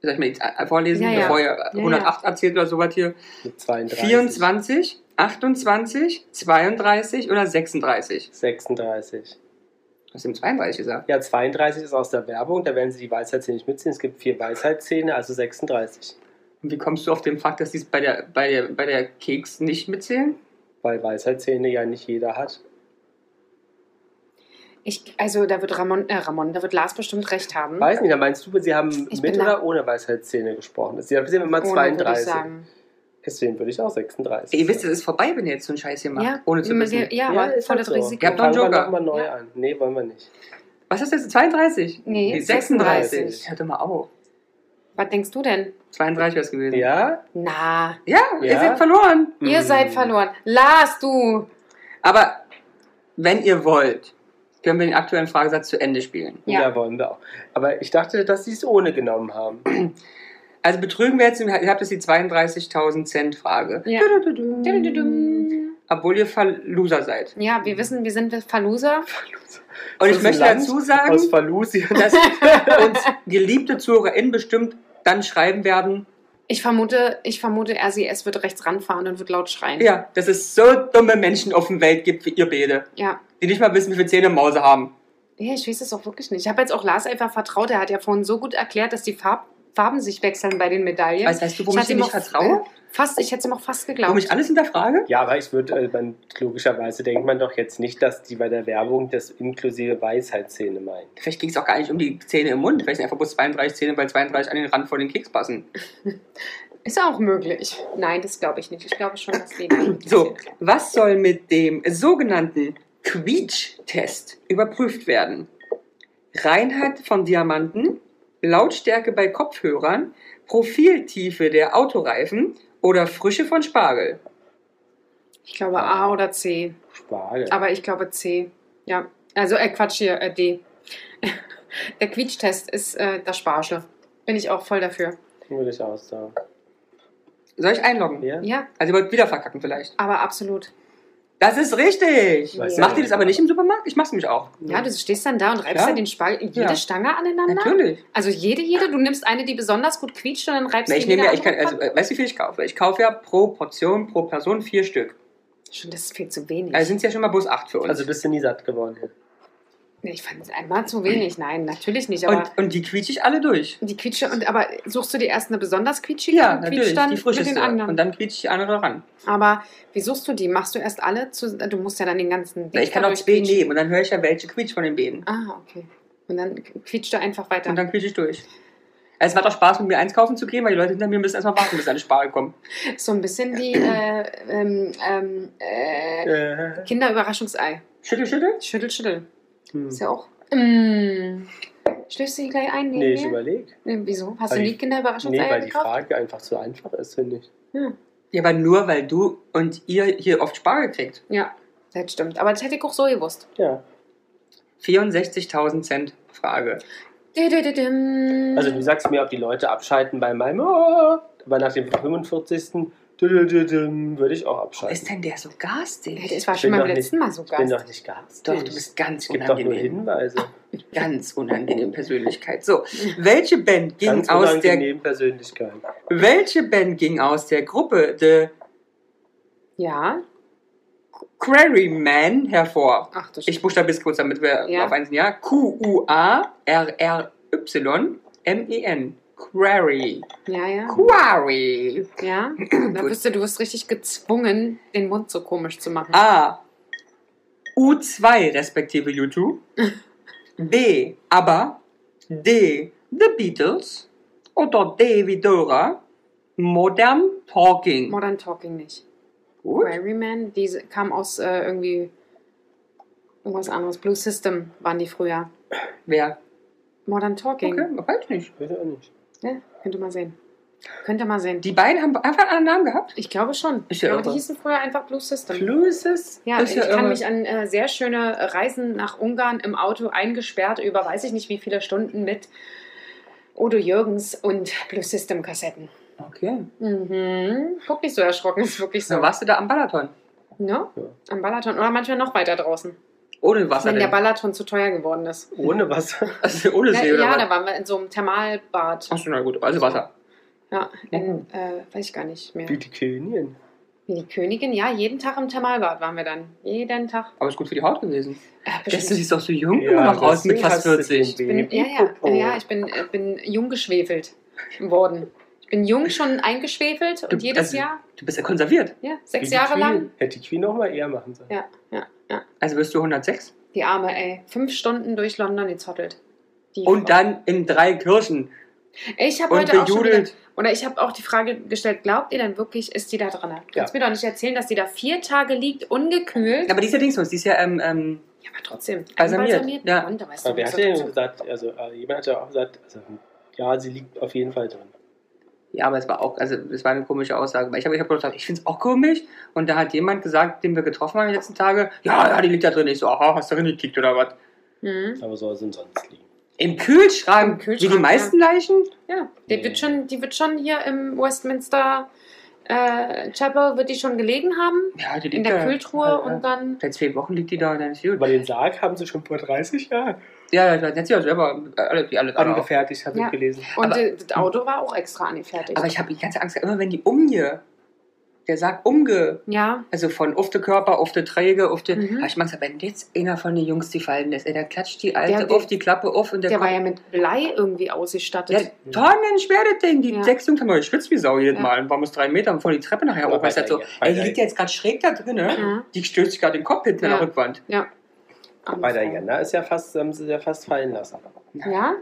[SPEAKER 2] Soll ich mir jetzt a- äh, vorlesen,
[SPEAKER 3] Ja, ja.
[SPEAKER 2] bevor ihr
[SPEAKER 3] ja.
[SPEAKER 2] 108 erzählt oder sowas hier?
[SPEAKER 1] Mit 32.
[SPEAKER 2] 24, 28, 32 oder 36?
[SPEAKER 1] 36.
[SPEAKER 2] Du hast eben 32 gesagt.
[SPEAKER 1] Ja, 32 ist aus der Werbung, da werden sie die Weisheitszähne nicht mitziehen. Es gibt vier Weisheitszähne, also 36.
[SPEAKER 2] Und wie kommst du auf den Fakt, dass die es bei der, bei, der, bei der Keks nicht mitzählen?
[SPEAKER 1] Weil Weisheitszähne ja nicht jeder hat.
[SPEAKER 3] Ich, also da wird Ramon, äh, Ramon, da wird Lars bestimmt recht haben.
[SPEAKER 1] Weiß nicht, da meinst du, sie haben
[SPEAKER 3] Hm? Ich
[SPEAKER 1] mit
[SPEAKER 3] bin
[SPEAKER 1] oder ohne Weisheitszähne gesprochen? Sie haben immer
[SPEAKER 3] Ohne, würde ich
[SPEAKER 1] 32.
[SPEAKER 3] sagen.
[SPEAKER 1] Deswegen würde ich auch 36.
[SPEAKER 2] Ihr wisst, es ist vorbei, wenn ihr jetzt so einen Scheiß hier macht.
[SPEAKER 3] Ja,
[SPEAKER 2] Ohne zu
[SPEAKER 3] ja,
[SPEAKER 2] wissen.
[SPEAKER 3] Ja, aber
[SPEAKER 1] ist
[SPEAKER 3] voll
[SPEAKER 1] halt
[SPEAKER 3] das
[SPEAKER 1] so.
[SPEAKER 3] Risiko.
[SPEAKER 2] Ihr habt noch
[SPEAKER 1] Dann fangen
[SPEAKER 2] einen
[SPEAKER 1] wir
[SPEAKER 2] Joker.
[SPEAKER 1] noch mal neu
[SPEAKER 3] Ja.
[SPEAKER 1] an. Nee, wollen wir nicht.
[SPEAKER 2] Was ist das? 32?
[SPEAKER 3] Nee,
[SPEAKER 1] 36.
[SPEAKER 2] Hört doch mal auf.
[SPEAKER 3] Was denkst du denn?
[SPEAKER 2] 32 wäre es gewesen.
[SPEAKER 1] Ja?
[SPEAKER 3] Na,
[SPEAKER 2] Ja, ihr
[SPEAKER 1] Ja.
[SPEAKER 2] seid verloren.
[SPEAKER 3] ihr
[SPEAKER 1] Mm.
[SPEAKER 3] seid verloren. Lars, du!
[SPEAKER 2] Aber wenn ihr wollt, können wir den aktuellen Fragesatz zu Ende spielen.
[SPEAKER 1] Ja.
[SPEAKER 3] Ja.
[SPEAKER 1] wollen wir auch. Aber ich dachte, dass sie es ohne genommen haben.
[SPEAKER 2] Also betrügen wir jetzt, ihr habt jetzt die 32.000 Cent Frage.
[SPEAKER 3] Ja. Dududum.
[SPEAKER 2] Obwohl ihr Verloser seid.
[SPEAKER 3] Ja, wir wissen, wir sind Verloser.
[SPEAKER 2] Und
[SPEAKER 1] Das
[SPEAKER 2] ich
[SPEAKER 1] ist
[SPEAKER 2] möchte
[SPEAKER 1] ein Land
[SPEAKER 2] dazu sagen,
[SPEAKER 1] Aus Verlusien.
[SPEAKER 2] dass uns geliebte ZuhörerInnen bestimmt dann schreiben werden,
[SPEAKER 3] Ich vermute, ich vermute, RCS wird rechts ranfahren und wird laut schreien.
[SPEAKER 2] ja, dass es so dumme Menschen auf der Welt gibt wie ihr beide,
[SPEAKER 3] ja.
[SPEAKER 2] die nicht mal wissen, wie viele Zähne Mause haben.
[SPEAKER 3] Ja, ich weiß es auch wirklich nicht. Ich habe jetzt auch Lars einfach vertraut. Er hat ja vorhin so gut erklärt, dass die Farb, Farben sich wechseln bei den Medaillen.
[SPEAKER 2] Weißt, weißt du, warum
[SPEAKER 3] Ich hatte
[SPEAKER 2] ich, dir nicht
[SPEAKER 3] noch- äh,
[SPEAKER 2] vertraue?
[SPEAKER 3] Fast, ich hätte es ihm auch fast
[SPEAKER 2] Warum
[SPEAKER 3] geglaubt.
[SPEAKER 2] ich alles hinterfrage?
[SPEAKER 1] Ja, aber ich würde, äh, man, logischerweise denkt man doch jetzt nicht, dass die bei der Werbung das inklusive Weisheitszähne meinen.
[SPEAKER 2] Vielleicht ging es auch gar nicht um die Zähne im Mund. Vielleicht sind einfach bloß 32 Zähne, weil 32 an den Rand vor den Keks passen.
[SPEAKER 3] Ist auch möglich. Nein, das glaube ich nicht. Ich glaube schon, dass die.
[SPEAKER 2] So, was soll mit dem sogenannten Quietsch-Test überprüft werden? Reinheit von Diamanten, Lautstärke bei Kopfhörern, Profiltiefe der Autoreifen oder Frische von Spargel.
[SPEAKER 3] Ich glaube A oder C.
[SPEAKER 1] Spargel.
[SPEAKER 3] Aber ich glaube C. Ja. Also, äh, Quatsch hier, äh, D. Der Quietschtest ist äh, das Sparschle. Bin ich auch voll dafür.
[SPEAKER 1] Würde ich auch sagen.
[SPEAKER 2] Soll ich einloggen?
[SPEAKER 1] Ja?
[SPEAKER 3] Ja,
[SPEAKER 2] Also ihr wollt wieder verkacken vielleicht.
[SPEAKER 3] aber absolut.
[SPEAKER 2] Das ist richtig.
[SPEAKER 1] Weiß
[SPEAKER 2] Macht
[SPEAKER 1] ja.
[SPEAKER 2] ihr das aber nicht im Supermarkt? Ich mach's nämlich auch.
[SPEAKER 3] Ja, du stehst dann da und reibst
[SPEAKER 2] Klar.
[SPEAKER 3] ja den Spargel, jede
[SPEAKER 2] Ja.
[SPEAKER 3] Stange aneinander.
[SPEAKER 2] Natürlich.
[SPEAKER 3] Also jede, jede. Du nimmst eine, die besonders gut quietscht und dann reibst
[SPEAKER 2] Na,
[SPEAKER 3] du
[SPEAKER 2] ich nehme ja, ich kann,
[SPEAKER 3] andere
[SPEAKER 2] also,
[SPEAKER 3] dran.
[SPEAKER 2] äh, weißt du, wie viel ich kaufe? Ich kaufe ja pro Portion, pro Person vier Stück.
[SPEAKER 3] Schon, das ist viel zu wenig.
[SPEAKER 2] Also sind es ja schon mal bloß acht für uns.
[SPEAKER 1] Also bist du nie satt geworden. hier.
[SPEAKER 3] Nee, ich fand es einmal zu wenig. Nein, natürlich nicht. Aber
[SPEAKER 2] und, und die quietsche ich alle durch.
[SPEAKER 3] die quietsche, und aber suchst du dir erst eine besonders quietschige
[SPEAKER 2] Ja,
[SPEAKER 3] und
[SPEAKER 2] natürlich,
[SPEAKER 3] quietscht dann
[SPEAKER 2] die
[SPEAKER 3] mit den
[SPEAKER 2] frischeste. Und
[SPEAKER 3] anderen.
[SPEAKER 2] dann quietsche ich die andere ran.
[SPEAKER 3] Aber wie suchst du die? Machst du erst alle? Zu, du musst ja dann den ganzen
[SPEAKER 2] Na, ich
[SPEAKER 3] da
[SPEAKER 2] kann auch zwei
[SPEAKER 3] durchquietschen.
[SPEAKER 2] nehmen und dann höre ich ja, welche quietscht von den Bäden.
[SPEAKER 3] Ah, okay. Und dann quietscht du einfach weiter.
[SPEAKER 2] Und dann quietsche ich durch. Es macht auch Spaß, mit mir eins kaufen zu gehen, weil die Leute hinter mir müssen erstmal warten, bis eine Spargel kommen.
[SPEAKER 3] so ein bisschen wie äh, ähm, ähm, äh,
[SPEAKER 1] Äh,
[SPEAKER 3] Kinderüberraschungsei.
[SPEAKER 2] Schüttel, schüttel.
[SPEAKER 3] Schüttel, schüttel.
[SPEAKER 1] hm.
[SPEAKER 3] Ist ja auch. Mm. Stößt du dich gleich ein? neben
[SPEAKER 1] Nee, ich
[SPEAKER 3] mir?
[SPEAKER 1] überlege.
[SPEAKER 3] Nee, Wieso? Hast du
[SPEAKER 1] Weil
[SPEAKER 3] nie
[SPEAKER 1] die-
[SPEAKER 3] Kinderüberraschungseier
[SPEAKER 1] Nee, weil die
[SPEAKER 3] gekauft?
[SPEAKER 1] Frage einfach zu einfach ist, finde ich.
[SPEAKER 3] Hm.
[SPEAKER 2] Ja, aber nur, weil du und ihr hier oft Spargel kriegt.
[SPEAKER 3] Ja, das stimmt. Aber das hätte ich auch so gewusst.
[SPEAKER 1] Ja.
[SPEAKER 2] 64.000 Cent Frage.
[SPEAKER 3] Dü-dü-dü-düm.
[SPEAKER 2] Mhm.
[SPEAKER 1] Also du sagst mir, ob die Leute abschalten bei meinem oh, aber nach dem 45. Dü-dü-dü-düm würde ich auch
[SPEAKER 2] Warum ist
[SPEAKER 1] abschalten.
[SPEAKER 2] denn der so
[SPEAKER 3] Ja,
[SPEAKER 2] garstig?
[SPEAKER 3] Das war
[SPEAKER 1] Ich
[SPEAKER 3] schon
[SPEAKER 1] bin
[SPEAKER 3] beim
[SPEAKER 1] doch
[SPEAKER 3] letzten Mal so
[SPEAKER 1] Ich bin doch
[SPEAKER 3] geil.
[SPEAKER 1] nicht garstig.
[SPEAKER 2] Doch, du bist ganz
[SPEAKER 1] Es gibt doch nur
[SPEAKER 2] unangenehm.
[SPEAKER 1] Hinweise.
[SPEAKER 2] Ganz unangenehme Persönlichkeit. So, welche Band ging
[SPEAKER 1] Ganz
[SPEAKER 2] aus der
[SPEAKER 1] unangenehm Persönlichkeit.
[SPEAKER 2] welche Band ging aus der Gruppe The
[SPEAKER 3] Ja,
[SPEAKER 2] Quarrymen hervor?
[SPEAKER 3] ach du
[SPEAKER 2] Ich buchstabiere es kurz, damit wir
[SPEAKER 3] Ja.
[SPEAKER 2] auf eins sind, ja. Q U A R R Y M E N. Quarry.
[SPEAKER 3] Ja, ja.
[SPEAKER 2] Quarry.
[SPEAKER 3] Ja. Da
[SPEAKER 2] Gut.
[SPEAKER 3] wirst du, du wirst richtig gezwungen, den Mund so komisch zu machen.
[SPEAKER 1] Ah.
[SPEAKER 2] A. U2 respektive U2. B. ABBA. D. The Beatles. Oder D wie Dora. Modern Talking.
[SPEAKER 3] Modern Talking nicht.
[SPEAKER 2] Gut.
[SPEAKER 3] Quarryman, die kam aus äh, irgendwie irgendwas anderes. Blue System waren die früher.
[SPEAKER 2] Wer?
[SPEAKER 3] Modern Talking.
[SPEAKER 2] Okay, weiß nicht.
[SPEAKER 1] Ich weiß auch nicht.
[SPEAKER 3] Ja, könnt ihr mal sehen. Könnt ihr mal sehen.
[SPEAKER 2] Die beiden haben einfach einen anderen Namen gehabt.
[SPEAKER 3] ich glaube schon.
[SPEAKER 2] Ist
[SPEAKER 3] Ich
[SPEAKER 2] ja
[SPEAKER 3] glaube, die
[SPEAKER 2] irre.
[SPEAKER 3] hießen früher einfach Blue System.
[SPEAKER 1] Flusses?
[SPEAKER 3] Ja,
[SPEAKER 2] Ist
[SPEAKER 3] ich
[SPEAKER 2] ja
[SPEAKER 3] kann
[SPEAKER 2] irre.
[SPEAKER 3] mich an äh, sehr schöne Reisen nach Ungarn im Auto eingesperrt über weiß ich nicht wie viele Stunden mit Odo Jürgens und Blue System Kassetten.
[SPEAKER 2] Okay.
[SPEAKER 3] Mhm. Guck nicht so erschrocken, ist wirklich so.
[SPEAKER 2] So warst du da am Balaton.
[SPEAKER 3] Ne?
[SPEAKER 1] Ja.
[SPEAKER 3] Am Balaton oder manchmal noch weiter draußen,
[SPEAKER 2] Ohne Wasser.
[SPEAKER 3] wenn der
[SPEAKER 2] Denn.
[SPEAKER 3] Balaton zu teuer geworden ist.
[SPEAKER 1] Ohne Wasser.
[SPEAKER 2] also ohne
[SPEAKER 3] Ja,
[SPEAKER 2] See oder
[SPEAKER 3] ja
[SPEAKER 2] was?
[SPEAKER 3] da waren wir in so einem Thermalbad.
[SPEAKER 2] Ach so, Mhm. na gut. Also Wasser.
[SPEAKER 3] Ja, in, äh, weiß ich gar nicht mehr.
[SPEAKER 1] Wie die Königin.
[SPEAKER 3] Wie die Königin, ja, jeden Tag im Thermalbad waren wir dann. Jeden Tag.
[SPEAKER 2] Aber ist gut für die Haut gewesen.
[SPEAKER 3] Äh,
[SPEAKER 2] Das,
[SPEAKER 3] bestimmt-
[SPEAKER 2] du siehst doch so jung immer noch aus mit
[SPEAKER 1] deswegen hast
[SPEAKER 2] fast
[SPEAKER 1] du
[SPEAKER 2] 40.
[SPEAKER 1] den
[SPEAKER 3] bin, ja, ja,
[SPEAKER 1] Babypopo.
[SPEAKER 3] ja, ich bin, äh, bin jung geschwefelt worden. Ich bin jung schon eingeschwefelt und
[SPEAKER 2] Du-
[SPEAKER 3] jedes
[SPEAKER 2] also-
[SPEAKER 3] Jahr,
[SPEAKER 2] Du bist ja konserviert.
[SPEAKER 3] ja,
[SPEAKER 1] Wie
[SPEAKER 3] sechs
[SPEAKER 1] Oh, die
[SPEAKER 3] Jahre
[SPEAKER 1] Queen.
[SPEAKER 3] lang.
[SPEAKER 1] Hätte die Queen auch mal eher machen sollen.
[SPEAKER 3] Ja.
[SPEAKER 2] Also wirst du 106.
[SPEAKER 3] Die Arme, ey. Fünf Stunden durch London gezottelt. Die
[SPEAKER 2] Und dann in drei Kirchen.
[SPEAKER 3] ich habe
[SPEAKER 2] Und
[SPEAKER 3] heute auch schon wieder,
[SPEAKER 2] bejudelt.
[SPEAKER 3] oder ich habe auch die Frage gestellt, glaubt ihr denn wirklich, ist die da drin? Du kannst mir doch nicht erzählen, dass die da vier Tage liegt, ungekühlt.
[SPEAKER 2] Aber die ist ja Dingsbums, die ist ja, ähm, ähm,
[SPEAKER 3] ja, aber trotzdem.
[SPEAKER 2] Balsamiert,
[SPEAKER 3] Einbalsamiert,
[SPEAKER 2] Also ja.
[SPEAKER 3] Und, da weißt
[SPEAKER 1] Aber
[SPEAKER 3] du,
[SPEAKER 1] wer
[SPEAKER 3] was
[SPEAKER 1] hat denn
[SPEAKER 3] dazu-
[SPEAKER 1] gesagt, also äh, jemand hat ja auch gesagt, also, ja, sie liegt auf jeden Fall drin.
[SPEAKER 2] ja, aber es war auch, also es war eine komische Aussage. Weil Ich habe ich hab gedacht, ich finde es auch komisch. Und da hat jemand gesagt, den wir getroffen haben die letzten Tage, ja, ja, die liegt da drin. Ich so, aha, hast du drin gekickt oder was?
[SPEAKER 3] Mhm.
[SPEAKER 1] Aber soll sie sonst liegen.
[SPEAKER 2] Im Kühlschrank,
[SPEAKER 3] Im Kühlschrank,
[SPEAKER 2] wie die meisten Leichen?
[SPEAKER 3] Ja, die,
[SPEAKER 1] Nee.
[SPEAKER 3] wird schon, die wird schon hier im Westminster äh, Chapel, wird die schon gelegen haben.
[SPEAKER 2] Ja, die liegt
[SPEAKER 3] In der
[SPEAKER 2] da.
[SPEAKER 3] Kühltruhe
[SPEAKER 2] Ja, ja.
[SPEAKER 3] und dann.
[SPEAKER 2] Seit zwei Wochen liegt die da, dann ist gut.
[SPEAKER 1] Aber den Sarg haben sie schon vor 30 Jahren
[SPEAKER 2] Ja, ja, das hat sie ja selber äh, alle, die alle alle auf.
[SPEAKER 1] angefertigt, habe
[SPEAKER 3] Ja.
[SPEAKER 1] ich gelesen.
[SPEAKER 3] Und
[SPEAKER 2] Aber-
[SPEAKER 3] äh, das Auto war auch extra angefertigt.
[SPEAKER 2] Aber ich habe die ganze Angst, immer wenn die umge, der sagt umge,
[SPEAKER 3] ja,
[SPEAKER 2] Also von auf den Körper, auf die Träge, auf die.
[SPEAKER 3] Mhm.
[SPEAKER 2] Aber ich mach's, wenn jetzt einer von den Jungs die fallen lässt, ey, dann klatscht die Alte
[SPEAKER 3] Der- der-
[SPEAKER 2] auf die Klappe auf und der,
[SPEAKER 3] der war
[SPEAKER 2] kommt.
[SPEAKER 3] ja mit Blei irgendwie ausgestattet.
[SPEAKER 2] Ja, tonnenschwer das Ding. Die
[SPEAKER 3] Ja.
[SPEAKER 2] sechs Jungs haben mal geschwitzt wie Sau jedes
[SPEAKER 3] Ja.
[SPEAKER 2] Mal. Und warum muss drei Meter und vor die Treppe nachher
[SPEAKER 1] Aber
[SPEAKER 2] hoch? Ist
[SPEAKER 1] bei
[SPEAKER 2] das so,
[SPEAKER 1] der- bei
[SPEAKER 2] ey, die
[SPEAKER 1] der-
[SPEAKER 2] liegt jetzt gerade schräg da drin, ne?
[SPEAKER 3] Ja.
[SPEAKER 2] Die stößt sich gerade den Kopf hinten an
[SPEAKER 3] Ja.
[SPEAKER 2] der Rückwand.
[SPEAKER 3] ja. Arme
[SPEAKER 1] Bei der
[SPEAKER 3] Frau.
[SPEAKER 1] Jana ist ja fast, haben sie ja fast fallen lassen.
[SPEAKER 3] Ja?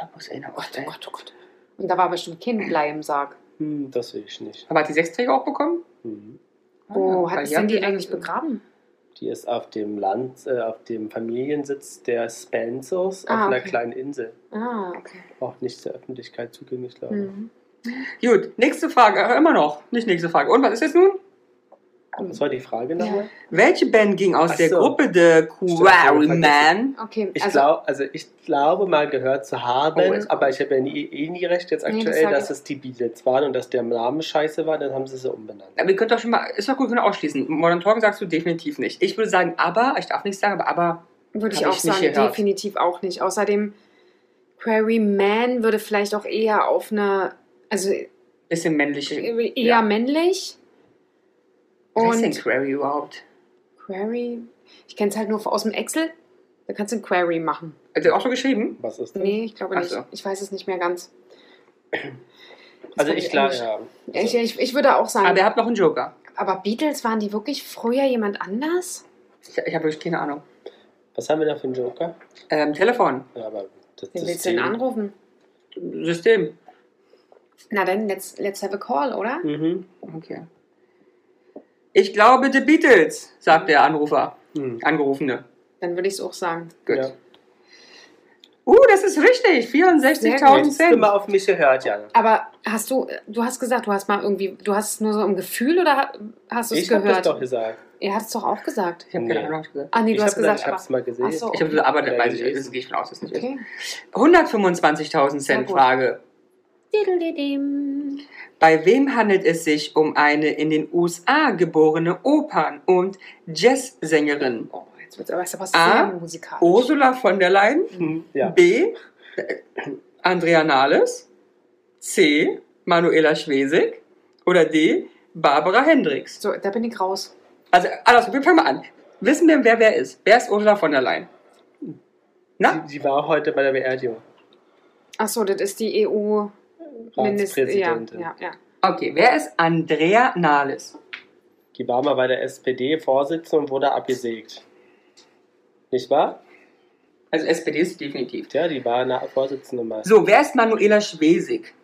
[SPEAKER 2] Da muss einer auf,
[SPEAKER 3] Oh
[SPEAKER 2] ey.
[SPEAKER 3] Gott, oh Gott. Und da war bestimmt kein Blei im Sarg.
[SPEAKER 1] Hm, das will ich nicht.
[SPEAKER 2] Aber hat die Sechsträger auch bekommen?
[SPEAKER 1] Hm.
[SPEAKER 3] Oh,
[SPEAKER 2] Ah,
[SPEAKER 3] hat es
[SPEAKER 2] ja,
[SPEAKER 3] denn die
[SPEAKER 2] ja.
[SPEAKER 3] eigentlich begraben?
[SPEAKER 1] Die ist auf dem Land, äh, auf dem Familiensitz der Spencers auf
[SPEAKER 3] Ah,
[SPEAKER 1] einer
[SPEAKER 3] okay.
[SPEAKER 1] kleinen Insel.
[SPEAKER 3] Ah, okay.
[SPEAKER 1] Auch nicht der Öffentlichkeit zugänglich, glaube ich.
[SPEAKER 3] Mhm.
[SPEAKER 2] Gut, nächste Frage. Äh, immer noch. Nicht nächste Frage. Und was ist jetzt nun?
[SPEAKER 1] Was war die Frage nochmal?
[SPEAKER 2] Welche Band ging aus
[SPEAKER 1] Ach
[SPEAKER 2] der
[SPEAKER 1] so.
[SPEAKER 2] Gruppe The
[SPEAKER 1] Stimmt, hab ich
[SPEAKER 2] Quarrymen?
[SPEAKER 3] Okay,
[SPEAKER 1] Ich,
[SPEAKER 3] also
[SPEAKER 1] glaub, also ich glaube mal gehört zu
[SPEAKER 2] Oh,
[SPEAKER 1] haben,
[SPEAKER 2] jetzt-
[SPEAKER 1] aber ich habe ja nie, eh nie recht jetzt
[SPEAKER 3] Nee, das
[SPEAKER 1] aktuell,
[SPEAKER 3] sag ich-
[SPEAKER 1] dass es die Beatles waren und dass der Name scheiße war, dann haben sie sie umbenannt.
[SPEAKER 2] Aber ihr könnt doch schon mal, ist doch gut, können wir ausschließen. Modern Talking sagst du definitiv nicht. Ich würde sagen, aber, ich darf nicht sagen, aber, aber,
[SPEAKER 3] würde ich
[SPEAKER 2] hab
[SPEAKER 3] auch
[SPEAKER 2] ich nicht
[SPEAKER 3] sagen,
[SPEAKER 2] gehört.
[SPEAKER 3] definitiv auch nicht. Außerdem, Quarryman würde vielleicht auch eher auf eine, also
[SPEAKER 2] bisschen männlich. Wer
[SPEAKER 3] eher
[SPEAKER 2] Ja.
[SPEAKER 3] männlich.
[SPEAKER 2] ist denn
[SPEAKER 3] Und
[SPEAKER 2] Quarry überhaupt?
[SPEAKER 3] Query, ich kenne es halt nur aus dem Excel. Da kannst du ein Query machen.
[SPEAKER 2] Hat er Also, auch so geschrieben?
[SPEAKER 1] Was ist das?
[SPEAKER 3] Nee, ich glaube
[SPEAKER 2] Ach
[SPEAKER 3] nicht.
[SPEAKER 2] so.
[SPEAKER 3] Ich weiß es nicht mehr ganz.
[SPEAKER 1] also
[SPEAKER 3] hab
[SPEAKER 1] ich
[SPEAKER 3] ich
[SPEAKER 1] glaube,
[SPEAKER 3] eigentlich-
[SPEAKER 1] ja.
[SPEAKER 3] Ich,
[SPEAKER 1] Also,
[SPEAKER 3] ich, ich würde auch sagen,
[SPEAKER 2] Aber
[SPEAKER 3] aber,
[SPEAKER 2] er hat noch einen Joker.
[SPEAKER 3] Beatles waren die wirklich früher jemand anders?
[SPEAKER 2] Ich, ich habe wirklich keine Ahnung.
[SPEAKER 1] was haben wir da für einen Joker?
[SPEAKER 2] Ähm, Telefon.
[SPEAKER 1] Ja, aber das
[SPEAKER 3] Wen willst du denn
[SPEAKER 1] System-
[SPEAKER 3] anrufen?
[SPEAKER 2] System.
[SPEAKER 3] Na dann, let's, let's have a call, oder?
[SPEAKER 1] Mhm.
[SPEAKER 2] Okay. Ich glaube The Beatles, sagt der Anrufer.
[SPEAKER 1] Mhm.
[SPEAKER 2] Angerufene.
[SPEAKER 3] Dann würde ich es auch sagen.
[SPEAKER 2] Gut.
[SPEAKER 1] Ja.
[SPEAKER 2] Uh, das ist richtig.
[SPEAKER 3] Sehr gut.
[SPEAKER 2] 64.000
[SPEAKER 1] Jetzt hast du mal
[SPEAKER 2] Cent.
[SPEAKER 1] auf mich gehört, Jan.
[SPEAKER 3] Aber hast du, du hast gesagt, du hast mal irgendwie, du hast es nur so im Gefühl oder hast du es
[SPEAKER 1] Ich habe das
[SPEAKER 3] gehört?
[SPEAKER 1] doch gesagt.
[SPEAKER 3] Er hat es doch auch gesagt.
[SPEAKER 2] Ich habe keine
[SPEAKER 1] Nee.
[SPEAKER 2] Ahnung, was ich gesagt
[SPEAKER 3] Ah nee,
[SPEAKER 1] ich
[SPEAKER 3] du hast
[SPEAKER 1] habe gesagt,
[SPEAKER 3] gesagt,
[SPEAKER 1] ich habe es mal gesehen.
[SPEAKER 3] Ach so.
[SPEAKER 2] habe. Ich habe aber das
[SPEAKER 1] Ja,
[SPEAKER 2] weiß ich nicht.
[SPEAKER 1] gelesen.
[SPEAKER 2] Das gehe ich von aus, das nicht ist.
[SPEAKER 3] okay.
[SPEAKER 2] 125.000
[SPEAKER 3] Sehr
[SPEAKER 2] Cent
[SPEAKER 3] gut.
[SPEAKER 2] Frage.
[SPEAKER 3] Diddle-didim.
[SPEAKER 2] Bei wem handelt es sich um eine in den USA geborene Opern- und Jazzsängerin?
[SPEAKER 3] Oh, jetzt wird es aber, ist aber
[SPEAKER 2] Ah.
[SPEAKER 3] sehr musikalisch.
[SPEAKER 2] Ursula von der Leyen?
[SPEAKER 1] Mhm. Ja.
[SPEAKER 2] B. Andrea Nahles? C. Manuela Schwesig? Oder D. Barbara Hendricks?
[SPEAKER 3] So, da bin ich raus.
[SPEAKER 2] Also, alles, wir fangen mal an. Wissen wir, wer wer ist? Wer ist Ursula von der Leyen? Na?
[SPEAKER 1] Die, die war auch heute bei der Beerdigung.
[SPEAKER 3] Achso, das ist die EU. Mindest, ja,
[SPEAKER 1] Ratspräsidentin.
[SPEAKER 3] ja, ja.
[SPEAKER 2] Okay, wer ist Andrea Nahles?
[SPEAKER 1] Die war mal bei der SPD-Vorsitzende und wurde abgesägt. Nicht wahr?
[SPEAKER 2] Also, SPD ist definitiv.
[SPEAKER 1] Ja, die war eine Vorsitzende mal.
[SPEAKER 2] So, wer ist Manuela Schwesig?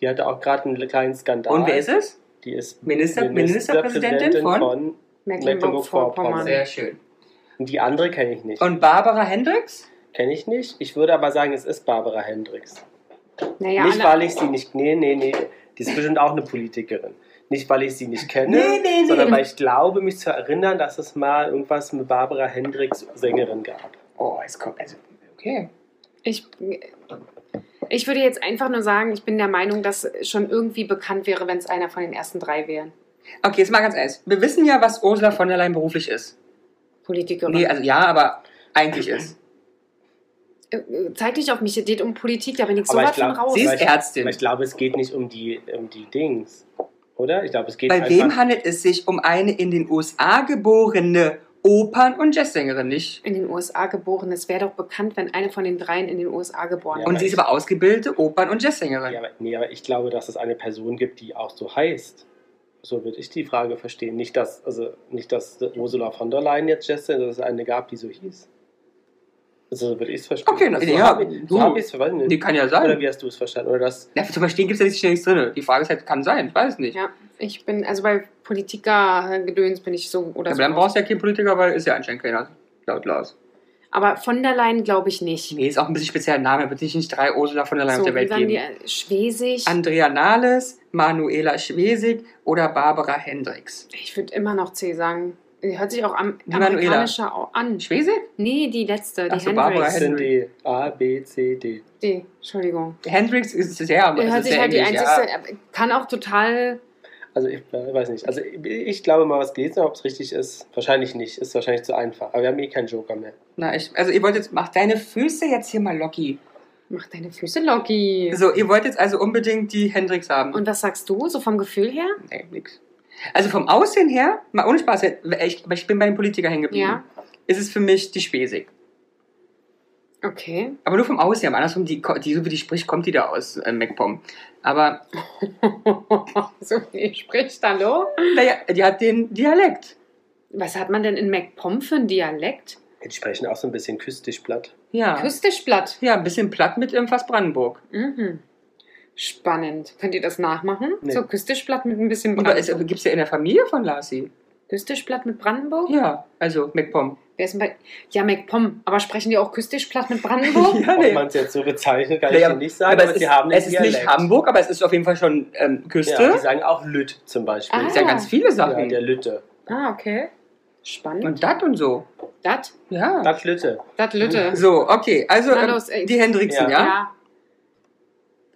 [SPEAKER 1] Die hatte auch gerade einen kleinen Skandal.
[SPEAKER 2] Und wer ist es?
[SPEAKER 1] Die ist
[SPEAKER 2] Minister- Ministerpräsidentin von-
[SPEAKER 1] Mecklenburg-Vorpommern.
[SPEAKER 3] Mecklenburg-Vorpommern.
[SPEAKER 2] Sehr schön.
[SPEAKER 1] Und die andere kenne ich nicht.
[SPEAKER 2] Und Barbara Hendricks?
[SPEAKER 1] Kenne ich nicht. Ich würde aber sagen, es ist Barbara Hendricks.
[SPEAKER 3] Naja,
[SPEAKER 1] nicht,
[SPEAKER 3] alle,
[SPEAKER 1] weil ich sie nicht. Nee, nee, nee. Die ist bestimmt auch eine Politikerin. Nicht, weil ich sie nicht kenne,
[SPEAKER 2] Nee, nee, nee.
[SPEAKER 1] sondern weil ich glaube, mich zu erinnern, dass es mal irgendwas mit Barbara Hendricks Sängerin gab.
[SPEAKER 2] Oh, es kommt. Also, okay.
[SPEAKER 3] ich, ich würde jetzt einfach nur sagen, ich bin der Meinung, dass schon irgendwie bekannt wäre, wenn es einer von den ersten drei wären.
[SPEAKER 2] Okay, jetzt mal ganz ehrlich. Wir wissen ja, was Ursula von der Leyen beruflich ist.
[SPEAKER 3] Politikerin.
[SPEAKER 2] Nee, also ja, aber eigentlich ist.
[SPEAKER 3] Äh, äh, Zeig dich auf mich, es geht um Politik, da bin ich
[SPEAKER 1] Aber
[SPEAKER 3] sowas
[SPEAKER 1] ich glaub,
[SPEAKER 3] von raus.
[SPEAKER 2] Sie ist
[SPEAKER 1] Vielleicht- Aber
[SPEAKER 2] Ärztin.
[SPEAKER 1] ich glaube, es geht nicht um die, um die Dings. Oder? Ich glaube, es geht
[SPEAKER 2] Bei
[SPEAKER 1] einfach
[SPEAKER 2] wem handelt es sich um eine in den USA geborene Opern- und Jazzsängerin, nicht?
[SPEAKER 3] in den USA geboren. Es wäre doch bekannt, wenn eine von den dreien in den USA geboren
[SPEAKER 1] Ja,
[SPEAKER 3] wäre.
[SPEAKER 2] Und sie ist aber ausgebildete Opern- und Jazzsängerin.
[SPEAKER 1] Ja, aber, nee, aber ich glaube, dass es eine Person gibt, die auch so heißt. So würde ich die Frage verstehen. Nicht, dass, also, nicht, dass Ursula von der Leyen jetzt Jesse, dass es eine gab, die so hieß. Also so würde ich es verstehen.
[SPEAKER 2] Okay,
[SPEAKER 1] also,
[SPEAKER 2] ja,
[SPEAKER 1] hab ich, so
[SPEAKER 2] du.
[SPEAKER 1] hab ich's verstanden.
[SPEAKER 2] Die kann ja
[SPEAKER 1] Oder
[SPEAKER 2] sein.
[SPEAKER 1] wie hast du es verstanden? Oder das,
[SPEAKER 2] Ja, zum Verstehen gibt es ja nicht schnell nichts drin. Die Frage ist halt, kann sein, ich weiß es nicht.
[SPEAKER 3] Ja, ich bin, also bei Politiker-Gedöns bin ich so oder
[SPEAKER 2] aber
[SPEAKER 3] so.
[SPEAKER 2] dann
[SPEAKER 3] raus.
[SPEAKER 2] brauchst du ja keinen Politiker, weil ist ja anscheinend keiner. Laut Laus.
[SPEAKER 3] Aber von der Leyen glaube ich nicht.
[SPEAKER 2] Nee, ist auch ein bisschen spezieller Name. Er Wird sich nicht drei Ursula von der Leyen
[SPEAKER 3] so,
[SPEAKER 2] auf der
[SPEAKER 3] wie
[SPEAKER 2] Welt
[SPEAKER 3] waren
[SPEAKER 2] geben.
[SPEAKER 3] die? äh, Schwesig.
[SPEAKER 2] Andrea Nahles, Manuela Schwesig oder Barbara Hendricks?
[SPEAKER 3] ich würde immer noch C sagen. Die Hört sich auch am,
[SPEAKER 2] Die Manuela.
[SPEAKER 3] amerikanischer au- an.
[SPEAKER 2] Schwesig?
[SPEAKER 3] Nee, die letzte, die
[SPEAKER 2] Ach so, Barbara
[SPEAKER 3] Hendricks.
[SPEAKER 1] das sind die A, B, C, D.
[SPEAKER 3] D, Entschuldigung.
[SPEAKER 2] Hendricks ist es ja, aber
[SPEAKER 3] Die
[SPEAKER 2] es
[SPEAKER 3] Hört
[SPEAKER 2] ist
[SPEAKER 3] sich
[SPEAKER 2] sehr
[SPEAKER 3] halt die
[SPEAKER 2] ähnlich,
[SPEAKER 3] einzigste,
[SPEAKER 2] ja.
[SPEAKER 3] äh, kann auch total,
[SPEAKER 1] Also ich äh, weiß nicht. Also ich, ich glaube mal, was gelesen habe, ob es richtig ist. Wahrscheinlich nicht. Ist wahrscheinlich zu einfach. Aber wir haben eh keinen Joker mehr.
[SPEAKER 2] Na, ich, also ihr wollt jetzt, mach deine Füße jetzt hier mal Locky.
[SPEAKER 3] mach deine Füße Loki.
[SPEAKER 2] So, ihr wollt jetzt also unbedingt die Hendricks haben.
[SPEAKER 3] Und was sagst du, so vom Gefühl her?
[SPEAKER 2] nee, nix. Also vom Aussehen her, mal ohne Spaß, ich, aber ich bin bei den Politikern hängen geblieben.
[SPEAKER 3] Ja.
[SPEAKER 2] Ist es für mich die Schwesig.
[SPEAKER 3] Okay.
[SPEAKER 2] Aber nur vom Aussehen, aber andersrum, die, ko- die, so wie die spricht, kommt die da aus äh, MacPom. Aber,
[SPEAKER 3] so wie spricht, hallo?
[SPEAKER 2] naja, die hat den Dialekt.
[SPEAKER 3] Was hat man denn in MacPom für einen Dialekt?
[SPEAKER 1] Die sprechen auch so ein bisschen küstisch platt.
[SPEAKER 2] Ja.
[SPEAKER 3] Küstisch platt.
[SPEAKER 2] Ja, ein bisschen platt mit ähm, fast Brandenburg.
[SPEAKER 3] Mhm. Spannend. Könnt ihr das nachmachen?
[SPEAKER 1] Nee.
[SPEAKER 3] So küstisch platt mit ein bisschen
[SPEAKER 2] Aber
[SPEAKER 3] Brand.
[SPEAKER 2] es gibt es ja in der Familie von Lassi.
[SPEAKER 3] Küstisch platt mit Brandenburg?
[SPEAKER 2] Ja, also MacPom.
[SPEAKER 3] Wer ist denn bei. Ja, MacPom. Aber sprechen die auch küstisch platt mit Brandenburg?
[SPEAKER 2] Ja,
[SPEAKER 1] Ob man es jetzt so bezeichnet, Oh kann ich
[SPEAKER 2] Naja,
[SPEAKER 1] dir nicht sagen, aber,
[SPEAKER 2] es,
[SPEAKER 1] sie
[SPEAKER 2] ist,
[SPEAKER 1] haben den
[SPEAKER 2] es ist nicht
[SPEAKER 1] Dialekt.
[SPEAKER 2] Hamburg, aber es ist auf jeden Fall schon ähm, Küste.
[SPEAKER 1] Ja, die sagen auch Lütt zum Beispiel.
[SPEAKER 3] Ah,
[SPEAKER 2] Ich sage ganz viele
[SPEAKER 1] ja,
[SPEAKER 2] Sachen.
[SPEAKER 1] der Lütte.
[SPEAKER 3] ah, okay. Spannend.
[SPEAKER 2] und das und so.
[SPEAKER 3] Dat?
[SPEAKER 2] Ja.
[SPEAKER 1] Das Lütte.
[SPEAKER 3] Dat Lütte.
[SPEAKER 2] So, okay. Also
[SPEAKER 3] Na
[SPEAKER 2] ähm,
[SPEAKER 3] los, ey.
[SPEAKER 2] die Hendrixen, ja.
[SPEAKER 1] Ja.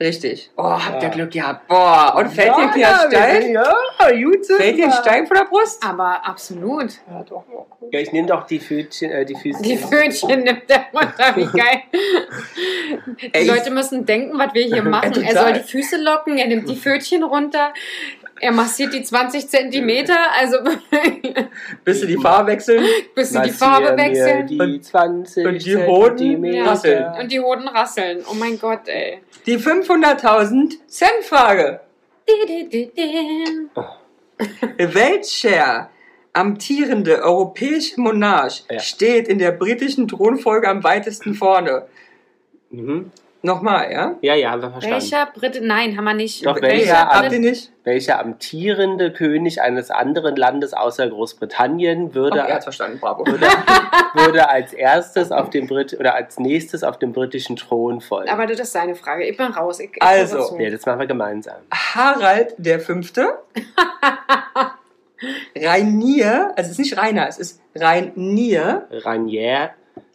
[SPEAKER 2] Richtig. Oh, habt
[SPEAKER 1] Ja.
[SPEAKER 2] ihr Glück gehabt. Boah, und fällt dir
[SPEAKER 1] ja,
[SPEAKER 2] der Stein?
[SPEAKER 1] Ja, gut. sind
[SPEAKER 2] Fällt dir ein
[SPEAKER 1] wir.
[SPEAKER 2] Stein vor der Brust?
[SPEAKER 3] Aber absolut.
[SPEAKER 2] Ja, doch.
[SPEAKER 1] Ja, ich nehme doch die Füßchen. Äh, die Füßchen.
[SPEAKER 3] Die Föhnchen nimmt der runter, wie geil. Die
[SPEAKER 2] Ey, ich-
[SPEAKER 3] Leute müssen denken, was wir hier machen.
[SPEAKER 2] Ja,
[SPEAKER 3] Er
[SPEAKER 2] total.
[SPEAKER 3] soll die Füße locken, er nimmt die Fötchen runter, er massiert die 20 Zentimeter, also
[SPEAKER 2] Willst du die Farbe wechseln?
[SPEAKER 3] bis du die
[SPEAKER 1] Massieren
[SPEAKER 3] Farbe
[SPEAKER 1] wir
[SPEAKER 3] wechseln
[SPEAKER 1] Die
[SPEAKER 2] Und-
[SPEAKER 1] 20
[SPEAKER 2] und die Hoden
[SPEAKER 1] Zentimeter.
[SPEAKER 2] rasseln.
[SPEAKER 3] und die Hoden rasseln. Oh mein Gott, ey.
[SPEAKER 2] Die 500.000 Cent Frage.
[SPEAKER 3] Di, di, di, di.
[SPEAKER 2] Welcher amtierende europäische Monarch
[SPEAKER 1] Ja.
[SPEAKER 2] steht in der britischen Thronfolge am weitesten vorne?
[SPEAKER 1] Mhm.
[SPEAKER 2] Nochmal, ja?
[SPEAKER 1] Ja, ja, haben wir verstanden.
[SPEAKER 3] Welcher Brite? Nein, haben wir nicht. Äh,
[SPEAKER 1] Doch,
[SPEAKER 2] Welcher?
[SPEAKER 1] welcher
[SPEAKER 2] Habt
[SPEAKER 1] am-
[SPEAKER 2] ihr nicht?
[SPEAKER 1] Welcher amtierende König eines anderen Landes außer Großbritannien würde,
[SPEAKER 2] Okay, hat's verstanden, bravo.
[SPEAKER 1] würde, würde als erstes auf dem Brit oder als nächstes auf dem britischen Thron folgen?
[SPEAKER 3] Aber das ist seine Frage. Ich bin raus. Ich, ich
[SPEAKER 2] Also,
[SPEAKER 3] höre zu.
[SPEAKER 1] ja, das machen wir gemeinsam.
[SPEAKER 2] Harald der Fünfte. Rainier, also es ist nicht Rainer, es ist Rainier.
[SPEAKER 1] Ranier,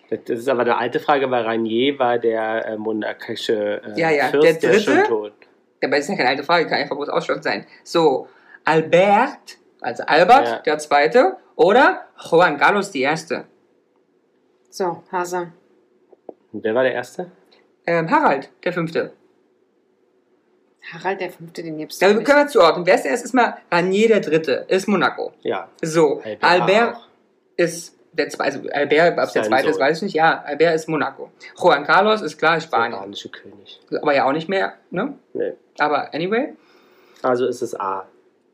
[SPEAKER 1] das das ist aber eine alte Frage, weil Ranier war der äh, monarchische äh,
[SPEAKER 2] Ja, ja,
[SPEAKER 1] Fürst,
[SPEAKER 2] der
[SPEAKER 1] der, schon
[SPEAKER 2] Dritte.
[SPEAKER 1] tot.
[SPEAKER 2] Dabei ist ja keine alte Frage, kann ja verboten ausschlagend sein. So, Albert, also Albert
[SPEAKER 1] Ja.
[SPEAKER 2] der Zweite oder Juan Carlos I.
[SPEAKER 3] So, Hase.
[SPEAKER 1] Und wer war der Erste?
[SPEAKER 2] Ähm, Harald der Fünfte.
[SPEAKER 3] Harald der Fünfte, den gibst du
[SPEAKER 1] Also,
[SPEAKER 2] Da können
[SPEAKER 3] nicht.
[SPEAKER 2] Also wir zuordnen. Wer ist der erste? Ist mal Ranier der Dritte, ist Monaco.
[SPEAKER 1] Ja,
[SPEAKER 2] So, Albert,
[SPEAKER 1] Albert auch.
[SPEAKER 2] ist der zweite, also Albert, ob es der
[SPEAKER 1] Sein
[SPEAKER 2] zweite ist,
[SPEAKER 1] Sohn.
[SPEAKER 2] weiß ich nicht. Ja, Albert ist Monaco. Juan Carlos ist klar
[SPEAKER 1] der
[SPEAKER 2] Spanien.
[SPEAKER 1] spanische König.
[SPEAKER 2] Aber ja auch nicht mehr, ne?
[SPEAKER 1] Nee.
[SPEAKER 2] Aber anyway.
[SPEAKER 1] Also ist es A.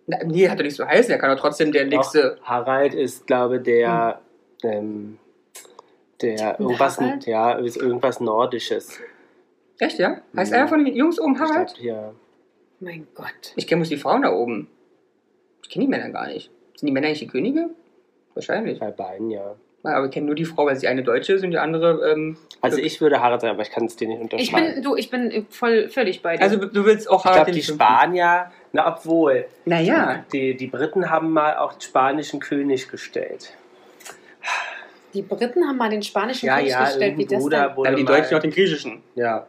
[SPEAKER 2] Na, Nee, hat er nicht so heißen. Er kann doch trotzdem der nächste.
[SPEAKER 1] Auch Harald ist, glaube der, ähm, der irgendwas,
[SPEAKER 3] Harald?
[SPEAKER 1] ja, ist irgendwas Nordisches.
[SPEAKER 2] Echt, ja? Heißt
[SPEAKER 1] Mhm.
[SPEAKER 2] einer von den Jungs oben Harald?
[SPEAKER 1] Ich glaub, ja.
[SPEAKER 3] Mein Gott.
[SPEAKER 2] Ich kenne bloß die Frauen da oben. Ich kenne die Männer gar nicht. Sind die Männer nicht die Könige? Wahrscheinlich.
[SPEAKER 1] Bei beiden, ja.
[SPEAKER 2] Aber wir kennen nur die Frau, weil sie eine Deutsche ist und die andere. Ähm,
[SPEAKER 1] Also
[SPEAKER 2] Glück.
[SPEAKER 1] ich würde Harald sein, aber ich kann es dir nicht
[SPEAKER 3] Ich
[SPEAKER 1] unterschreiben.
[SPEAKER 3] bin, du, ich bin voll, völlig bei dir.
[SPEAKER 2] also du willst auch
[SPEAKER 1] ich glaube,
[SPEAKER 2] den
[SPEAKER 1] die
[SPEAKER 2] Fünften.
[SPEAKER 1] Spanier, na obwohl,
[SPEAKER 2] Naja.
[SPEAKER 1] die, die Briten haben mal auch den spanischen König gestellt.
[SPEAKER 3] die Briten haben mal den spanischen
[SPEAKER 1] Ja,
[SPEAKER 3] König
[SPEAKER 1] ja,
[SPEAKER 3] gestellt, wie
[SPEAKER 1] irgendein
[SPEAKER 3] das
[SPEAKER 1] Bruder
[SPEAKER 3] dann.
[SPEAKER 1] wurde
[SPEAKER 2] Dann haben die
[SPEAKER 1] mal,
[SPEAKER 2] Deutschen noch den griechischen.
[SPEAKER 1] Ja,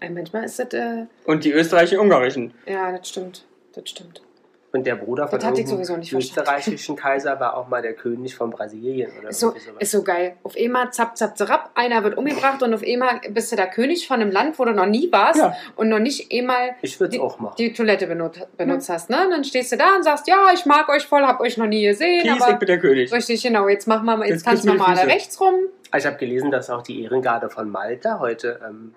[SPEAKER 3] Ey, manchmal ist das, äh,
[SPEAKER 2] Und die österreichischen ungarischen.
[SPEAKER 3] ja, das stimmt. Das stimmt.
[SPEAKER 1] und der Bruder von
[SPEAKER 3] Das hatte ich
[SPEAKER 1] irgendeinem
[SPEAKER 3] sowieso nicht verstanden.
[SPEAKER 1] österreichischen Kaiser war auch mal der König von Brasilien oder
[SPEAKER 3] Ist so,
[SPEAKER 1] irgendwie sowas.
[SPEAKER 3] ist so geil. Auf einmal zapp, zapp, zapp, einer wird umgebracht und auf einmal bist du der König von einem Land, wo du noch nie warst
[SPEAKER 2] Ja.
[SPEAKER 3] und noch nicht einmal
[SPEAKER 1] Ich würde
[SPEAKER 3] die-
[SPEAKER 1] es auch machen.
[SPEAKER 3] die Toilette benut benutzt hast. Ne? Und dann stehst du da und sagst, ja, ich mag euch voll, hab euch noch nie gesehen,
[SPEAKER 2] Peace, ich
[SPEAKER 3] Genau, aber
[SPEAKER 2] bin der König.
[SPEAKER 3] richtig, genau, jetzt machen wir mal, jetzt
[SPEAKER 2] Jetzt
[SPEAKER 3] tanzen wir
[SPEAKER 2] küssen wir
[SPEAKER 3] mal
[SPEAKER 2] die
[SPEAKER 3] alle
[SPEAKER 2] Füße.
[SPEAKER 3] rechts rum.
[SPEAKER 1] Also Ich habe gelesen, dass auch die Ehrengarde von Malta heute ähm,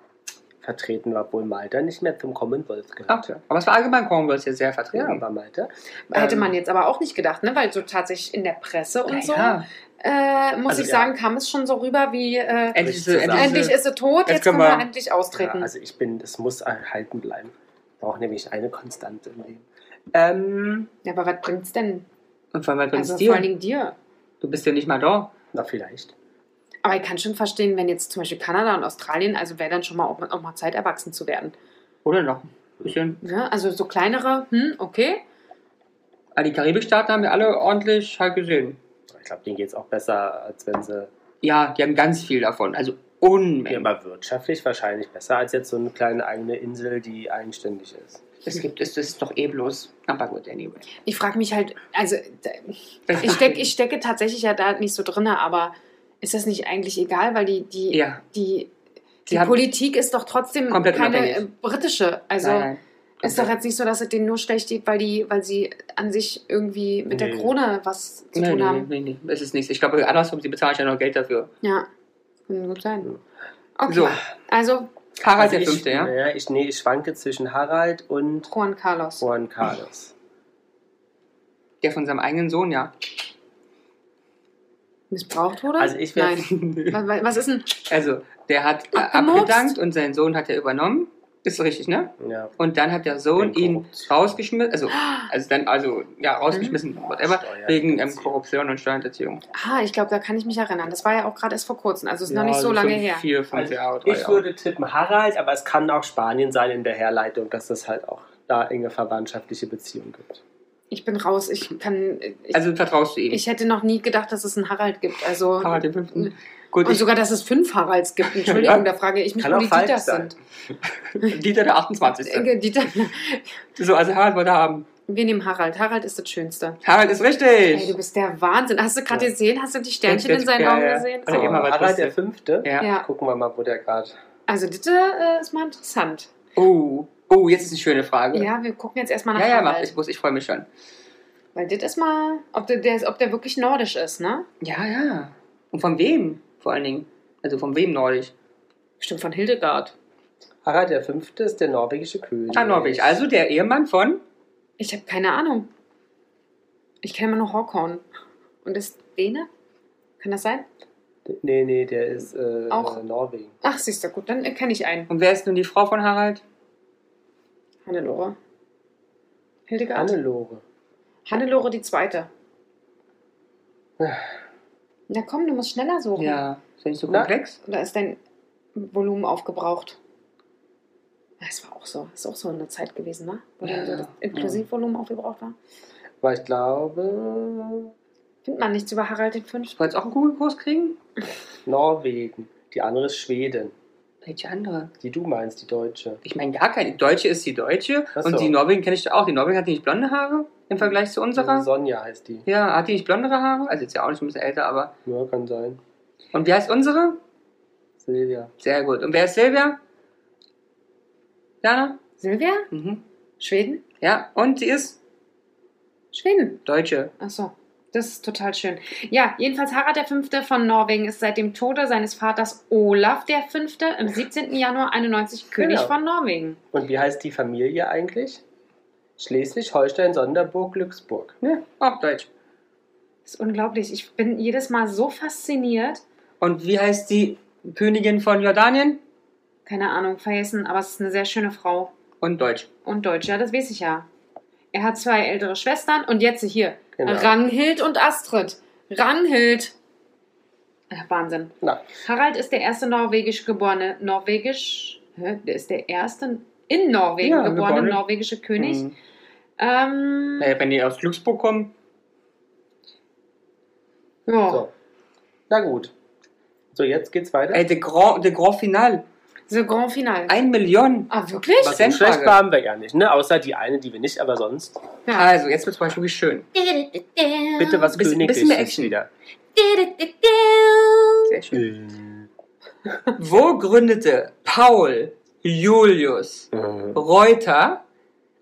[SPEAKER 1] vertreten war, obwohl Malta nicht mehr zum Commonwealth
[SPEAKER 2] Ach,
[SPEAKER 1] gehört.
[SPEAKER 2] ja. Aber es war allgemein Cornwalls hier sehr
[SPEAKER 1] Ja,
[SPEAKER 2] vertreten.
[SPEAKER 1] aber Malta.
[SPEAKER 3] Hätte
[SPEAKER 1] Ähm,
[SPEAKER 3] man jetzt aber auch nicht gedacht, ne? weil so tatsächlich in der Presse und so,
[SPEAKER 2] Ja,
[SPEAKER 3] äh, muss
[SPEAKER 1] Also,
[SPEAKER 3] ich
[SPEAKER 1] ja.
[SPEAKER 3] sagen, kam es schon so rüber wie, äh,
[SPEAKER 2] Endlich, ist sie-
[SPEAKER 1] Richtig
[SPEAKER 2] endlich,
[SPEAKER 3] endlich
[SPEAKER 2] endlich
[SPEAKER 3] ist sie tot,
[SPEAKER 2] also jetzt
[SPEAKER 3] jetzt
[SPEAKER 2] können
[SPEAKER 3] können wir
[SPEAKER 2] wir-
[SPEAKER 3] endlich austreten.
[SPEAKER 1] Ja, also ich bin, es muss erhalten bleiben. Braucht nämlich eine Konstante im Leben. Ähm,
[SPEAKER 3] Ja, aber was bringt's denn?
[SPEAKER 2] Und vor allem, was bringt's
[SPEAKER 3] Also vor allen
[SPEAKER 2] dir?
[SPEAKER 3] Dingen dir.
[SPEAKER 2] Du bist ja nicht mal da.
[SPEAKER 1] na vielleicht.
[SPEAKER 3] Aber ich kann schon verstehen, wenn jetzt zum Beispiel Kanada und Australien, also wäre dann schon mal auch, auch mal Zeit, erwachsen zu werden.
[SPEAKER 2] Oder noch ein bisschen.
[SPEAKER 3] Ne? Also so kleinere, hm, okay.
[SPEAKER 2] Aber Ah, die Karibikstaaten haben wir alle ordentlich halt gesehen.
[SPEAKER 1] Ich glaube, denen geht es auch besser, als wenn sie.
[SPEAKER 2] Ja, die haben ganz viel davon. Also
[SPEAKER 1] Ja,
[SPEAKER 2] Unmengen.
[SPEAKER 1] aber wirtschaftlich wahrscheinlich besser als jetzt so eine kleine eigene Insel, die eigenständig ist.
[SPEAKER 2] Es gibt, es ist doch eh bloß. Aber gut, anyway.
[SPEAKER 3] Ich frage mich halt, also ich, steck, ich stecke tatsächlich ja da nicht so drin, aber ist das nicht eigentlich egal, weil die, die,
[SPEAKER 2] Ja.
[SPEAKER 3] die,
[SPEAKER 2] Sie
[SPEAKER 3] die
[SPEAKER 2] haben-
[SPEAKER 3] Politik ist doch trotzdem
[SPEAKER 2] Komplett
[SPEAKER 3] keine äh,
[SPEAKER 2] unabhängig.
[SPEAKER 3] britische. Also
[SPEAKER 2] Nein, nein.
[SPEAKER 3] ist doch jetzt nicht so, dass es denen nur schlecht geht, weil die, weil sie an sich irgendwie mit der
[SPEAKER 1] Nee.
[SPEAKER 3] Krone was zu
[SPEAKER 2] Nein,
[SPEAKER 3] tun
[SPEAKER 2] nein,
[SPEAKER 3] haben.
[SPEAKER 2] nein, nein, es ist nichts. Ich glaube, andersrum, sie bezahlen ja noch Geld dafür.
[SPEAKER 3] Ja. Kann gut sein. Okay.
[SPEAKER 2] So,
[SPEAKER 3] Also
[SPEAKER 2] Harald der
[SPEAKER 1] ich,
[SPEAKER 2] Fünfte, ja?
[SPEAKER 1] naja, ich, nee, ich schwanke zwischen Harald und
[SPEAKER 3] Juan Carlos.
[SPEAKER 1] Juan Carlos.
[SPEAKER 2] Der von seinem eigenen Sohn, ja.
[SPEAKER 3] Missbraucht wurde?
[SPEAKER 1] Also ich wär-
[SPEAKER 3] Nein. Wa- wa- Was ist denn?
[SPEAKER 2] Also, der hat
[SPEAKER 3] Abgemurkst.
[SPEAKER 2] abgedankt und sein Sohn hat er übernommen. Ist richtig, ne?
[SPEAKER 1] Ja.
[SPEAKER 2] Und dann hat der Sohn
[SPEAKER 1] Wegen
[SPEAKER 2] ihn
[SPEAKER 1] Korruption.
[SPEAKER 2] rausgeschmissen, also,
[SPEAKER 3] Ah!
[SPEAKER 2] also dann, also, ja, rausgeschmissen,
[SPEAKER 3] Mhm.
[SPEAKER 2] whatever,
[SPEAKER 1] Steuern-
[SPEAKER 2] wegen ähm, Korruption und Steuerhinterziehung.
[SPEAKER 3] Ah, ich glaube, da kann ich mich erinnern. Das war ja auch gerade erst vor kurzem. Also ist
[SPEAKER 1] Ja,
[SPEAKER 3] noch nicht so
[SPEAKER 1] also
[SPEAKER 3] lange
[SPEAKER 2] Fünf,
[SPEAKER 3] her.
[SPEAKER 2] Vier, fünf
[SPEAKER 1] Also,
[SPEAKER 2] Jahre, drei
[SPEAKER 1] Ich
[SPEAKER 2] Jahre.
[SPEAKER 1] würde tippen Harald, aber es kann auch Spanien sein in der Herleitung, dass es halt auch da enge verwandtschaftliche Beziehungen gibt.
[SPEAKER 3] Ich bin raus. Ich kann. Ich,
[SPEAKER 2] Also vertraust du ihm?
[SPEAKER 3] ich hätte noch nie gedacht, dass es einen Harald gibt. Also
[SPEAKER 2] Harald den Fünften. Gut,
[SPEAKER 3] und
[SPEAKER 2] ich,
[SPEAKER 3] sogar, dass es fünf Haralds gibt. Entschuldigung,
[SPEAKER 2] Ja.
[SPEAKER 3] da frage ich mich,
[SPEAKER 1] Kann
[SPEAKER 3] wo
[SPEAKER 1] auch
[SPEAKER 3] die
[SPEAKER 1] falsch
[SPEAKER 3] Dieters
[SPEAKER 1] sein.
[SPEAKER 3] sind.
[SPEAKER 2] Dieter der 28.
[SPEAKER 3] Äh, Dieter,
[SPEAKER 2] So, also Harald wollte haben.
[SPEAKER 3] wir nehmen Harald. Harald ist das Schönste.
[SPEAKER 2] Harald ist
[SPEAKER 3] Ey, du
[SPEAKER 2] richtig.
[SPEAKER 3] bist der Wahnsinn. Hast du gerade
[SPEAKER 1] Ja.
[SPEAKER 3] gesehen? Hast du die Sternchen
[SPEAKER 2] Das-
[SPEAKER 3] in seinen
[SPEAKER 2] ja,
[SPEAKER 3] Augen
[SPEAKER 2] ja.
[SPEAKER 3] gesehen?
[SPEAKER 2] Also
[SPEAKER 3] Oh.
[SPEAKER 2] immer- was
[SPEAKER 1] Harald
[SPEAKER 2] lustig.
[SPEAKER 1] der Fünfte.
[SPEAKER 2] Ja.
[SPEAKER 3] Ja.
[SPEAKER 1] Gucken wir mal, wo der gerade.
[SPEAKER 3] Also das äh, ist mal interessant.
[SPEAKER 2] Oh, oh, jetzt ist eine schöne Frage.
[SPEAKER 3] Ja, wir gucken jetzt erstmal nach
[SPEAKER 2] ja, ja mach
[SPEAKER 3] Harald.
[SPEAKER 2] ich bloß, ich freue mich schon.
[SPEAKER 3] Weil das ist mal, ob der, der, ist- ob der wirklich nordisch ist, ne?
[SPEAKER 2] Ja, ja. Und von wem vor allen Dingen? Also von wem neulich?
[SPEAKER 3] Bestimmt von Hildegard.
[SPEAKER 1] Harald der Fünfte ist der norwegische König.
[SPEAKER 2] Ah, Norwegen. Also der Ehemann von?
[SPEAKER 3] Ich habe keine Ahnung. Ich kenne immer nur Håkon. Und ist Däne? Kann das sein?
[SPEAKER 1] Nee, nee, der ist äh,
[SPEAKER 3] Auch-
[SPEAKER 1] äh, Norwegen.
[SPEAKER 3] Ach, siehst du, gut, dann äh, kenne ich einen.
[SPEAKER 2] Und wer ist nun die Frau von Harald?
[SPEAKER 3] Hannelore. Hildegard?
[SPEAKER 1] Hannelore.
[SPEAKER 3] Hannelore die Zweite. Na komm, du musst schneller suchen.
[SPEAKER 2] Ja. Ist ja nicht so
[SPEAKER 1] Na?
[SPEAKER 2] komplex?
[SPEAKER 3] Oder ist dein Volumen aufgebraucht? Ja, Es war auch so. Ist auch so eine Zeit gewesen, ne? Wo
[SPEAKER 2] Ja,
[SPEAKER 3] dann so das
[SPEAKER 2] ja.
[SPEAKER 3] Inklusivvolumen aufgebraucht war.
[SPEAKER 1] Aber ich glaube,
[SPEAKER 3] Findet man nichts über Harald den Fünften?
[SPEAKER 2] Ich wollte jetzt auch einen Google-Kurs kriegen?
[SPEAKER 1] Norwegen. Die andere ist Schweden.
[SPEAKER 2] Welche andere?
[SPEAKER 1] Die du meinst, die Deutsche.
[SPEAKER 2] Ich meine, gar keine. Die Deutsche ist die Deutsche.
[SPEAKER 1] Ach
[SPEAKER 2] Und
[SPEAKER 1] so.
[SPEAKER 2] die Norwegen kenne ich doch auch. Die Norwegen hat die nicht blonde Haare im Vergleich zu unserer?
[SPEAKER 1] Sonja heißt die.
[SPEAKER 2] Ja, hat die nicht blondere Haare? Also jetzt ja auch nicht ein bisschen älter, aber.
[SPEAKER 1] Ja, kann sein.
[SPEAKER 2] Und wie heißt unsere?
[SPEAKER 1] Silvia.
[SPEAKER 2] Sehr gut. Und wer ist Silvia? Jana?
[SPEAKER 3] Silvia?
[SPEAKER 2] Mhm.
[SPEAKER 3] Schweden?
[SPEAKER 2] Ja, und sie ist
[SPEAKER 3] Schweden.
[SPEAKER 2] Deutsche.
[SPEAKER 3] Achso, das ist total schön. Ja, jedenfalls Harald der Fünfte von Norwegen ist seit dem Tode seines Vaters Olaf der Fünfte im 17. Januar 91 König
[SPEAKER 1] Genau.
[SPEAKER 3] von Norwegen.
[SPEAKER 1] Und wie heißt die Familie eigentlich? Schleswig-Holstein, Sonderburg, Glücksburg.
[SPEAKER 2] Ja, auch Deutsch.
[SPEAKER 3] Das ist unglaublich. Ich bin jedes Mal so fasziniert.
[SPEAKER 2] Und wie heißt die Königin von Jordanien?
[SPEAKER 3] Keine Ahnung, vergessen, aber es ist eine sehr schöne Frau
[SPEAKER 2] Und Deutsch.
[SPEAKER 3] und Deutsch, ja, das weiß ich ja. Er hat zwei ältere Schwestern und jetzt hier
[SPEAKER 1] Genau.
[SPEAKER 3] Ranghild und Astrid. Ranghild. Ach, Wahnsinn.
[SPEAKER 1] Na,
[SPEAKER 3] Harald ist der erste norwegisch geborene, norwegisch, hä? der ist der erste in Norwegen
[SPEAKER 2] Ja,
[SPEAKER 3] geborene
[SPEAKER 2] geborene.
[SPEAKER 3] norwegische König.
[SPEAKER 2] Mhm.
[SPEAKER 3] Ähm,
[SPEAKER 2] Naja, wenn die aus Glücksburg kommen.
[SPEAKER 3] ja.
[SPEAKER 1] so.
[SPEAKER 2] Oh.
[SPEAKER 1] Na gut. So, jetzt geht's weiter.
[SPEAKER 2] Ey, de Grand, de Grand Final.
[SPEAKER 3] The Grand Final.
[SPEAKER 2] Ein Million.
[SPEAKER 3] ah, wirklich?
[SPEAKER 1] Was
[SPEAKER 2] Sam
[SPEAKER 1] so schlecht
[SPEAKER 2] Frage.
[SPEAKER 1] war, haben wir ja nicht, ne? Außer die eine, die wir nicht, aber sonst.
[SPEAKER 3] Ja.
[SPEAKER 2] Also, jetzt wird's mal wirklich schön.
[SPEAKER 1] Bitte was
[SPEAKER 2] bisschen-
[SPEAKER 1] Königliches
[SPEAKER 2] bisschen mehr Action.
[SPEAKER 1] wieder.
[SPEAKER 2] Sehr schön. Wo gründete Paul Julius
[SPEAKER 1] Äh,
[SPEAKER 2] Reuter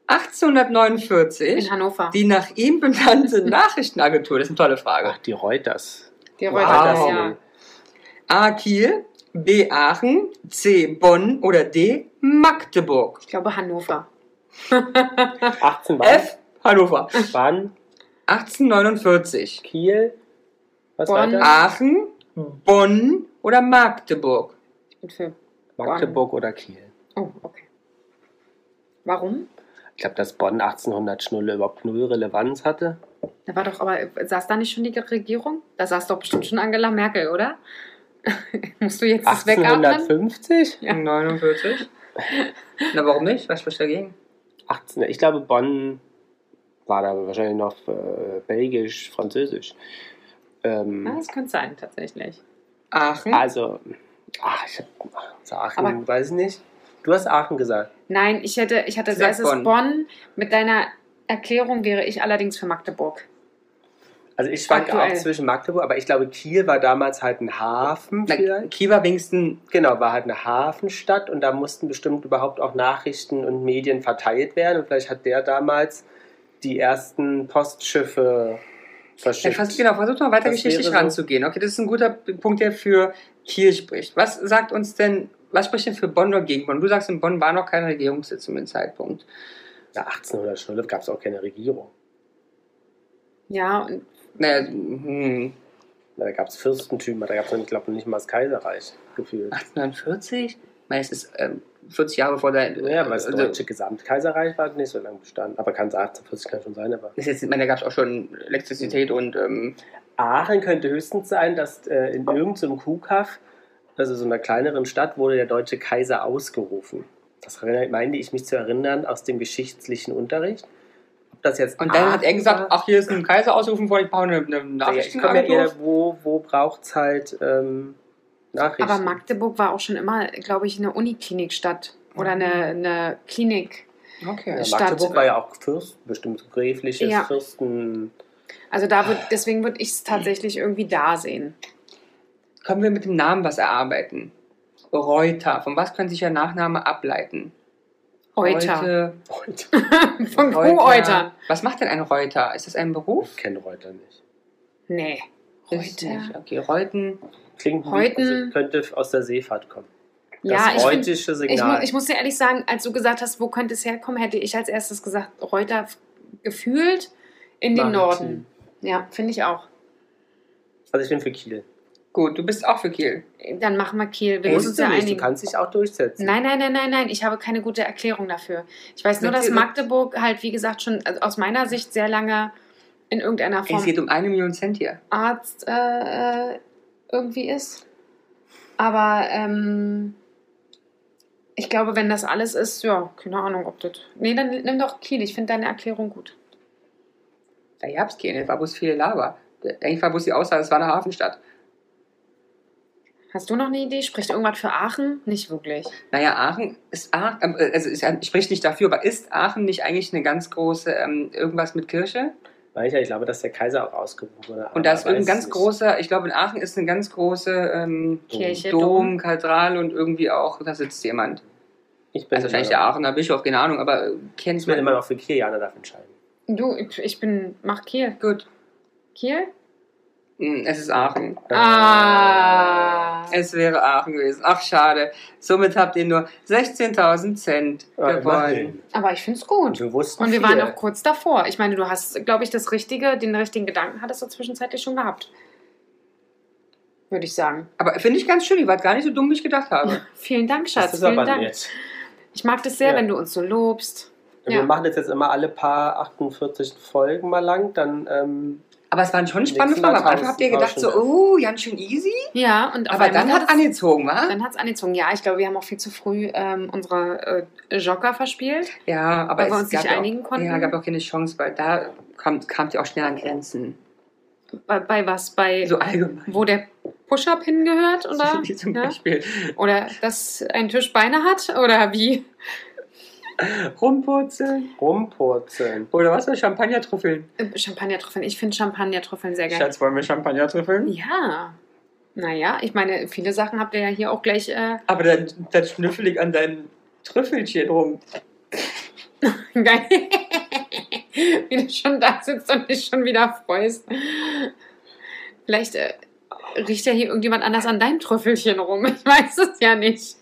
[SPEAKER 3] In
[SPEAKER 2] 1849
[SPEAKER 3] Hannover.
[SPEAKER 2] die nach ihm benannte Nachrichtenagentur? Das ist eine tolle Frage.
[SPEAKER 1] Ach, die Reuters.
[SPEAKER 3] Die
[SPEAKER 1] Wow.
[SPEAKER 3] Reuters,
[SPEAKER 2] Wow.
[SPEAKER 3] ja.
[SPEAKER 2] A. Kiel, B. Aachen, C. Bonn oder D. Magdeburg.
[SPEAKER 3] Ich glaube Hannover.
[SPEAKER 1] 18 waren,
[SPEAKER 2] F. Hannover.
[SPEAKER 1] waren
[SPEAKER 2] 1849.
[SPEAKER 1] Kiel. Was
[SPEAKER 3] Bonn. Ah.
[SPEAKER 1] weiter?
[SPEAKER 2] Aachen, Bonn oder Magdeburg.
[SPEAKER 3] Ich bin für.
[SPEAKER 1] Magdeburg oder Kiel.
[SPEAKER 3] Oh, okay. Warum?
[SPEAKER 1] Ich glaube, dass Bonn 1800 Schnulle überhaupt null Relevanz hatte.
[SPEAKER 3] Da war doch aber, saß da nicht schon die Regierung? Da saß doch bestimmt schon Angela Merkel, oder? Musst du jetzt das wegatmen?
[SPEAKER 1] 1850?
[SPEAKER 3] Ja.
[SPEAKER 2] 49. Na, warum nicht? Was spricht dagegen?
[SPEAKER 1] 18, ich glaube, Bonn war da wahrscheinlich noch äh, belgisch, französisch.
[SPEAKER 3] Ja,
[SPEAKER 1] Ähm,
[SPEAKER 3] das Ah, könnte sein, tatsächlich.
[SPEAKER 2] Aachen.
[SPEAKER 1] also, ach, ich hab, also Aachen,
[SPEAKER 3] Aber-
[SPEAKER 1] weiß ich nicht. Du hast Aachen gesagt.
[SPEAKER 3] Nein, ich hätte, ich hatte als
[SPEAKER 2] Sag
[SPEAKER 3] erstes Bonn.
[SPEAKER 2] Bonn.
[SPEAKER 3] Mit deiner Erklärung wäre ich allerdings für Magdeburg.
[SPEAKER 1] Also ich schwanke auch
[SPEAKER 3] Aktuell.
[SPEAKER 1] zwischen Magdeburg, aber ich glaube, Kiel war damals halt ein Hafen
[SPEAKER 2] Na,
[SPEAKER 1] vielleicht.
[SPEAKER 2] Kiel war wenigstens
[SPEAKER 1] Genau, war halt eine Hafenstadt und da mussten bestimmt überhaupt auch Nachrichten und Medien verteilt werden. Und vielleicht hat der damals die ersten Postschiffe
[SPEAKER 2] Ja,
[SPEAKER 1] verschickt.
[SPEAKER 2] fast, genau, versucht mal weiter
[SPEAKER 1] Das
[SPEAKER 2] geschichtlich
[SPEAKER 1] wäre so-
[SPEAKER 2] ranzugehen. Okay, das ist ein guter Punkt, der für Kiel spricht. Was sagt uns denn, was spricht denn für Bonn oder gegen Bonn? Du sagst, in Bonn war noch kein Regierungssitz zu dem Zeitpunkt.
[SPEAKER 1] Ja, 1800 Schnulle gab es auch keine Regierung.
[SPEAKER 3] Ja, und
[SPEAKER 2] Naja, hm,
[SPEAKER 1] Da gab es Fürstentümer, da gab es, ich glaube, nicht mal das Kaiserreich gefühlt.
[SPEAKER 2] 1849? Ich meine, es ist ähm, 40 Jahre vor der.
[SPEAKER 1] Naja, weil das
[SPEAKER 2] also,
[SPEAKER 1] deutsche Gesamtkaiserreich war nicht so lange bestanden. Aber kann es 1840 kann schon sein. Aber
[SPEAKER 2] das ist jetzt, ich meine, da gab es auch schon Elektrizität und ähm,
[SPEAKER 1] Aachen könnte höchstens sein, dass äh, in irgendeinem Kuhkaff, also so einer kleineren Stadt, wurde der deutsche Kaiser ausgerufen. Das erinnert- meine ich mich zu erinnern aus dem geschichtlichen Unterricht. Ob das jetzt
[SPEAKER 2] Und dann hat er
[SPEAKER 1] Aachen
[SPEAKER 2] gesagt,
[SPEAKER 1] war?
[SPEAKER 2] ach, hier ist ein Kaiser ausrufen worden, ich brauche eine, eine
[SPEAKER 1] Ja, ich komme ja eher,
[SPEAKER 2] Nachrichtenagentur.
[SPEAKER 1] wo, wo braucht es halt ähm, Nachrichten?
[SPEAKER 3] Aber Magdeburg war auch schon immer, glaube ich, eine Uniklinikstadt oder eine,
[SPEAKER 1] Mhm.
[SPEAKER 3] eine Klinik.
[SPEAKER 1] ja,
[SPEAKER 2] Okay.
[SPEAKER 3] Stadt-
[SPEAKER 1] Magdeburg war ja auch Fürst, bestimmt gräfliches
[SPEAKER 3] Ja.
[SPEAKER 1] Fürsten.
[SPEAKER 3] Also da wird, deswegen würde ich es tatsächlich irgendwie da sehen.
[SPEAKER 2] Können wir mit dem Namen was erarbeiten? Reuter. Von was könnte sich der Nachname ableiten?
[SPEAKER 3] Euter. Oh,
[SPEAKER 2] Reute-
[SPEAKER 3] Von Kuhäutern.
[SPEAKER 2] Was macht denn ein Reuter? Ist das ein Beruf?
[SPEAKER 1] Ich kenne Reuter nicht.
[SPEAKER 3] Nee.
[SPEAKER 2] Weiß ich nicht.
[SPEAKER 3] Reuter.
[SPEAKER 2] Okay, Reuten.
[SPEAKER 1] Klingt wie-
[SPEAKER 3] Heuten-
[SPEAKER 1] also könnte aus der Seefahrt kommen.
[SPEAKER 3] Ja,
[SPEAKER 1] das
[SPEAKER 3] ich, find,
[SPEAKER 1] reutische
[SPEAKER 3] ich, mu
[SPEAKER 1] Signal.
[SPEAKER 3] ich muss dir ehrlich sagen, als du gesagt hast, wo könnte es herkommen, hätte ich als erstes gesagt, Reuter f- gefühlt in den
[SPEAKER 1] Maritim.
[SPEAKER 3] Norden. Ja, finde ich auch.
[SPEAKER 1] Also ich bin für Kiel.
[SPEAKER 2] Gut, du bist auch für Kiel.
[SPEAKER 3] Dann machen wir Kiel. Wir
[SPEAKER 1] Musst
[SPEAKER 3] müssen uns
[SPEAKER 1] du
[SPEAKER 3] ja
[SPEAKER 1] nicht, du
[SPEAKER 3] einigen.
[SPEAKER 1] kannst dich auch durchsetzen.
[SPEAKER 3] Nein, nein, nein, nein, nein. Ich habe keine gute Erklärung dafür. Ich weiß nur, dass
[SPEAKER 2] Natürlich.
[SPEAKER 3] Magdeburg halt, wie gesagt, schon also aus meiner Sicht sehr lange in irgendeiner
[SPEAKER 2] Es
[SPEAKER 3] Form
[SPEAKER 2] geht um eine Million Cent hier.
[SPEAKER 3] Arzt äh, äh, irgendwie ist. Aber ähm, ich glaube, wenn das alles ist, ja, keine Ahnung, ob das. Nee, dann nimm doch Kiel. Ich finde deine Erklärung gut.
[SPEAKER 2] Da gab es keine, war bloß viel Laber. Eigentlich war bloß die Aussage, es war eine Hafenstadt.
[SPEAKER 3] Hast du noch eine Idee? Spricht irgendwas für Aachen? Nicht wirklich.
[SPEAKER 2] Naja, Aachen ist Aachen, äh, also ist, ja- spricht nicht dafür, aber ist Aachen nicht eigentlich eine ganz große, ähm, irgendwas mit Kirche?
[SPEAKER 1] Weil ich, ja, ich glaube, dass der Kaiser auch ausgerufen wurde. aber
[SPEAKER 2] Und da ist
[SPEAKER 1] man weiß
[SPEAKER 2] irgendein
[SPEAKER 1] es
[SPEAKER 2] ganz
[SPEAKER 1] nicht.
[SPEAKER 2] großer, ich glaube in Aachen ist eine ganz große ähm,
[SPEAKER 1] Dom.
[SPEAKER 3] Kirche,
[SPEAKER 2] Dom,
[SPEAKER 3] Dom.
[SPEAKER 2] Kathedral und irgendwie auch, da sitzt jemand.
[SPEAKER 1] Ich bin
[SPEAKER 2] Also wahrscheinlich der
[SPEAKER 1] immer noch,
[SPEAKER 2] Aachener Bischof, keine Ahnung, aber äh, kennt
[SPEAKER 1] ich bin immer
[SPEAKER 2] man.
[SPEAKER 1] noch für Kiel, Jana darf entscheiden.
[SPEAKER 3] Du, ich ich bin. Mach Kiel.
[SPEAKER 2] Gut.
[SPEAKER 3] Kiel?
[SPEAKER 2] Mm, Es ist Aachen.
[SPEAKER 1] Äh,
[SPEAKER 3] Ah.
[SPEAKER 2] Es wäre Aachen gewesen. Ach, schade. Somit habt ihr nur 16.000 Cent
[SPEAKER 1] Ah,
[SPEAKER 2] gewonnen.
[SPEAKER 1] immerhin.
[SPEAKER 3] Aber ich finde es gut.
[SPEAKER 1] Und wir wussten
[SPEAKER 3] Und wir
[SPEAKER 1] viel.
[SPEAKER 3] waren auch kurz davor. Ich meine, du hast, glaube ich, das Richtige, den richtigen Gedanken hattest du zwischenzeitlich schon gehabt. Würde ich sagen.
[SPEAKER 2] Aber finde ich ganz schön, die war gar nicht so dumm, wie ich gedacht habe.
[SPEAKER 3] Vielen Dank, Schatz.
[SPEAKER 1] Das ist
[SPEAKER 3] Vielen
[SPEAKER 1] aber
[SPEAKER 3] Dank.
[SPEAKER 1] nett.
[SPEAKER 3] Ich mag das sehr,
[SPEAKER 1] Ja.
[SPEAKER 3] wenn du uns so lobst. Ja.
[SPEAKER 1] Wir machen das jetzt immer alle paar 48 Folgen mal lang, dann ähm,
[SPEAKER 2] Aber es waren schon spannende
[SPEAKER 1] Nächstes Mal
[SPEAKER 2] Fragen. Am Anfang habt ihr gedacht so,
[SPEAKER 1] tauschen
[SPEAKER 2] oh, ganz schön easy.
[SPEAKER 3] Ja, und auf
[SPEAKER 2] Aber
[SPEAKER 3] einmal
[SPEAKER 2] dann hat
[SPEAKER 3] es-
[SPEAKER 2] angezogen, wa?
[SPEAKER 3] dann hat's angezogen. Ja, ich glaube, wir haben auch viel zu früh ähm, unsere äh, Joker verspielt.
[SPEAKER 2] Ja, aber
[SPEAKER 3] Weil wir
[SPEAKER 2] es
[SPEAKER 3] uns nicht
[SPEAKER 2] gab ja
[SPEAKER 3] einigen
[SPEAKER 2] auch,
[SPEAKER 3] konnten.
[SPEAKER 2] Ja, gab auch keine Chance, weil da kam, kamt ihr auch schnell an Grenzen.
[SPEAKER 3] Bei, bei was? Bei
[SPEAKER 2] So allgemein.
[SPEAKER 3] wo der Push-Up hingehört? Oder,
[SPEAKER 2] Zum
[SPEAKER 3] ja?
[SPEAKER 2] Beispiel
[SPEAKER 3] oder dass ein Tisch Beine hat? Oder wie?
[SPEAKER 2] rumpurzeln
[SPEAKER 1] rumpurzeln.
[SPEAKER 2] oder was für Champagnertrüffeln.
[SPEAKER 3] Äh, Champagnertrüffeln. Ich finde Champagnertrüffeln sehr geil.
[SPEAKER 2] Schatz, wollen wir Champagnertrüffeln?
[SPEAKER 3] Ja. Naja, ich meine, viele Sachen habt ihr ja hier auch gleich. Äh,
[SPEAKER 2] Aber dann, dann schnüffel ich an deinem Trüffelchen rum.
[SPEAKER 3] geil. Wie du schon da sitzt und dich schon wieder freust. Vielleicht äh, riecht ja hier irgendjemand anders an deinem Trüffelchen rum. Ich weiß es ja nicht.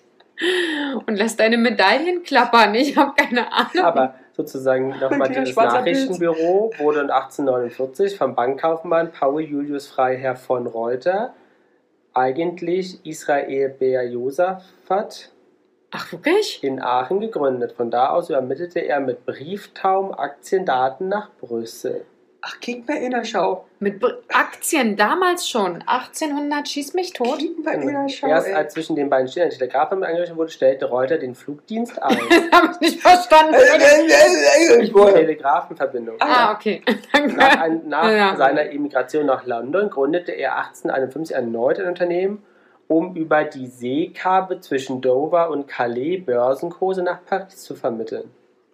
[SPEAKER 3] Und lässt deine Medaillen klappern. Ich habe keine Ahnung.
[SPEAKER 1] Aber sozusagen nochmal
[SPEAKER 2] Mit dir
[SPEAKER 1] dieses
[SPEAKER 2] schwarzer Pilz.
[SPEAKER 1] Nachrichtenbüro wurde in 1849 vom Bankkaufmann Paul Julius Freiherr von Reuter eigentlich Israel Beer Josaphat
[SPEAKER 3] Ach, wirklich?
[SPEAKER 1] in Aachen gegründet. Von da aus übermittelte er mit Brieftaum Aktiendaten nach Brüssel.
[SPEAKER 2] Ach, klingt bei Innerschau.
[SPEAKER 3] Mit Be- Aktien damals schon. 1800, schieß mich tot.
[SPEAKER 2] Klingt bei Innerschau.
[SPEAKER 1] Erst
[SPEAKER 2] ey.
[SPEAKER 3] halt-
[SPEAKER 1] als zwischen den beiden Städten ein Telegrafamt angerichtet wurde, stellte Reuter den Flugdienst ein.
[SPEAKER 3] habe ich nicht verstanden.
[SPEAKER 1] Die Telegrafenverbindung.
[SPEAKER 3] ah, okay.
[SPEAKER 1] Nach,
[SPEAKER 3] Danke.
[SPEAKER 1] ein, nach
[SPEAKER 3] Ja.
[SPEAKER 1] seiner Emigration nach London gründete er 1851 erneut ein Unternehmen, um über die Seekabel zwischen Dover und Calais Börsenkurse nach Paris zu vermitteln.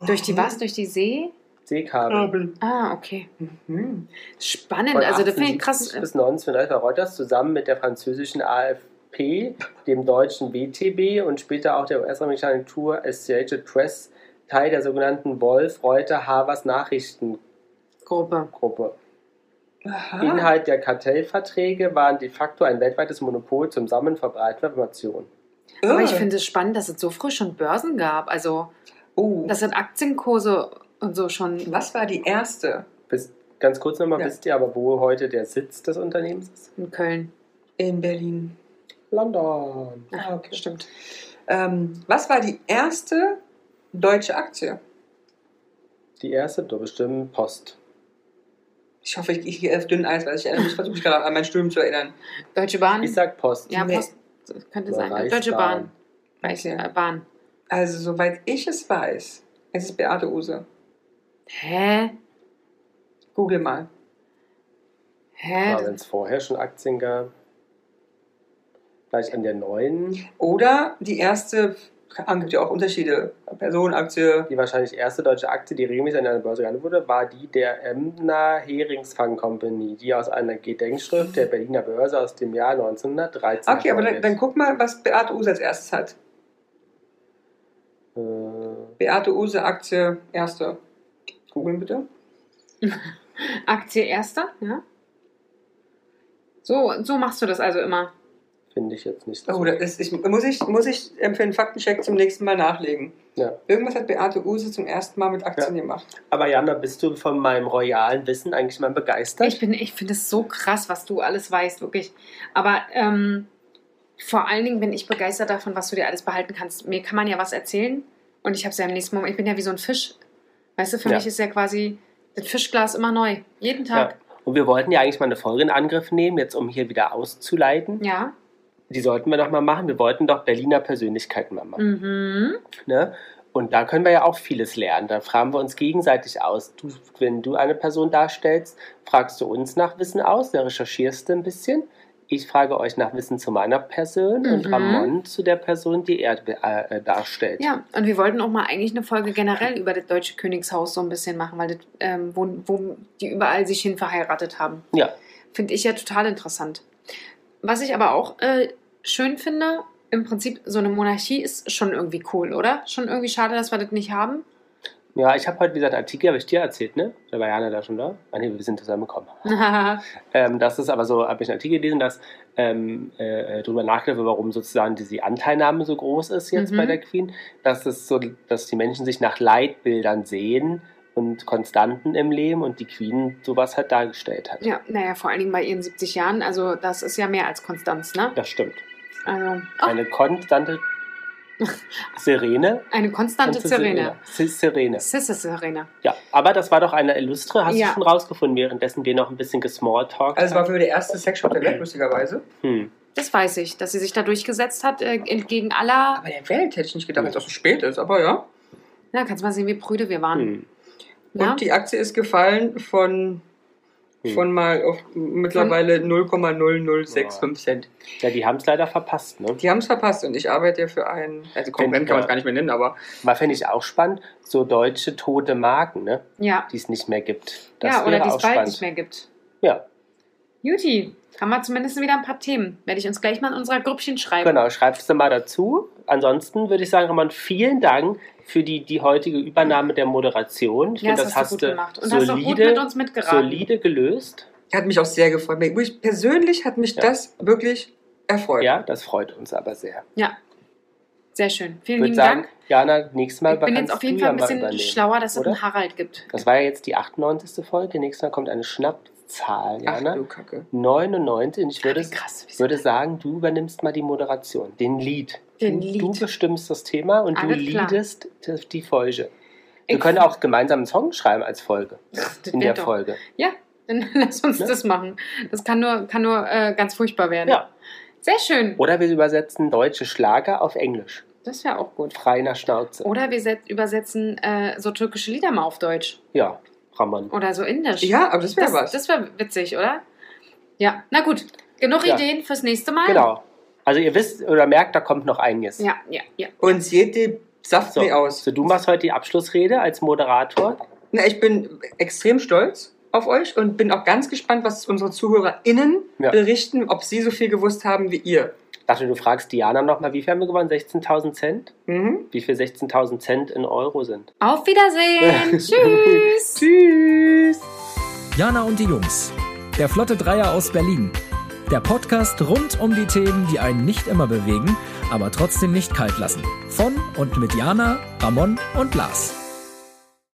[SPEAKER 3] Durch die was? Durch die See?
[SPEAKER 1] Seekabel.
[SPEAKER 3] Ah, okay.
[SPEAKER 2] Mhm.
[SPEAKER 3] Spannend.
[SPEAKER 1] Von
[SPEAKER 3] Also, das finde ich
[SPEAKER 1] 1870
[SPEAKER 3] krass.
[SPEAKER 1] Bis 1930 war Reuters zusammen mit der französischen AFP, dem deutschen WTB und später auch der US-amerikanischen Tour Associated Press Teil der sogenannten Wolf-Reuter-Havers Nachrichtengruppe.
[SPEAKER 3] äh, Gruppe.
[SPEAKER 2] Aha.
[SPEAKER 1] Inhalt der Kartellverträge waren de facto ein weltweites Monopol zum Sammeln verbreiteter Informationen.
[SPEAKER 3] Aber ich finde es spannend, dass es so früh schon Börsen gab. Also,
[SPEAKER 2] Oh,
[SPEAKER 3] das sind Aktienkurse und so schon.
[SPEAKER 2] was war die erste?
[SPEAKER 1] Bis, ganz kurz nochmal,
[SPEAKER 2] Ja.
[SPEAKER 1] wisst ihr aber, wo heute der Sitz des Unternehmens ist?
[SPEAKER 3] In Köln.
[SPEAKER 2] In Berlin.
[SPEAKER 1] London.
[SPEAKER 3] Ach,
[SPEAKER 2] Ah, okay.
[SPEAKER 3] Stimmt.
[SPEAKER 2] Ähm, was war die erste deutsche Aktie?
[SPEAKER 1] Die erste, du bestimmt Post.
[SPEAKER 2] Ich hoffe, ich, ich gehe auf dünn Eis, weil ich, erinnere mich- ich versuche mich gerade an mein Studium zu erinnern.
[SPEAKER 3] Deutsche Bahn?
[SPEAKER 1] Ich sag Post.
[SPEAKER 3] ja,
[SPEAKER 2] Nee.
[SPEAKER 3] Post, das könnte
[SPEAKER 1] Oder
[SPEAKER 3] sein.
[SPEAKER 1] Reichsbahn.
[SPEAKER 3] Deutsche Bahn. Reichs-
[SPEAKER 2] Okay.
[SPEAKER 3] äh, Bahn.
[SPEAKER 2] Also, soweit ich es weiß, es ist Beate Use.
[SPEAKER 3] Hä?
[SPEAKER 2] Google mal.
[SPEAKER 3] Hä?
[SPEAKER 1] Wenn es vorher schon Aktien gab. Vielleicht an der neuen.
[SPEAKER 2] Oder die erste, keine Ahnung, gibt ja auch Unterschiede. Personenaktie.
[SPEAKER 1] Die wahrscheinlich erste deutsche Aktie, die regelmäßig an einer Börse gehandelt wurde, war die der Emner Heringsfang Company, die aus einer Gedenkschrift der Berliner Börse aus dem Jahr 1913
[SPEAKER 2] Okay, aber dann, dann
[SPEAKER 1] hervorgeht.
[SPEAKER 2] guck mal, was Beate Use als erstes hat.
[SPEAKER 1] Äh,
[SPEAKER 2] Beate Use Aktie erste. Googeln bitte.
[SPEAKER 3] Aktie erster? Ja? So, so machst du das also immer.
[SPEAKER 1] Finde ich jetzt nicht so.
[SPEAKER 2] Oh, da ist, ich, muss, ich, muss ich ähm, für den Faktencheck zum nächsten Mal nachlegen.
[SPEAKER 1] Ja.
[SPEAKER 2] Irgendwas hat Beate Use zum ersten Mal mit Aktien gemacht.
[SPEAKER 1] Aber Jana, bist du von meinem royalen Wissen eigentlich mal begeistert?
[SPEAKER 3] Ich, bin, ich finde es so krass, was du alles weißt, wirklich. Aber ähm, vor allen Dingen bin ich begeistert davon, was du dir alles behalten kannst. Mir kann man ja was erzählen und ich habe es ja im nächsten Moment. Ich bin ja wie so ein Fisch. Weißt du, für
[SPEAKER 1] Ja.
[SPEAKER 3] mich ist ja quasi das Fischglas immer neu. Jeden
[SPEAKER 1] ja.
[SPEAKER 3] Tag.
[SPEAKER 1] Und wir wollten ja eigentlich mal eine Folge in Angriff nehmen, jetzt um hier wieder auszuleiten.
[SPEAKER 3] Ja.
[SPEAKER 1] Die sollten wir noch mal machen. Wir wollten doch Berliner Persönlichkeiten mal machen.
[SPEAKER 3] Mhm.
[SPEAKER 1] Ne? Und da können wir ja auch vieles lernen. Da fragen wir uns gegenseitig aus. Du, wenn du eine Person darstellst, fragst du uns nach Wissen aus, da recherchierst du ein bisschen. Ich frage euch nach Wissen zu meiner Person und
[SPEAKER 3] Mhm.
[SPEAKER 1] Ramon zu der Person, die er äh, äh, darstellt.
[SPEAKER 3] Ja, und wir wollten auch mal eigentlich eine Folge generell über das deutsche Königshaus so ein bisschen machen, weil das, ähm, wo, wo die überall sich hin verheiratet haben.
[SPEAKER 1] Ja.
[SPEAKER 3] Finde ich ja total interessant. Was ich aber auch äh, schön finde, im Prinzip so eine Monarchie ist schon irgendwie cool, oder? Schon irgendwie schade, dass wir das nicht haben.
[SPEAKER 1] Ja, ich habe heute, wie gesagt, Artikel, habe ich dir erzählt, ne? Da war Jana da schon da. Ah, nee, wir sind zusammengekommen. Ähm, das ist aber so, habe ich einen Artikel gelesen, dass ähm, äh, darüber nachgedacht wird, warum sozusagen diese Anteilnahme so groß ist jetzt
[SPEAKER 3] Mhm.
[SPEAKER 1] bei der Queen, dass es so, dass die Menschen sich nach Leitbildern sehen und Konstanten im Leben und die Queen sowas halt dargestellt hat.
[SPEAKER 3] ja, naja, vor allen Dingen bei ihren 70 Jahren. Also das ist ja mehr als Konstanz, ne?
[SPEAKER 1] Das stimmt.
[SPEAKER 3] Also ach,
[SPEAKER 1] Eine konstante Sirene.
[SPEAKER 3] eine konstante
[SPEAKER 1] und
[SPEAKER 3] Sirene.
[SPEAKER 1] Si- Sirene.
[SPEAKER 3] Sisse Sirene.
[SPEAKER 1] Ja, aber das war doch eine illustre, hast
[SPEAKER 3] Ja.
[SPEAKER 1] du schon rausgefunden, währenddessen wir noch ein bisschen gesmalltalkt
[SPEAKER 2] Also es war
[SPEAKER 1] haben.
[SPEAKER 2] für mich der erste Sexshop der
[SPEAKER 1] Mhm.
[SPEAKER 2] Welt, lustigerweise.
[SPEAKER 1] Hm.
[SPEAKER 3] Das weiß ich, dass sie sich da durchgesetzt hat, äh, entgegen aller.
[SPEAKER 2] Aber der Welt hätte ich nicht
[SPEAKER 1] Mhm.
[SPEAKER 2] gedacht, dass es so spät ist, aber ja.
[SPEAKER 3] Na, kannst mal sehen, wie prüde wir waren.
[SPEAKER 1] Hm.
[SPEAKER 3] Ja?
[SPEAKER 2] Und die Aktie ist gefallen von,
[SPEAKER 1] Hm.
[SPEAKER 2] von mal auf mittlerweile 0,006 Cent.
[SPEAKER 1] Ja, die haben es leider verpasst, ne?
[SPEAKER 2] Die haben es verpasst und ich arbeite ja für einen, also Konkurrent kann man es gar nicht mehr nennen, aber
[SPEAKER 1] War finde ich auch spannend, so deutsche tote Marken, ne?
[SPEAKER 3] ja.
[SPEAKER 1] Die es nicht mehr gibt. Das
[SPEAKER 3] ja, oder
[SPEAKER 1] wäre
[SPEAKER 3] die
[SPEAKER 1] auch
[SPEAKER 3] es bald
[SPEAKER 1] spannend.
[SPEAKER 3] nicht mehr gibt.
[SPEAKER 1] Ja,
[SPEAKER 3] Juti, haben wir zumindest wieder ein paar Themen. Werde ich uns gleich mal in unserer Grüppchen schreiben.
[SPEAKER 1] genau. Schreibst du mal dazu. Ansonsten würde ich sagen, Roman, vielen Dank für die, die heutige Übernahme der Moderation. Ich
[SPEAKER 3] Ja,
[SPEAKER 1] finde,
[SPEAKER 3] das, hast du gut gemacht. Und hast auch gut mit uns mitgeraten.
[SPEAKER 1] solide gelöst.
[SPEAKER 2] hat mich auch sehr gefreut. Mir- mich- Persönlich hat mich
[SPEAKER 1] Ja.
[SPEAKER 2] das wirklich erfreut.
[SPEAKER 1] Ja, das freut uns aber sehr.
[SPEAKER 3] Ja, sehr schön.
[SPEAKER 1] Ich
[SPEAKER 3] Vielen
[SPEAKER 1] würde
[SPEAKER 3] lieben
[SPEAKER 1] sagen,
[SPEAKER 3] Dank.
[SPEAKER 1] Jana, nächstes Mal
[SPEAKER 3] Ich bin jetzt
[SPEAKER 1] kannst
[SPEAKER 3] auf jeden
[SPEAKER 1] du
[SPEAKER 3] Fall
[SPEAKER 1] ja
[SPEAKER 3] ein
[SPEAKER 1] mal
[SPEAKER 3] bisschen
[SPEAKER 1] übernehmen.
[SPEAKER 3] schlauer, dass es
[SPEAKER 1] oder?
[SPEAKER 3] einen Harald gibt.
[SPEAKER 1] Das war ja jetzt die 98. Folge. Nächstes Mal kommt eine Schnappzahl,
[SPEAKER 2] Ach
[SPEAKER 1] Jana.
[SPEAKER 2] du Kacke.
[SPEAKER 1] 99. Und ich würde,
[SPEAKER 3] Wie krass, wie
[SPEAKER 1] würde sagen, du übernimmst mal die Moderation, den Lied.
[SPEAKER 3] Den
[SPEAKER 1] du,
[SPEAKER 3] Lead.
[SPEAKER 1] du bestimmst das Thema und du
[SPEAKER 3] Alles klar.
[SPEAKER 1] leadest die- die Folge. Wir
[SPEAKER 3] Ich-
[SPEAKER 1] können auch gemeinsam einen Song schreiben als Folge.
[SPEAKER 3] Das
[SPEAKER 1] In der
[SPEAKER 3] wird doch-
[SPEAKER 1] Folge.
[SPEAKER 3] Dann lass uns
[SPEAKER 1] Ne?
[SPEAKER 3] das machen. Das kann nur, kann nur äh, ganz furchtbar werden.
[SPEAKER 1] Ja.
[SPEAKER 3] Sehr schön.
[SPEAKER 1] Oder wir übersetzen deutsche Schlager auf Englisch.
[SPEAKER 3] Das wäre auch gut.
[SPEAKER 1] Frei nach Schnauze.
[SPEAKER 3] Oder wir set- übersetzen äh, so türkische Lieder mal auf Deutsch.
[SPEAKER 1] Ja, Ramon.
[SPEAKER 3] Oder so indisch.
[SPEAKER 2] Ja, aber das wäre
[SPEAKER 3] Das,
[SPEAKER 2] was.
[SPEAKER 3] das wäre witzig, oder? Ja, na gut. Genug
[SPEAKER 1] Ja.
[SPEAKER 3] Ideen fürs nächste Mal.
[SPEAKER 1] Genau. Also ihr wisst oder merkt, da kommt noch einiges.
[SPEAKER 3] Ah. Ja, ja, ja.
[SPEAKER 2] und sieht die Saft
[SPEAKER 1] So,
[SPEAKER 2] mir aus.
[SPEAKER 1] so, du machst heute die Abschlussrede als Moderator.
[SPEAKER 2] Na, ich bin extrem stolz auf euch und bin auch ganz gespannt, was unsere ZuhörerInnen
[SPEAKER 1] Ja.
[SPEAKER 2] berichten, ob sie so viel gewusst haben wie ihr.
[SPEAKER 1] Ich dachte, du fragst Diana nochmal, wie viel haben wir gewonnen? 16.000 Cent?
[SPEAKER 2] Mhm.
[SPEAKER 1] Wie viel 16.000 Cent in Euro sind?
[SPEAKER 3] Auf Wiedersehen. Tschüss.
[SPEAKER 1] Tschüss!
[SPEAKER 4] Jana und die Jungs. Der Flotte Dreier aus Berlin. Der Podcast rund um die Themen, die einen nicht immer bewegen, aber trotzdem nicht kalt lassen. Von und mit Jana, Ramon und Lars.